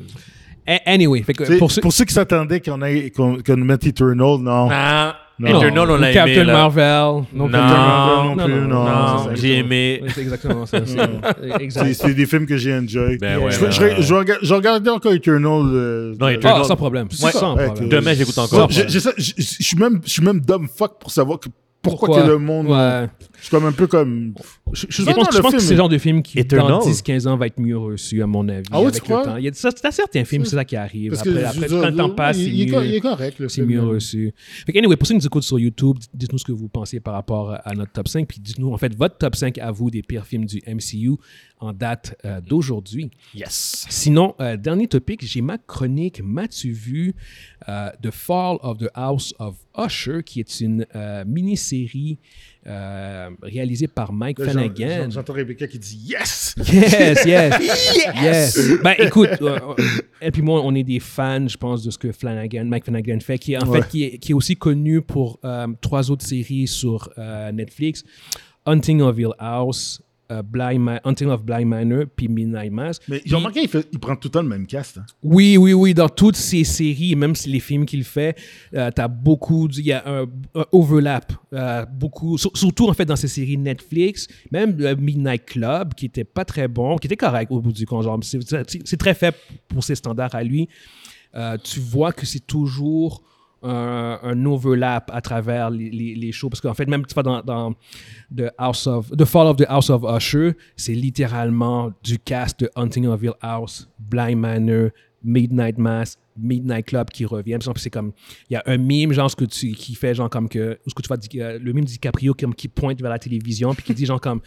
A- Anyway, fait que
tu sais,
pour ceux-
pour ceux qui s'attendaient qu'on ait- qu'on qu'on mette Eternal, non.
Non.
Non.
Ah, Eternal, on
Ou
l'a aimé.
Captain
là.
Marvel. Non, Captain
Non.
Eternal
non, non,
Non,
non, c'est ça.
j'ai aimé.
Oui, C'est exactement ça. c'est- exact.
Mm. C'est c'est des films que j'ai enjoy.
Ben ouais,
je,
ouais,
je-
ouais.
je regarde- je regardais encore Eternal. euh,
Non,
euh,
Eternal.
Ah, sans problème.
C'est hein, ça,
Sans
ouais,
problème.
que-
Demain, j'écoute
je-
encore.
je- je- je- je- je suis même, je suis même dumb fuck pour savoir que- pourquoi,
Pourquoi?
que le monde.
Ouais.
Je suis comme un peu comme. Je, je
Je
suis sûr
pense,
dans
je
le
pense
film,
que c'est le genre de film qui, dans
Eternal.
10-15 ans, va être mieux reçu, à mon avis.
Ah ouais,
avec
tu
le
crois?
temps. Il y a de ça- t'as certains films, c'est ça qui arrive.
parce que
Après,
je-
après,
je-
quand le temps passe, c'est
il, il est co- il
mieux.
est correct. Le
C'est
film,
mieux
là.
reçu. Fait que, anyway, pour ceux qui nous écoutent sur YouTube, dites- dites-nous ce que vous pensez par rapport à notre top 5. Puis dites-nous, en fait, votre top 5 à vous des pires films du MCU en date euh, d'aujourd'hui.
[LAUGHS] Yes.
Sinon, euh, dernier topic, j'ai ma chronique M'as-tu vu euh, The Fall of the House of Usher, qui est une euh, mini-série euh, réalisée par Mike
Là, j'en-
Flanagan.
j'en- J'entends Rebecca qui dit yes!
Yes, yes. yes. Ben écoute, euh, euh, elle puis moi, on est des fans, je pense, de ce que Flanagan, Mike Flanagan fait, qui est en
Ouais.
fait qui est, qui est aussi connu pour euh, trois autres séries sur euh, Netflix, Hunting of Hill House, euh, Bly Ma- Hunting of Bly Manor, puis Midnight Mass.
Mais j'ai remarqué, il, fait- il prend tout le temps le même cast. hein.
Oui, oui, oui. Dans toutes ces séries, même si les films qu'il fait, euh, t'as beaucoup. du- Il y a un, un overlap. euh, beaucoup, sur- surtout, en fait, dans ces séries Netflix, même le Midnight Club, qui était pas très bon, qui était correct au bout du compte. genre, C'est c'est- c'est très faible pour ses standards à lui. Euh, tu vois que c'est toujours un, un overlap à travers les, les- les shows. Parce qu'en fait, même tu vois, dans, dans the, House of, the Fall of the House of Usher, c'est littéralement du cast de Hunting of Hill House, Blind Manor, Midnight Mass, Midnight Club qui revient. Puis C'est comme, il y a un mime, genre, ce que tu, qui fait, genre, comme que, ce que tu vois, Di- euh, le mime de DiCaprio comme, qui pointe vers la télévision, puis qui dit, genre, comme,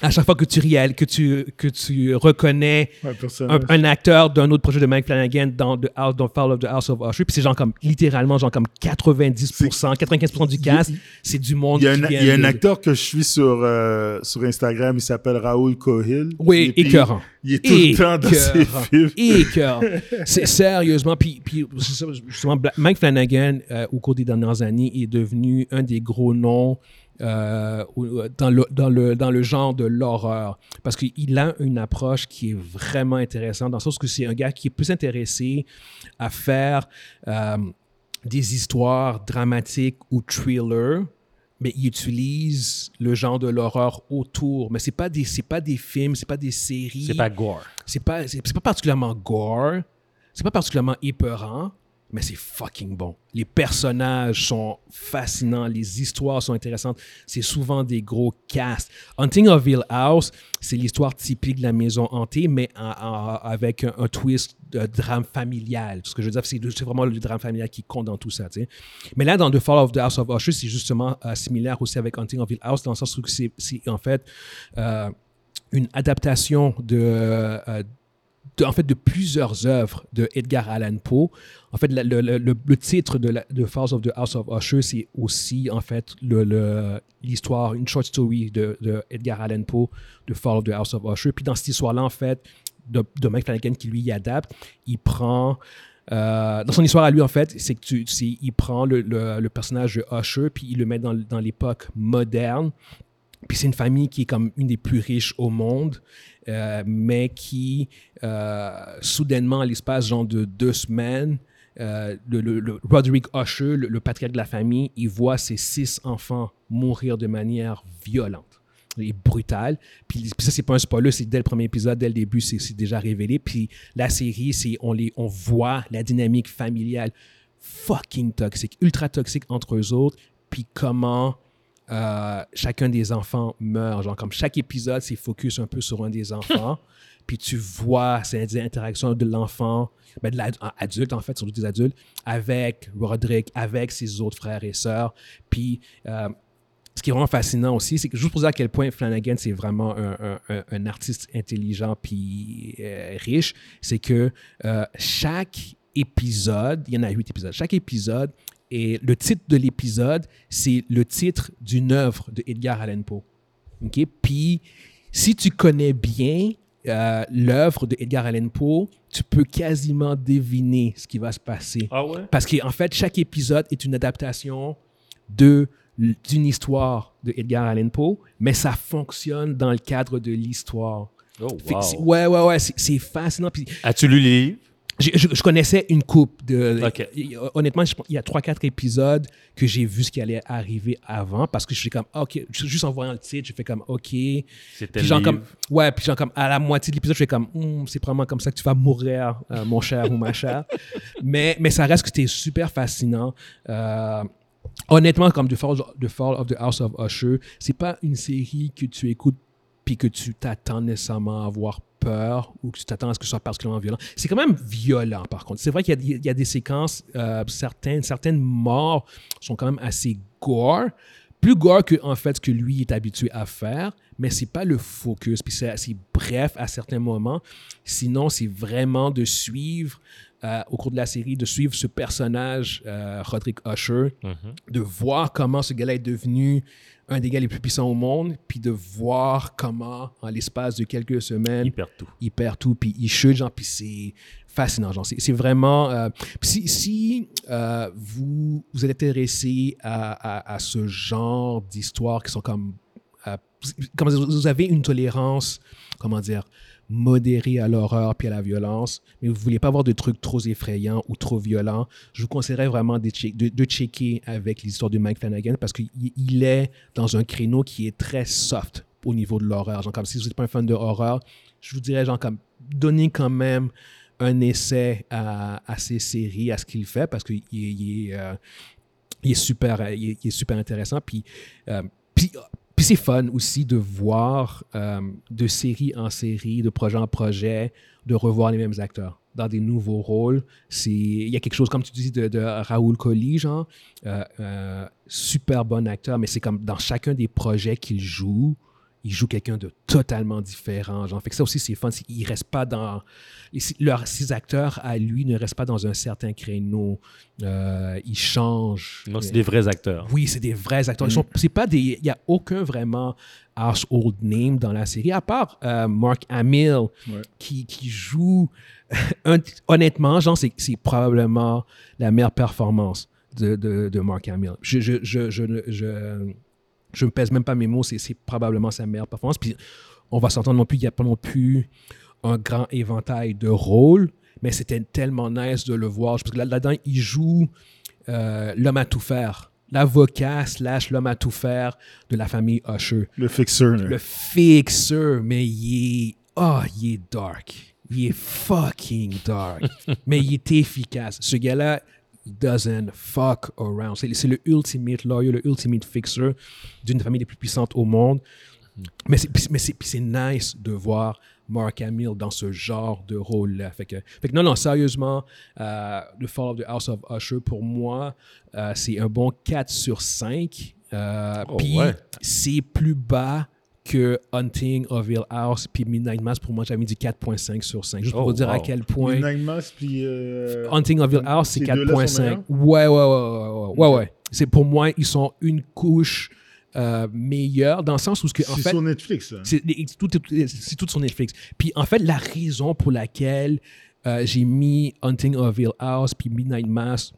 à chaque fois que tu, réal- que tu, que tu reconnais
Ouais, personne-
un, un acteur d'un autre projet de Mike Flanagan dans The House, dans Fall of the House of Usher. Puis c'est genre comme, littéralement, genre comme 90%, 95% du cast, c'est du monde
Il y a un,
qui vient
il y a un
de-
acteur que je suis sur, euh, sur Instagram, il s'appelle Raoul Cohill.
Oui,
Et puis,
écœurant.
Il est tout le temps dans ses
Écœurant.
films.
Écœurant. C'est sérieusement. Puis, puis c'est ça, justement, Bla- Mike Flanagan, euh, au cours des dernières années, est devenu un des gros noms euh, au- dans, le, dans, le, dans le genre de l'horreur. Parce qu'il a une approche qui est vraiment intéressante, dans le sens que c'est un gars qui est plus intéressé à faire euh, des histoires dramatiques ou thrillers mais il utilise le genre de l'horreur autour. Mais c'est pas des, c'est pas des films, c'est pas des séries.
C'est pas gore.
c'est pas, c'est- c'est pas particulièrement gore. C'est pas particulièrement épeurant, mais c'est fucking bon. Les personnages sont fascinants, les histoires sont intéressantes. C'est souvent des gros casts. Hunting of Hill House, c'est l'histoire typique de la maison hantée, mais en- en- avec un, un twist de drame familial. Ce que je veux dire, c'est c'est vraiment le drame familial qui compte dans tout ça. tu sais. Mais là, dans The Fall of the House of Usher, c'est justement euh, similaire aussi avec Hunting of Hill House, dans le sens où c'est c'est, en fait euh, une adaptation de, euh, de- en fait, de plusieurs œuvres de Edgar Allan Poe. En fait, la- le, le- le- le titre de, la, de Falls of the House of Usher, c'est aussi, en fait, le- le- l'histoire, une short story de, de Edgar Allan Poe, de Fall of the House of Usher. Puis dans cette histoire-là, en fait, de, de Mike Flanagan qui lui y adapte, il prend... euh, dans son histoire à lui, en fait, c'est que tu, c'est- il prend le, le- le personnage de Usher, puis il le met dans, dans l'époque moderne. Puis c'est une famille qui est comme une des plus riches au monde, euh, mais qui, euh, soudainement, à l'espace genre de deux semaines, euh, le, le- le Roderick Usher, le, le patriarche de la famille, il voit ses six enfants mourir de manière violente et brutale. Puis, puis ça, c'est pas un spoiler, c'est dès le premier épisode, dès le début, c'est c'est déjà révélé. Puis la série, c'est on, les- on voit la dynamique familiale fucking toxique, ultra toxique entre eux autres, puis comment euh, chacun des enfants meurt. Genre, comme chaque épisode, c'est focus un peu sur un des enfants. puis tu vois ces interactions de l'enfant, ben de l'adulte en fait, surtout des adultes, avec Roderick, avec ses autres frères et sœurs. Puis euh, ce qui est vraiment fascinant aussi, c'est que juste pour dire à quel point Flanagan, c'est vraiment un, un- un- un artiste intelligent puis euh, riche, c'est que euh, chaque épisode, il y en a huit épisodes, chaque épisode, et le titre de l'épisode, c'est le titre d'une œuvre de Edgar Allan Poe. OK? Puis, si tu connais bien euh, l'œuvre de Edgar Allan Poe, tu peux quasiment deviner ce qui va se passer.
Ah ouais?
Parce qu'en fait, chaque épisode est une adaptation de l- d'une histoire de Edgar Allan Poe, mais ça fonctionne dans le cadre de l'histoire.
Oh,
Fait que
wow.
c'est- Ouais, ouais, ouais, c'est- c'est fascinant. Puis
As-tu lu les livres?
j'ai- je, je connaissais une coupe de.
Ok.
y- y- Honnêtement, je pense- il y a 3-4 épisodes que j'ai vu ce qui allait arriver avant parce que je suis comme, ah, ok, juste en voyant le titre, je fais comme, ok.
C'était
Puis genre comme, ouais, puis genre comme à la moitié de l'épisode, je fais comme, Hum, c'est probablement comme ça que tu vas mourir, euh, mon cher ou ma chère. Mais, mais ça reste que c'était super fascinant. Euh, honnêtement, comme The Fall, The Fall of the House of Usher, c'est pas une série que tu écoutes puis que tu t'attends nécessairement à avoir peur ou que tu t'attends à ce que ce soit particulièrement violent. C'est quand même violent, par contre. C'est vrai qu'il y, a- il y a des séquences, euh, certaines, certaines morts sont quand même assez gore, plus gore que, en fait, ce que lui est habitué à faire, mais c'est pas le focus, puis c'est assez bref à certains moments. Sinon, c'est vraiment de suivre, euh, au cours de la série, de suivre ce personnage, euh, Roderick Usher,
Mhm.
de voir comment ce gars-là est devenu un des gars les plus puissants au monde, puis de voir comment, en l'espace de quelques semaines,
Il perd tout.
il perd tout, puis il chute, genre, puis c'est fascinant, genre, c'est c'est vraiment... euh, puis si si, euh, vous vous êtes intéressé à, à- à ce genre d'histoires qui sont comme... euh, comment dire, vous avez une tolérance, comment dire, modérée à l'horreur puis à la violence, mais vous voulez pas avoir de trucs trop effrayants ou trop violents, je vous conseillerais vraiment de, check- de- de checker avec l'histoire de Mike Flanagan parce qu'il il est dans un créneau qui est très soft au niveau de l'horreur. Genre, comme si vous n'êtes pas un fan de horreur, je vous dirais, genre, comme, donnez quand même un essai à, à ces séries, à ce qu'il fait, parce qu'il il est, euh, il est super, euh, il est, il est super intéressant. Puis, euh, puis, puis c'est fun aussi de voir euh, de série en série, de projet en projet, de revoir les mêmes acteurs dans des nouveaux rôles. C'est- Il y a quelque chose, comme tu dis, de, de Raoul Colli, genre, euh, euh, super bon acteur, mais c'est comme dans chacun des projets qu'il joue, il joue quelqu'un de totalement différent. Genre. Fait que ça aussi, c'est fun. c'est- Il reste pas dans... les- leurs- ses acteurs, à lui, ne restent pas dans un certain créneau. Euh, ils changent.
Donc, c'est des vrais acteurs.
Oui, c'est des vrais acteurs. Ils sont- c'est pas des, il n'y a aucun vraiment household name dans la série, à part euh, Mark Hamill, qui, qui joue. [LAUGHS] un- honnêtement, genre, c'est, c'est probablement la meilleure performance de, de, de Mark Hamill. Je, je, je, je, ne- je, je ne pèse même pas mes mots, c'est, c'est probablement sa meilleure performance. Puis on va s'entendre non plus, il n'y a pas non plus un grand éventail de rôles, mais c'était tellement nice de le voir. Parce que là- là-dedans, il joue euh, l'homme à tout faire, l'avocat slash l'homme à tout faire de la famille Usher.
Le fixeur. là.
Le fixeur, mais il est... Ah, il est dark. Il est fucking dark. mais il est efficace. Ce gars-là, he doesn't fuck around. C'est c'est le ultimate lawyer, le ultimate fixer d'une famille des plus puissantes au monde. Mais c'est- puis- mais c'est puis c'est nice de voir Mark Hamill dans ce genre de rôle-là. Fait que, fait que non, non, sérieusement, euh, The Fall of the House of Usher, pour moi, euh, c'est un bon 4 sur 5. Euh,
Oh,
puis
ouais.
c'est plus bas que Hunting of Hill House puis Midnight Mass. Pour moi, j'avais mis du 4.5 sur 5. Juste pour
Oh,
vous dire à
wow.
quel point...
Midnight Mass, puis. euh,
Hunting of Hill House, c'est
Ces deux-là
4.5.
sont meilleurs?
Ouais, ouais, ouais, ouais, ouais, ouais, ouais. C'est pour moi, ils sont une couche euh, meilleure dans le sens où ce que en
c'est
fait,
sur Netflix, ça.
c'est les- tout, est- c'est tout sur Netflix. Puis en fait, la raison pour laquelle euh, j'ai mis Hunting of Hill House puis Midnight Mass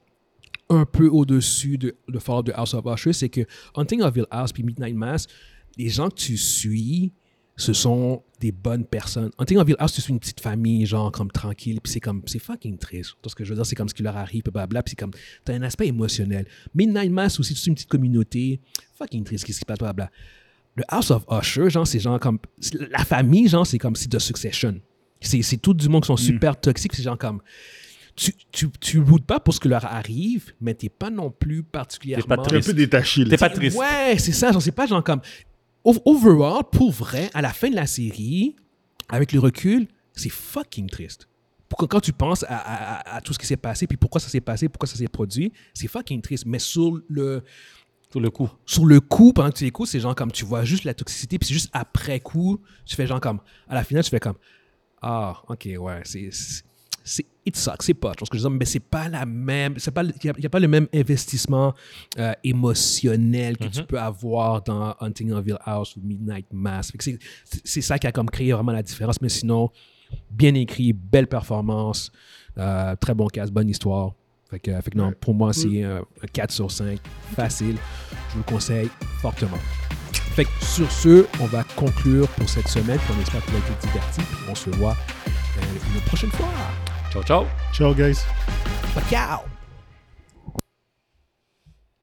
un peu au-dessus de, de Fall de House of Usher, c'est que Hunting of Hill House puis Midnight Mass, les gens que tu suis, ce sont des bonnes personnes. Hunting of Hill House, tu suis une petite famille, genre, comme tranquille, puis c'est comme, c'est fucking triste. Tout ce que je veux dire, c'est comme ce qui leur arrive, puis blabla, puis c'est comme, t'as un aspect émotionnel. Midnight Mass aussi, tu suis une petite communauté, fucking triste, qu'est-ce qui se passe, blabla. Le House of Usher, genre, c'est genre comme, c'est- la famille, genre, c'est comme, c'est de Succession. C'est c'est tout du monde qui sont super toxiques, c'est genre comme, tu, tu, tu routes pas pour ce que leur arrive, mais t'es pas non plus particulièrement...
T'es un
triste.
peu détaché, là.
T'es pas triste.
Ouais, c'est ça. J'en sais pas, genre comme. o- Overall, pour vrai, à la fin de la série, avec le recul, c'est fucking triste. Pourquoi- Quand tu penses à, à- à- à tout ce qui s'est passé, puis pourquoi ça s'est passé, pourquoi ça s'est produit, c'est fucking triste. Mais sur le,
Tout le coup.
sur le coup, pendant que tu l'écoutes, c'est genre comme tu vois juste la toxicité, puis c'est juste après coup, tu fais genre comme. À la finale, tu fais comme. Ah, ok, ouais, c'est. c'est- c'est- It sucks, c'est pas. Je pense que je disais, mais c'est pas la même. c'est pas le- Il n'y a, pas le même investissement euh, émotionnel que tu peux avoir dans Hunting of Hill House ou Midnight Mass. Fait que c'est- c'est- C'est ça qui a comme créé vraiment la différence. Mais sinon, bien écrit, belle performance, euh, très bon casse, bonne histoire. Fait que, fait que non, pour moi, c'est euh, un 4 sur 5, facile. Je vous le conseille fortement. Fait que sur ce, on va conclure pour cette semaine. puis On espère que vous avez été divertis. puis On se voit euh, une prochaine fois.
Ciao, ciao.
Ciao, guys.
Ciao!